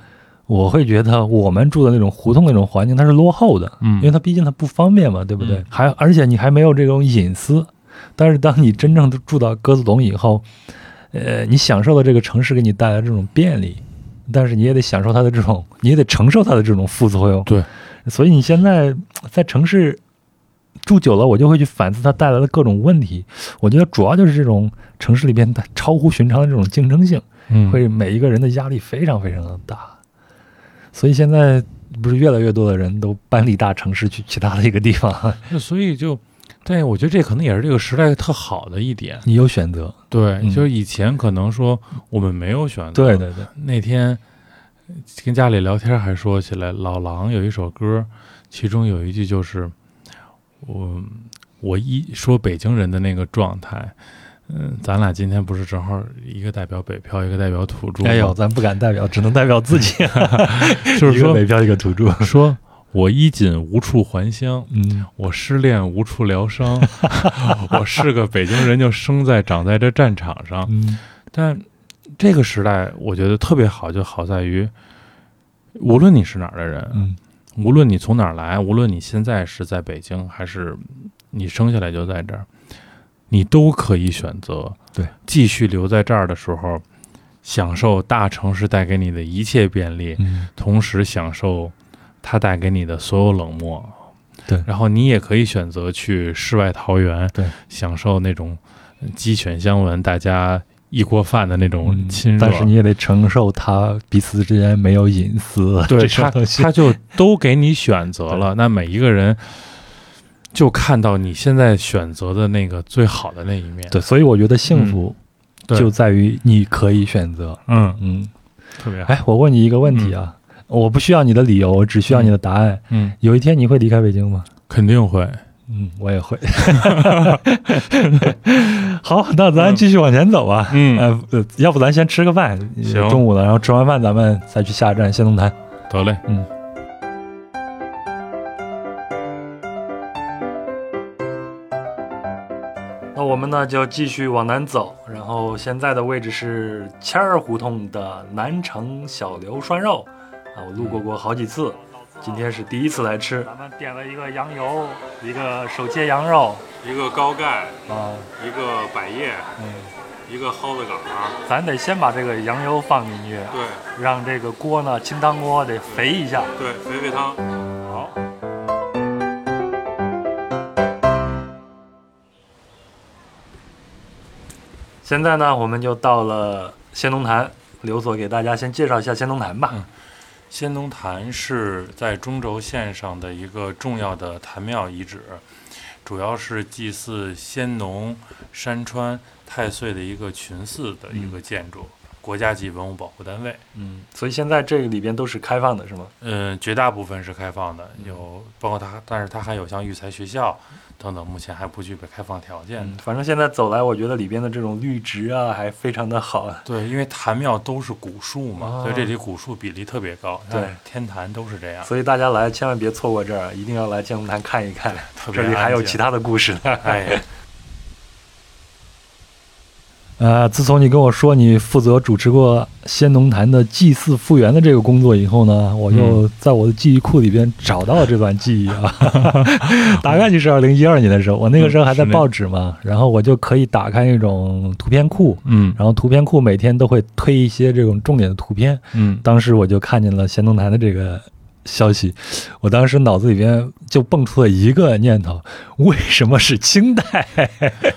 Speaker 2: 我会觉得我们住的那种胡同那种环境它是落后的，
Speaker 3: 嗯
Speaker 2: 因为它毕竟它不方便嘛，对不对？
Speaker 3: 嗯
Speaker 2: 还而且你还没有这种隐私。但是当你真正地住到鸽子笼以后，呃，你享受到这个城市给你带来这种便利，但是你也得享受它的这种，你也得承受它的这种副作用。
Speaker 3: 对，
Speaker 2: 所以你现在在城市住久了，我就会去反思它带来的各种问题。我觉得主要就是这种城市里边它超乎寻常的这种竞争性。
Speaker 3: 嗯，
Speaker 2: 会每一个人的压力非常非常的大，所以现在不是越来越多的人都搬离大城市去其他的一个地方，
Speaker 3: 那所以就。但我觉得这可能也是这个时代特好的一点，
Speaker 2: 你有选择，
Speaker 3: 对，
Speaker 2: 嗯
Speaker 3: 就是以前可能说我们没有选择，
Speaker 2: 对对对，
Speaker 3: 那天呃跟家里聊天还说起来，老狼有一首歌，其中有一句就是我我一说北京人的那个状态，嗯，咱俩今天不是正好一个代表北漂，一个代表土著吗，
Speaker 2: 哎呦，咱不敢代表，只能代表 自己，
Speaker 3: 就是
Speaker 2: 一个
Speaker 3: 说
Speaker 2: 北漂一个土著，
Speaker 3: 说我衣锦无处还乡，
Speaker 2: 嗯，
Speaker 3: 我失恋无处 疗伤， 我是个北京人，就生在长在这战场上，
Speaker 2: 嗯
Speaker 3: 但这个时代，我觉得特别好，就好在于，无论你是哪儿的人，
Speaker 2: 嗯
Speaker 3: 无论你从哪儿来，无论你现在是在北京，还是你生下来就在这儿，你都可以选择
Speaker 2: 对
Speaker 3: 继续留在这儿的时候，享受大城市带给你的一切便利，
Speaker 2: 嗯，
Speaker 3: 同时享受它带给你的所有冷漠。
Speaker 2: 对
Speaker 3: 然后你也可以选择去世外桃源，
Speaker 2: 对，
Speaker 3: 享受那种呃鸡犬相闻，大家一锅饭的那种亲热。
Speaker 2: 嗯但是你也得承受他彼此之间没有隐私， 这
Speaker 3: 对
Speaker 2: 种
Speaker 3: 他
Speaker 2: 东，西
Speaker 3: 他就都给你选择了。那每一个人就看到你现在选择的那个最好的那一面。
Speaker 2: 对，所以我觉得幸福
Speaker 3: 对
Speaker 2: 就在于你可以选择，
Speaker 3: 嗯，
Speaker 2: 嗯，
Speaker 3: 特别好。
Speaker 2: 哎，我问嗯你一个问题啊，我不需要你的理由，我只需要你的答案。
Speaker 3: 嗯，
Speaker 2: 有一天你会离开北京吗？
Speaker 3: 肯定会。
Speaker 2: 嗯，我也 会。好，那咱继续往前走吧。
Speaker 3: 嗯
Speaker 2: 呃，呃要不咱先吃个饭，
Speaker 3: 行
Speaker 2: 中午了，然后吃完饭咱们再去下一站仙踪潭。
Speaker 3: 得嘞，
Speaker 2: 那我们呢就继续往南走，然后现在的位置是谦儿胡同的南城小刘涮肉啊，我路过过好几次，今天是第一次来吃。咱们点了一个羊油，一个手切羊肉
Speaker 4: 一个高钙，
Speaker 2: 啊，
Speaker 4: 一个百叶，
Speaker 2: 嗯，
Speaker 4: 一个蒿子杆儿。啊
Speaker 2: 咱得先把这个羊油放进去，
Speaker 4: 对
Speaker 2: 让这个锅呢清汤锅得肥一下。
Speaker 4: 对，肥肥汤。
Speaker 2: 好。现在呢，我们就到了仙农坛。刘所给大家先介绍一下仙农坛
Speaker 3: 嗯
Speaker 2: 吧。
Speaker 3: 仙农坛是在中轴线上的一个重要的坛庙遗址，主要是祭祀仙农、山川、太岁的一个群祀的一个建筑，国家级文物保护单位。
Speaker 2: 嗯，所以现在这里边都是开放的，是吗？
Speaker 3: 嗯，绝大部分是开放
Speaker 2: 嗯
Speaker 3: 的，有包括它，但是它还有像育才学校等等，目前还不具备开放条件的。
Speaker 2: 嗯反正现在走来，我觉得里边的这种绿植啊，还非常的好。啊
Speaker 3: 对，因为坛庙都是古树嘛，
Speaker 2: 哦
Speaker 3: 所以这里古树比例特别高。
Speaker 2: 对
Speaker 3: 像天坛都是这 样。
Speaker 2: 所以大家来千万别错过这儿，一定要来建龙潭看一看，
Speaker 3: 特别
Speaker 2: 这里还有
Speaker 3: 安静
Speaker 2: 其他的故事呢。
Speaker 3: 哎，
Speaker 2: 呃，自从你跟我说你负责主持过仙农坛的祭祀复原的这个工作以后呢，我就在我的记忆库里边找到了这段记忆啊，大概就是二零一二年的时候，我那个时候还在
Speaker 3: 嗯是那
Speaker 2: 报纸嘛，然后我就可以打开那种图片库，
Speaker 3: 嗯
Speaker 2: 然后图片库每天都会推一些这种重点的图片，
Speaker 3: 嗯，
Speaker 2: 当时我就看见了仙农坛的这个消息，我当时脑子里边就蹦出了一个念头：为什么是清代？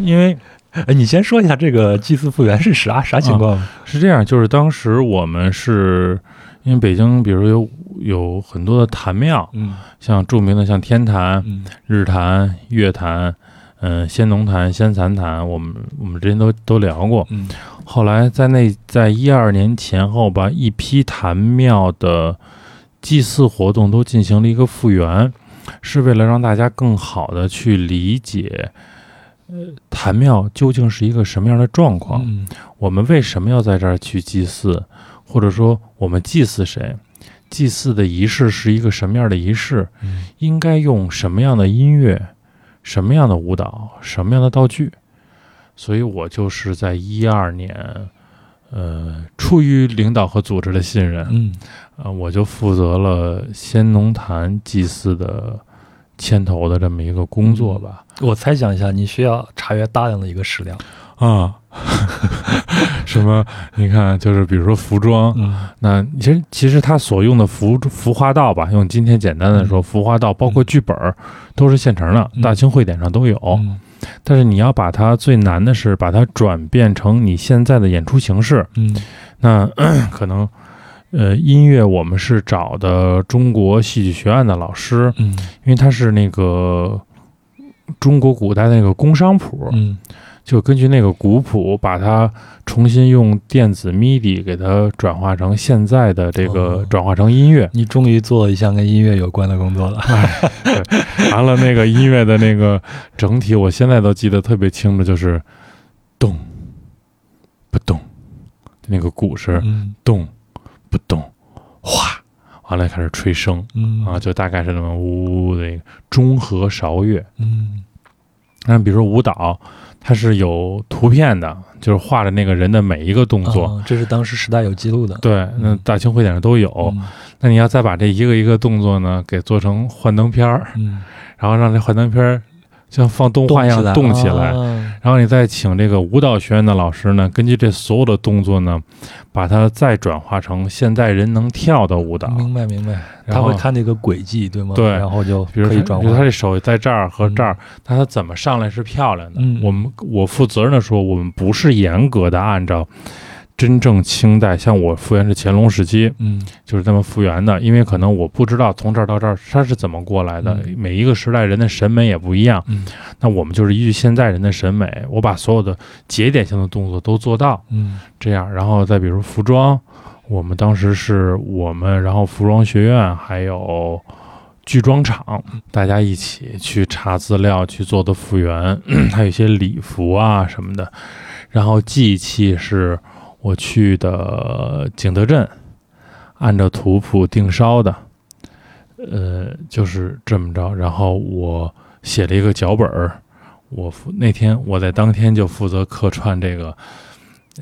Speaker 3: 因为啊
Speaker 2: 哎，你先说一下这个祭祀复原是啥啥情况？
Speaker 3: 是这样，就是当时我们是因为北京，比如有有很多的坛庙，
Speaker 2: 嗯
Speaker 3: 像著名的像天坛、
Speaker 2: 嗯
Speaker 3: 日坛、月坛，嗯、仙农坛、仙蚕坛，我们我们之前都都聊过。
Speaker 2: 嗯
Speaker 3: 后来在那在一二年前后吧，一批坛庙的祭祀活动都进行了一个复原，是为了让大家更好的去理解，呃，坛庙究竟是一个什么样的状况。
Speaker 2: 嗯
Speaker 3: 我们为什么要在这儿去祭祀，或者说我们祭祀谁？祭祀的仪式是一个什么样的仪式？
Speaker 2: 嗯
Speaker 3: 应该用什么样的音乐、什么样的舞蹈、什么样的道具？所以我就是在一二年，呃，出于领导和组织的信任，
Speaker 2: 嗯
Speaker 3: 啊，我就负责了先农坛祭祀的牵头的这么一个工作吧。
Speaker 2: 我猜想一下，你需要查阅大量的一个史料。
Speaker 3: 啊， 什么？你看，就是比如说服装，
Speaker 2: 嗯
Speaker 3: 那其实其实他所用的服服化道吧，用今天简单的说，服化道包括剧本儿都是现成的，
Speaker 2: 嗯
Speaker 3: 大清汇点上都有。
Speaker 2: 嗯
Speaker 3: 但是你要把它最难的是把它转变成你现在的演出形式，
Speaker 2: 嗯
Speaker 3: 那 可能。呃，音乐我们是找的中国戏剧学院的老师，
Speaker 2: 嗯
Speaker 3: 因为他是那个中国古代那个工商谱，
Speaker 2: 嗯
Speaker 3: 就根据那个古谱，把它重新用电子 MIDI 给它转化成现在的这个
Speaker 2: 哦，
Speaker 3: 转化成音乐
Speaker 2: 你终于做了一项跟音乐有关的工作了。
Speaker 3: 完了那个音乐的那个整体，我现在都记得特别清楚，就是动不动，那个鼓是
Speaker 2: 嗯
Speaker 3: 动不动，哗，完了开始吹笙
Speaker 2: 嗯
Speaker 3: 啊，就大概是那么呜呜呜的一个中和韶乐。
Speaker 2: 嗯
Speaker 3: 那比如说舞蹈，它是有图片的，就是画着那个人的每一个动作。
Speaker 2: 啊这是当时时代有记录的。
Speaker 3: 对，那
Speaker 2: 嗯
Speaker 3: 大清会点上都有。那你要再把这一个一个动作呢，给做成幻灯片儿，
Speaker 2: 嗯，
Speaker 3: 然后让这幻灯片儿像放动
Speaker 2: 嗯
Speaker 3: 画一样动起来，
Speaker 2: 啊
Speaker 3: 然后你再请这个舞蹈学院的老师呢，根据这所有的动作呢，把它再转化成现在人能跳的舞蹈。
Speaker 2: 明白明白，
Speaker 3: 然
Speaker 2: 嗯他
Speaker 3: 后
Speaker 2: 会看那个轨迹，对吗？
Speaker 3: 对
Speaker 2: 然后就
Speaker 3: 比如
Speaker 2: 可以转
Speaker 3: 比如他
Speaker 2: 换。
Speaker 3: 这手在这儿和这儿，那他怎么上来是漂亮的？
Speaker 2: 嗯
Speaker 3: 我们我负责任的说，我们不是严格的按照真正清代，像我复原是乾隆时期，
Speaker 2: 嗯
Speaker 3: 就是这么复原的，因为可能我不知道从这儿到这儿它是怎么过来的，
Speaker 2: 嗯
Speaker 3: 每一个时代人的审美也不一样。
Speaker 2: 嗯
Speaker 3: 那我们就是依据现在人的审美，我把所有的节点性的动作都做到
Speaker 2: 嗯
Speaker 3: 这样，然后再比如服装，我们当时是我们，然后服装学院还有剧装厂，大家一起去查资料去做的复原， 还有一些礼服啊什么的。然后祭器是我去的景德镇，按照图谱定烧的，呃，就是这么着。然后我写了一个脚本儿，我负那天我在当天就负责客串这个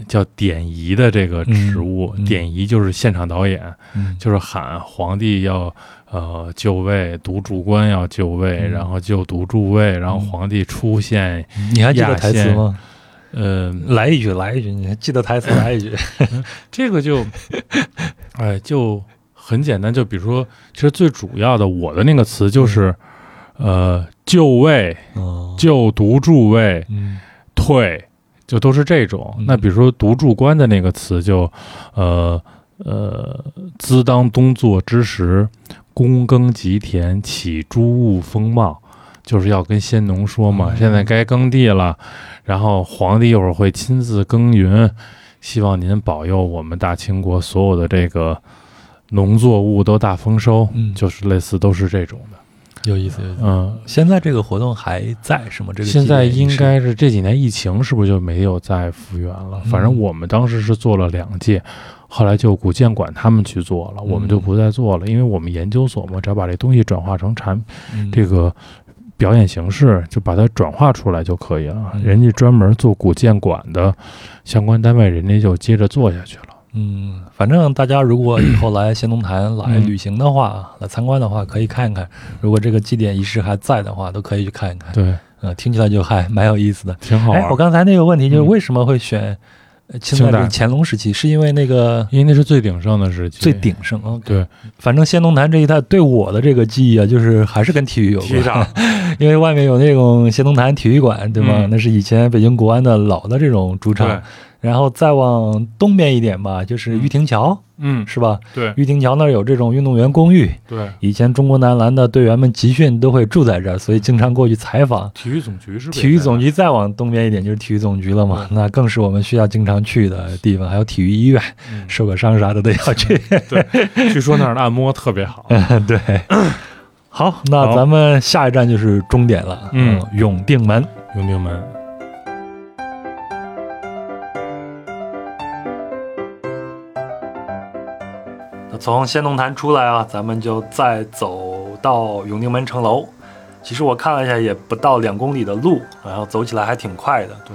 Speaker 3: 叫典仪的这个职务，
Speaker 2: 嗯嗯
Speaker 3: 典仪就是现场导演，
Speaker 2: 嗯
Speaker 3: 就是喊皇帝要呃就位，独柱官要就位，
Speaker 2: 嗯
Speaker 3: 然后就独柱位，然后
Speaker 2: 嗯
Speaker 3: 皇帝出现，
Speaker 2: 你还记得台词
Speaker 3: 亚
Speaker 2: 吗？
Speaker 3: 呃，
Speaker 2: 来一句，来一句，你还记得台词？来一句。
Speaker 3: 这个就，哎，就很简单。就比如说，其实最主要的我的那个词就是，呃，就位、
Speaker 2: 哦，
Speaker 3: 就独柱位、
Speaker 2: 嗯
Speaker 3: 退，就都是这种。
Speaker 2: 嗯
Speaker 3: 那比如说独柱官的那个词就，呃呃，兹当冬作之时，躬耕吉田，起诸物风貌。就是要跟先农说嘛，
Speaker 2: 嗯
Speaker 3: 现在该耕地了，然后皇帝一会儿会亲自耕耘，希望您保佑我们大清国所有的这个农作物都大丰收，
Speaker 2: 嗯
Speaker 3: 就是类似都是这种的，
Speaker 2: 有意思，有意思。
Speaker 3: 嗯，
Speaker 2: 现在这个活动还在是吗？这个
Speaker 3: 现在
Speaker 2: 纪念仪
Speaker 3: 应
Speaker 2: 式
Speaker 3: 该是这几年疫情是不是就没有再复原了？
Speaker 2: 嗯
Speaker 3: 反正我们当时是做了两届，后来就古建馆他们去做了，我们就
Speaker 2: 嗯
Speaker 3: 不再做了，因为我们研究所嘛，只要把这东西转化成产
Speaker 2: 嗯
Speaker 3: 这个表演形式，就把它转化出来就可以了。
Speaker 2: 嗯
Speaker 3: 人家专门做古建馆的相关单位，人家就接着做下去了。
Speaker 2: 嗯，反正大家如果以后来仙农坛来
Speaker 3: 嗯
Speaker 2: 旅行的话，来参观的话，可以看一看。如果这个祭奠仪式还在的话，都可以去看一看。
Speaker 3: 对，
Speaker 2: 呃，听起来就还蛮有意思的。
Speaker 3: 挺好玩
Speaker 2: 哎，我。刚才那个问题就是
Speaker 3: 嗯
Speaker 2: 为什么会选呃清
Speaker 3: 清
Speaker 2: 代
Speaker 3: 代
Speaker 2: 这乾隆时期？是因为那个
Speaker 3: 因为那是最鼎盛的时期，
Speaker 2: 最鼎盛啊。
Speaker 3: 对，
Speaker 2: 反正仙农坛这一带对我的这个记忆啊，就是还是跟体育有
Speaker 4: 踢
Speaker 2: 关，
Speaker 4: 上
Speaker 2: 因为外面有那种仙农坛体育馆，对吧？
Speaker 3: 嗯
Speaker 2: 那是以前北京国安的老的这种主
Speaker 4: 对
Speaker 2: 场。，然后再往东边一点吧，就是玉亭桥，
Speaker 4: 嗯，
Speaker 2: 是吧？
Speaker 4: 对
Speaker 2: 玉亭桥那儿有这种运动员公寓，
Speaker 4: 对，
Speaker 2: 以前中国男篮的队员们集训都会住在这儿，所以经常过去采访。
Speaker 4: 体育总局是不是
Speaker 2: 体育总局再往东边一点就是体育总局了嘛，那更是我们需要经常去的地方。还有体育医院，
Speaker 4: 嗯
Speaker 2: 受个伤啥的都要去。
Speaker 3: 据说那儿的按摩特别 好。
Speaker 2: 嗯 对，好，那
Speaker 3: 好
Speaker 2: 咱们下一站就是终点了，
Speaker 3: 嗯，
Speaker 2: 永定门。
Speaker 3: 永定门，
Speaker 2: 那从仙农坛出来啊，咱们就再走到永定门城楼。其实我看了一下，也不到两公里的路，然后走起来还挺快的。
Speaker 4: 对，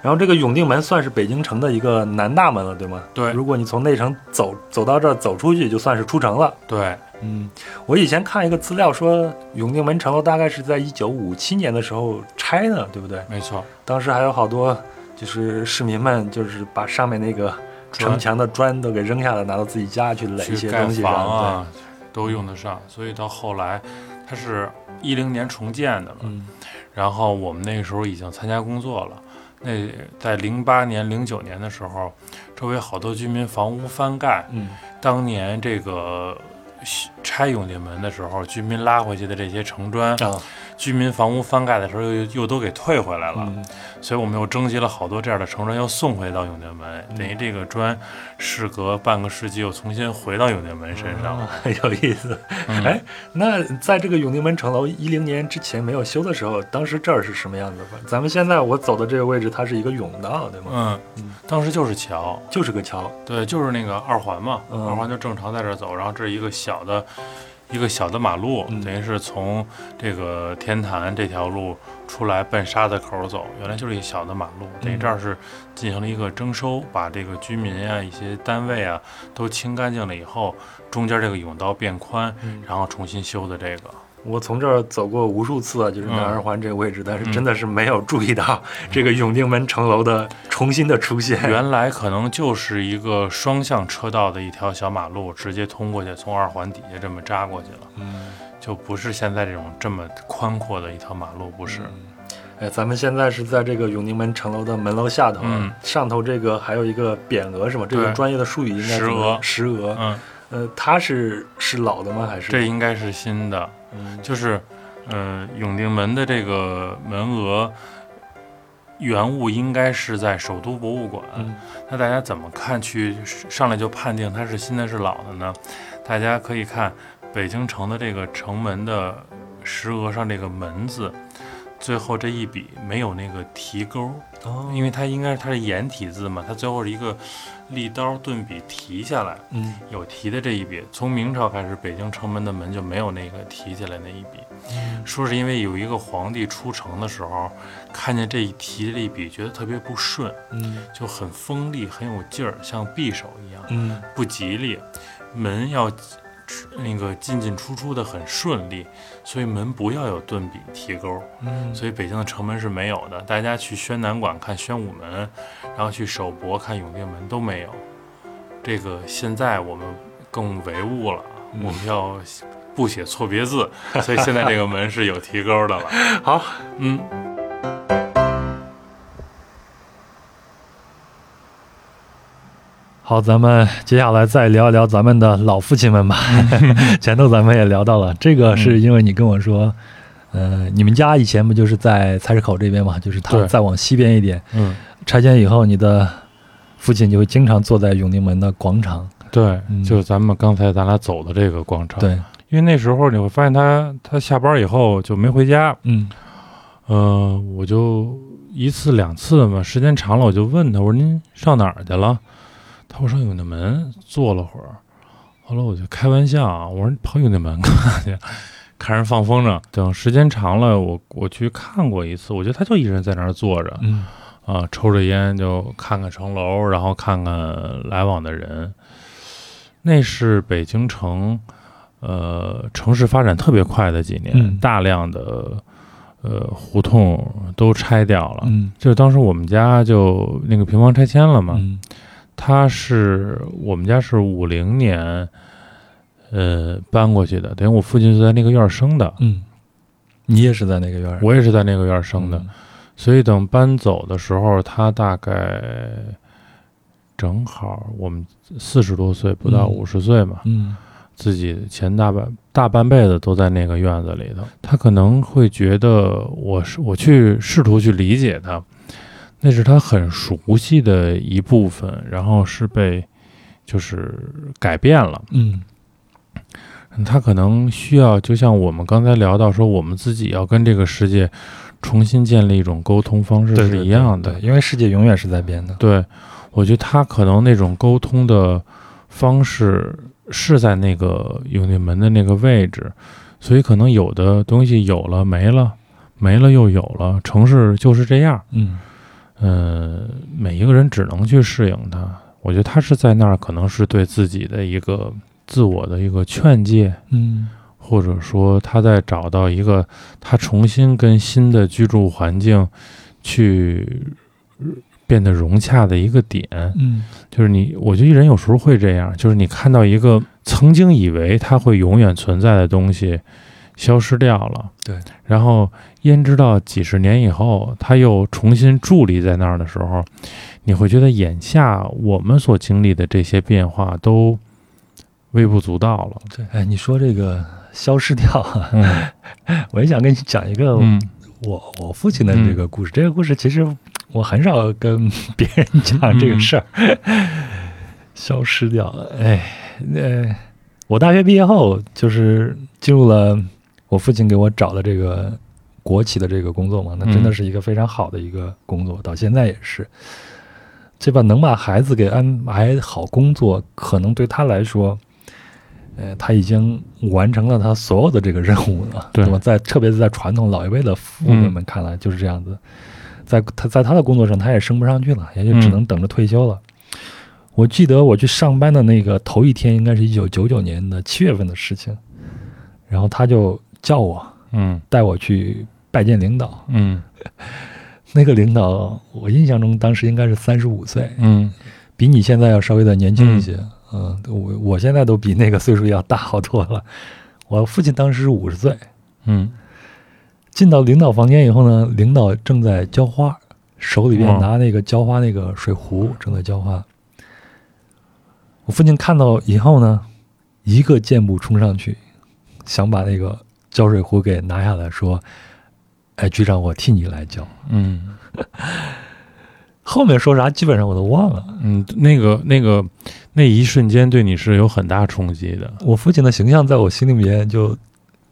Speaker 2: 然后这个永定门算是北京城的一个南大门了，对吗？
Speaker 4: 对
Speaker 2: 如果你从内城走走到这儿走出去，就算是出城了。
Speaker 4: 对，
Speaker 2: 嗯，我以前看一个资料说，永定门城楼大概是在一九五七年的时候拆的，对不对？
Speaker 4: 没错，
Speaker 2: 当时还有好多就是市民们就是把上面那个城墙的砖都给扔下来，拿到自己家去垒一
Speaker 4: 去
Speaker 2: 些
Speaker 4: 盖
Speaker 2: 东西上。
Speaker 4: 房啊都用得上，所以到后来它是一零年重建的了
Speaker 2: 对，。嗯
Speaker 4: 然后我们那个时候已经参加工作了。那在零八年、零九年的时候，周围好多居民房屋翻盖。
Speaker 2: 嗯
Speaker 4: 当年这个西拆永定门的时候，居民拉回去的这些城砖，
Speaker 2: 啊
Speaker 4: 居民房屋翻盖的时候又又都给退回来了。
Speaker 2: 嗯
Speaker 4: 所以我们又征集了好多这样的城砖，又送回到永定门，等于这个砖事隔半个世纪又重新回到永定门身上了。
Speaker 2: 啊， 有意思。
Speaker 4: 嗯
Speaker 2: 哎，那在这个永定门城楼一零年之前没有修的时候，当时这儿是什么样子的？咱们现在我走的这个位置，它是一个甬道，对吗？
Speaker 4: 嗯，当时就是桥，
Speaker 2: 就是个桥。
Speaker 4: 对，就是那个二环嘛，
Speaker 2: 嗯
Speaker 4: 二环就正常在这儿走，然后这是一个小的，一个小的马路，
Speaker 2: 嗯
Speaker 4: 等于是从这个天坛这条路出来奔沙子口走，原来就是一小的马路，等于
Speaker 2: 嗯
Speaker 4: 这儿是进行了一个征收，把这个居民啊、一些单位啊都清干净了以后，中间这个甬道变宽，
Speaker 2: 嗯
Speaker 4: 然后重新修的 这个，
Speaker 2: 我从这儿走过无数次啊，就是南
Speaker 4: 嗯
Speaker 2: 二环这个位置，但是真的是没有注意到这个永定门城楼的重新的出现。
Speaker 4: 原来可能就是一个双向车道的一条小马路，直接通过去，从二环底下这么扎过去了。
Speaker 2: 嗯，
Speaker 4: 就不是现在这种这么宽阔的一条马路，不是？
Speaker 2: 哎，咱们现在是在这个永定门城楼的门楼下头啊，
Speaker 4: 嗯
Speaker 2: 上头这个还有一个匾额是吗？这个
Speaker 4: 对
Speaker 2: 专业的术语应该
Speaker 4: 石
Speaker 2: 怎么
Speaker 4: 额
Speaker 2: 石额。
Speaker 4: 嗯，
Speaker 2: 呃，它是是老的吗？还是
Speaker 4: 这应该是新的，
Speaker 2: 嗯
Speaker 4: 就是，呃，永定门的这个门额原物应该是在首都博物馆。
Speaker 2: 嗯
Speaker 4: 那大家怎么看去上来就判定它是新的是老的呢？大家可以看
Speaker 3: 北京城的这个城门的石额上这个门字，最后这一笔没有那个提钩，
Speaker 5: 哦
Speaker 3: 因为它应该是它是颜体字嘛，它最后是一个立刀顿笔提下来，
Speaker 5: 嗯
Speaker 3: 有提的这一笔。从明朝开始，北京城门的门就没有那个提起来那一笔。
Speaker 2: 嗯
Speaker 3: 说是因为有一个皇帝出城的时候，看见这一提的这一笔，觉得特别不顺，
Speaker 5: 嗯
Speaker 3: 就很锋利，很有劲儿，像匕首一样，
Speaker 5: 嗯
Speaker 3: 不吉利。门要那个进进出出的很顺利，所以门不要有顿笔提钩。
Speaker 5: 嗯，
Speaker 3: 所以北京的城门是没有的。大家去宣南馆看宣武门，然后去首博看永定门都没有。这个现在我们更唯物了，我们要不写错别字，所以现在这个门是有提钩的了。
Speaker 5: 好，
Speaker 3: 嗯，
Speaker 5: 好，咱们接下来再聊一聊咱们的老父亲 们吧。前头咱们也聊到了，这个是因为你跟我说，呃，你们家以前不就是在菜市口这边嘛，就是它
Speaker 3: 对
Speaker 5: 再往西边一点，
Speaker 3: 嗯，
Speaker 5: 拆迁以后，你的父亲就会经常坐在永定门的广场。
Speaker 3: 对
Speaker 5: 嗯
Speaker 3: 就是咱们刚才咱俩走的这个广场。，
Speaker 5: 对，
Speaker 3: 因为那时候你会发现他他下班以后就没回家，
Speaker 5: 嗯
Speaker 3: 呃，我就一次两次嘛，时间长了我就问他，我说您上哪儿去了？他说我上永定门坐了会儿。后来我就开玩笑啊，我说你跑永定门干嘛去？ 看人放风筝。等时间长了，我我去看过一次，我觉得他就一人在那儿坐着
Speaker 5: 嗯
Speaker 3: 啊，抽着烟就看看城楼，然后看看来往的人。那是北京城，呃，城市发展特别快的几年，
Speaker 5: 嗯
Speaker 3: 大量的呃胡同都拆掉了。
Speaker 5: 嗯
Speaker 3: 就是当时我们家就那个平房拆迁了嘛，
Speaker 5: 嗯
Speaker 3: 他是我们家是五零年，呃搬过去的，等于我父亲是在那个院儿生的，
Speaker 5: 嗯，你也是在那个院儿
Speaker 3: 我也是在那个院儿生的，，所以等搬走的时候，他大概正好我们四十多岁，不到
Speaker 5: 嗯
Speaker 3: 五十岁嘛，
Speaker 5: 嗯
Speaker 3: 自己前大半大半辈子都在那个院子里头。他可能会觉得我是我去试图去理解他，那是他很熟悉的一部分，然后是被就是改变了。
Speaker 5: 嗯
Speaker 3: 他可能需要，就像我们刚才聊到说，我们自己要跟这个世界重新建立一种沟通方式
Speaker 5: 对
Speaker 3: 是一样的。
Speaker 5: 嗯对，因为世界永远是在变的。
Speaker 3: 对我觉得他可能那种沟通的方式是在那个永定门的那个位置，所以可能有的东西有了没了，没了又有了，城市就是这样。
Speaker 5: 嗯
Speaker 3: 嗯，每一个人只能去适应它。我觉得他是在那儿，可能是对自己的一个自我的一个劝诫，
Speaker 5: 嗯
Speaker 3: 或者说他在找到一个他重新跟新的居住环境去呃变得融洽的一个点，
Speaker 5: 嗯
Speaker 3: 就是你，我觉得人有时候会这样，就是你看到一个曾经以为它会永远存在的东西消失掉了，
Speaker 5: 对，
Speaker 3: 然后焉知到几十年以后，它又重新伫立在那儿的时候，你会觉得眼下我们所经历的这些变化都微不足道了。
Speaker 5: 对，哎，你说这个消失掉 啊，
Speaker 3: 嗯
Speaker 5: 我也想跟你讲一个
Speaker 3: 嗯
Speaker 5: 我我父亲的这个故事，这个故事其实我很少跟 别人
Speaker 3: 嗯
Speaker 5: 讲这个事儿，消失掉了。哎，呃，我大学毕业后就是进入了我父亲给我找的这个国企的这个工作嘛，那真的
Speaker 3: 嗯
Speaker 5: 是一个非常好的一个工作，到现在也是。这把能把孩子给安排好工作，可能对他来说，呃，他已经完成了他所有的这个任务了。
Speaker 3: 对
Speaker 5: 那么在特别是在传统老一辈的父母们看来就是这样子，在他在他的工作上他也升不上去了，也就只能等着退休了。我记得我去上班的那个头一天，应该是一九九九年的七月份的事情，然后他就叫我
Speaker 3: 嗯
Speaker 5: 带我去拜见领导。
Speaker 3: 嗯
Speaker 5: 那个领导，我印象中当时应该是三十五岁，
Speaker 3: 嗯
Speaker 5: 比你现在要稍微的年轻一些。嗯，我我现在都比那个岁数要大好多了。我父亲当时五十岁，
Speaker 3: 嗯
Speaker 5: 进到领导房间以后呢，领导正在浇花，手里边拿那个浇花那个水壶，正在浇花。我父亲看到以后呢，一个箭步冲上去，想把那个浇水壶给拿下来，说：“哎，局长，我替你来浇。”
Speaker 3: 嗯
Speaker 5: 后面说啥基本上我都忘了。
Speaker 3: 嗯，那个那个那一瞬间对你是有很大冲击的，
Speaker 5: 我父亲的形象在我心里面就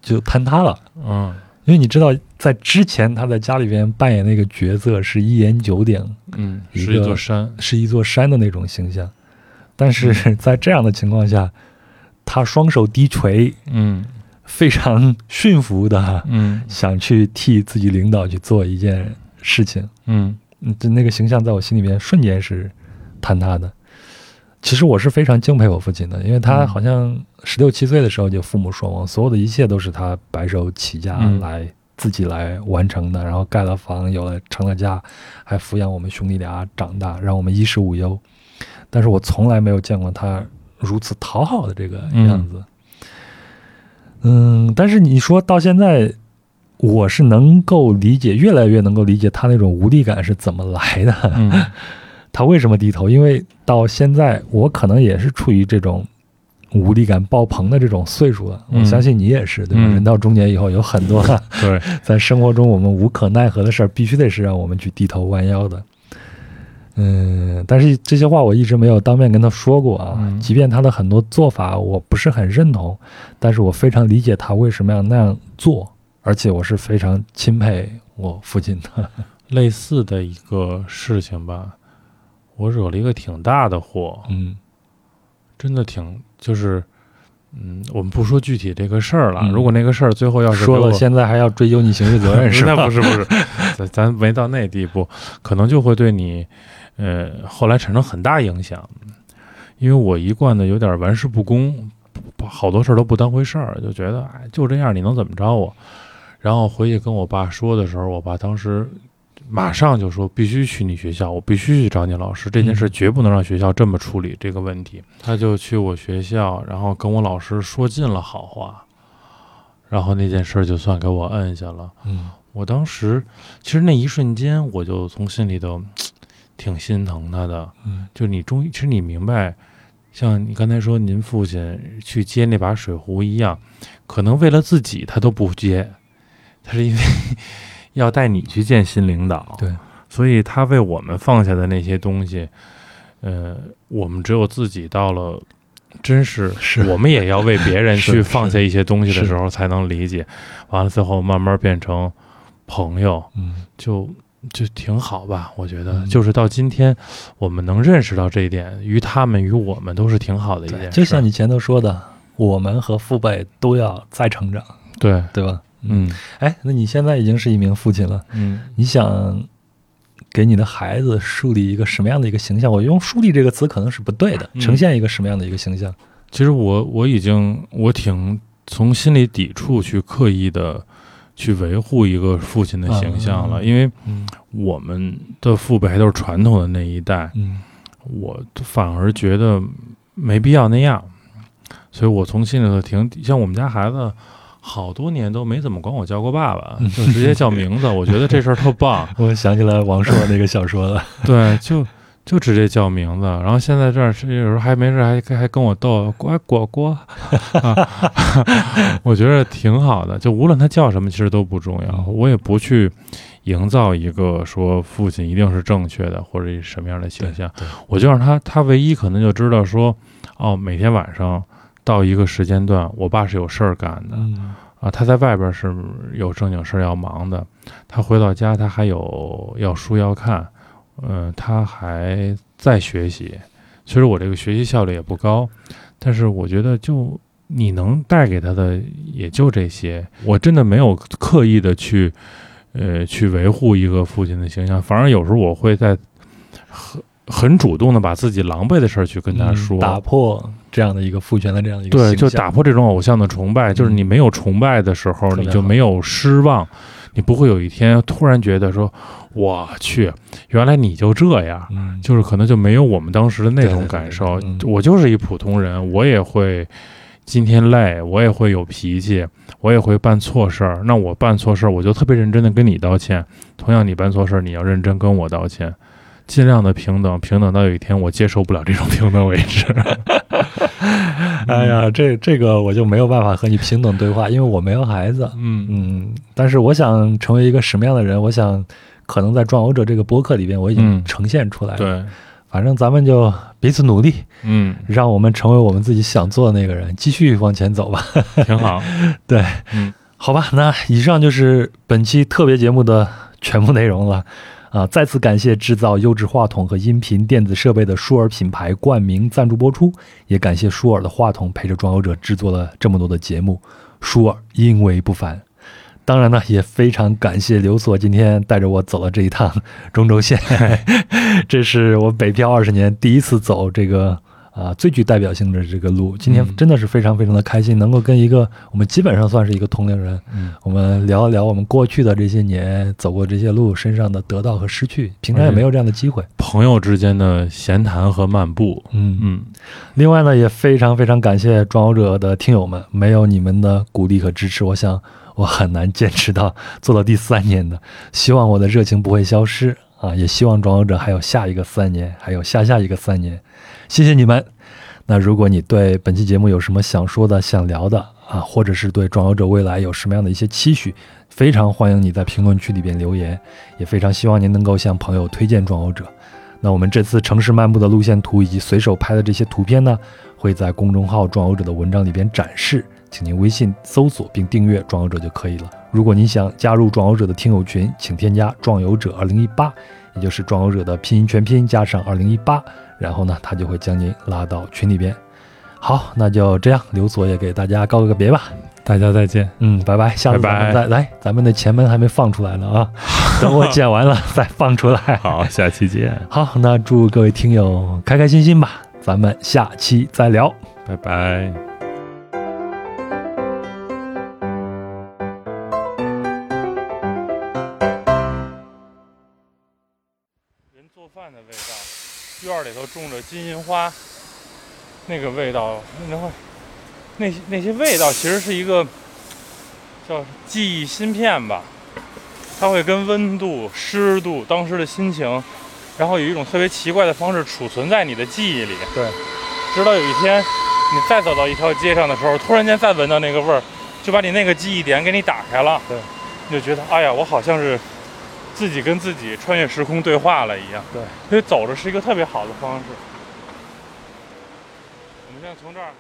Speaker 5: 就坍塌了，
Speaker 3: 嗯
Speaker 5: 因为你知道，在之前他在家里边扮演那个角色是一言九鼎，
Speaker 3: 嗯，
Speaker 5: 一
Speaker 3: 是一
Speaker 5: 个
Speaker 3: 座山，
Speaker 5: 是一座山的那种形象，但
Speaker 3: 嗯
Speaker 5: 是 在这样的情况下，他双手低垂，
Speaker 3: 嗯
Speaker 5: 非常驯服的
Speaker 3: 嗯
Speaker 5: 想去替自己领导去做一件事情，
Speaker 3: 嗯
Speaker 5: 嗯，就那个形象在我心里面瞬间是坍塌的。其实我是非常敬佩我父亲的，因为他
Speaker 3: 嗯
Speaker 5: 好像十六七岁的时候就父母双亡，所有的一切都是他白手起家
Speaker 3: 嗯
Speaker 5: 来、自己来完成的，然后盖了房，有了成了家，还抚养我们兄弟俩长大，让我们衣食无忧。但是我从来没有见过他如此讨好的这个样子。嗯，但是你说到现在，我是能够理解，越来越能够理解他那种无力感是怎么来的。
Speaker 3: 嗯
Speaker 5: 他为什么低头？因为到现在，我可能也是处于这种无力感爆棚的这种岁数了。
Speaker 3: 嗯
Speaker 5: 我相信你也是，对吧？
Speaker 3: 嗯
Speaker 5: 人到中年以后，有很多
Speaker 3: 对，
Speaker 5: 在生活中我们无可奈何的事儿，必须得是让我们去低头弯腰的。嗯，但是这些话我一直没有当面跟他说过啊。
Speaker 3: 嗯
Speaker 5: 即便他的很多做法我不是很认同，但是我非常理解他为什么要那样做，而且我是非常钦佩我父亲的。
Speaker 3: 类似的一个事情吧，我惹了一个挺大的祸，
Speaker 5: 嗯
Speaker 3: 真的挺就是。嗯，我们不说具体这个事儿了。
Speaker 5: 嗯
Speaker 3: 如果那个事儿最后要是
Speaker 5: 说
Speaker 3: 给我
Speaker 5: 了，现在还要追究你刑事责任是吧？
Speaker 3: 那不是不是，咱咱没到那地步，可能就会对你，呃，后来产生很大影响。因为我一贯的有点玩世不恭，不好多事儿都不当回事儿，就觉得哎就这样，你能怎么着我？然后回去跟我爸说的时候，我爸当时马上就说必须去你学校，我必须去找你老师，这件事绝不能让学校这么处理这个问题。他就去我学校，然后跟我老师说尽了好话，然后那件事儿就算给我摁下了。
Speaker 5: 嗯
Speaker 3: 我当时其实那一瞬间，我就从心里头挺心疼他的。
Speaker 5: 嗯
Speaker 3: 就你终于，其实你明白，像你刚才说您父亲去接那把水壶一样，可能为了自己他都不接，他是因为 要带你去见新领导。
Speaker 5: 对，
Speaker 3: 所以他为我们放下的那些东西，呃，我们只有自己到了。真是，
Speaker 5: 是
Speaker 3: 我们也要为别人
Speaker 5: 是
Speaker 3: 去放下一些东西的
Speaker 5: 是
Speaker 3: 时候才能理解。完了最后慢慢变成朋友，
Speaker 5: 嗯
Speaker 3: 就就挺好吧。我觉得，
Speaker 5: 嗯
Speaker 3: 就是到今天，我们能认识到这一点，于他们于我们都是挺好的一件
Speaker 5: 对，
Speaker 3: 事。
Speaker 5: 就像你前头说的，我们和父辈都要再成长，
Speaker 3: 对，
Speaker 5: 对吧？，
Speaker 3: 嗯
Speaker 5: 哎，那你现在已经是一名父亲了，
Speaker 3: 嗯
Speaker 5: 你想给你的孩子树立一个什么样的一个形象？我用“树立”这个词可能是不对的，
Speaker 3: 嗯
Speaker 5: 呈现一个什么样的一个形象？
Speaker 3: 其实我我已经我挺从心里抵触去刻意的去维护一个父亲的形象了，
Speaker 5: 嗯
Speaker 3: 因为
Speaker 5: 嗯
Speaker 3: 我们的父辈还都是传统的那一代，
Speaker 5: 嗯
Speaker 3: 我反而觉得没必要那样，所以我从心里头挺像我们家孩子，好多年都没怎么管我叫过爸爸，就直接叫名字。我觉得这事儿特棒，
Speaker 5: 我想起来王朔那个小说了，
Speaker 3: 对，就就直接叫名字。然后现在这儿是有时候还没事还还跟我逗果果果， 啊，我觉得挺好的。就无论他叫什么，其实都不重要，
Speaker 5: 嗯
Speaker 3: 我也不去。营造一个说父亲一定是正确的，或者是什么样的形象，
Speaker 5: 对，
Speaker 3: 我就让他，他唯一可能就知道说，哦，每天晚上到一个时间段，我爸是有事儿干的
Speaker 5: 嗯
Speaker 3: 啊，他在外边是有正经事儿要忙的，他回到家他还有要书要看，嗯、他还在学习。其实我这个学习效率也不高，但是我觉得就你能带给他的也就这些，我真的没有刻意的去，呃，去维护一个父亲的形象，反而有时候我会在很很主动的把自己狼狈的事儿去跟他说，
Speaker 5: 嗯打破这样的一个父权的这样的一个
Speaker 3: 对，
Speaker 5: 形象嗯
Speaker 3: 就打破这种偶像的崇拜，就是你没有崇拜的时候，
Speaker 5: 特别
Speaker 3: 你就没有失望，你不会有一天突然觉得说，我去，原来你就这样，
Speaker 5: 嗯
Speaker 3: 就是可能就没有我们当时的那
Speaker 5: 对对
Speaker 3: 种
Speaker 5: 对
Speaker 3: 感受
Speaker 5: 对。嗯
Speaker 3: 我就是一普通人，我也会今天累，我也会有脾气，我也会办错事儿。那我办错事儿，我就特别认真的跟你道歉。同样，你办错事儿，你要认真跟我道歉，尽量的平等，平等到有一天我接受不了这种平等为止。
Speaker 5: 哎呀，这这个我就没有办法和你平等对话，因为我没有孩子。
Speaker 6: 嗯
Speaker 5: 嗯，但是我想成为一个什么样的人，我想可能在《壮游者》这个播客里边我已经
Speaker 6: 嗯
Speaker 5: 呈现出来了。
Speaker 6: 对，
Speaker 5: 反正咱们就彼此努力，
Speaker 6: 嗯，
Speaker 5: 让我们成为我们自己想做的那个人，继续往前走吧。
Speaker 6: 挺好，
Speaker 5: 对，
Speaker 6: 嗯，
Speaker 5: 好吧，那以上就是本期特别节目的全部内容了。啊，再次感谢制造优质话筒和音频电子设备的舒尔品牌冠名赞助播出，也感谢舒尔的话筒陪着装游者制作了这么多的节目。舒尔因为不凡，当然呢，也非常感谢刘所今天带着我走了这一趟中轴线， 这是我北漂二十年第一次走这个啊、最具代表性的这个路。今天
Speaker 6: 嗯
Speaker 5: 真的是非常非常的开心，能够跟一个我们基本上算是一个同龄人，
Speaker 6: 嗯，
Speaker 5: 我们聊一聊我们过去的这些年走过这些路身上的得到和失去，平常也没有这样的机会。
Speaker 6: 朋友之间的闲谈和漫步，
Speaker 5: 嗯，
Speaker 6: 嗯，
Speaker 5: 另外呢，也非常非常感谢装游者的听友们，没有你们的鼓励和支持，我想我很难坚持到做到第三年的。希望我的热情不会消失啊，也希望装游者还有下一个三年，还有下下一个三年。谢谢你们。那如果你对本期节目有什么想说的、想聊的啊，或者是对壮游者未来有什么样的一些期许，非常欢迎你在评论区里边留言，也非常希望您能够向朋友推荐壮游者。那我们这次城市漫步的路线图以及随手拍的这些图片呢，会在公众号“壮游者”的文章里边展示，请您微信搜索并订阅“壮游者”就可以了。如果您想加入“壮游者”的听友群，请添加“壮游者二零一八”，也就是“壮游者”的拼音全拼加上二零一八，然后呢，他就会将您拉到群里边。好，那就这样，刘所也给大家告个别吧。
Speaker 6: 大家再见，
Speaker 5: 嗯，拜拜，下次咱们
Speaker 6: 拜拜
Speaker 5: 再来，咱们的前门还没放出来呢啊，等我剪完了 再放出来。
Speaker 6: 好，下期见，
Speaker 5: 好，那祝各位听友开开心心吧，咱们下期再聊。
Speaker 6: 拜拜。
Speaker 3: 人做饭的味道，院儿里头种着金银花，那个味道，然后那些那些味道其实是一个叫记忆芯片吧，它会跟温度、湿度、当时的心情，然后有一种特别奇怪的方式储存在你的记忆里。
Speaker 5: 对，
Speaker 3: 直到有一天你再走到一条街上的时候，突然间再闻到那个味儿，就把你那个记忆点给你打开了。
Speaker 5: 对，
Speaker 3: 你就觉得哎呀，我好像是自己跟自己穿越时空对话了一样。
Speaker 5: 对，
Speaker 3: 所以走着是一个特别好的方式。我们现在从这儿。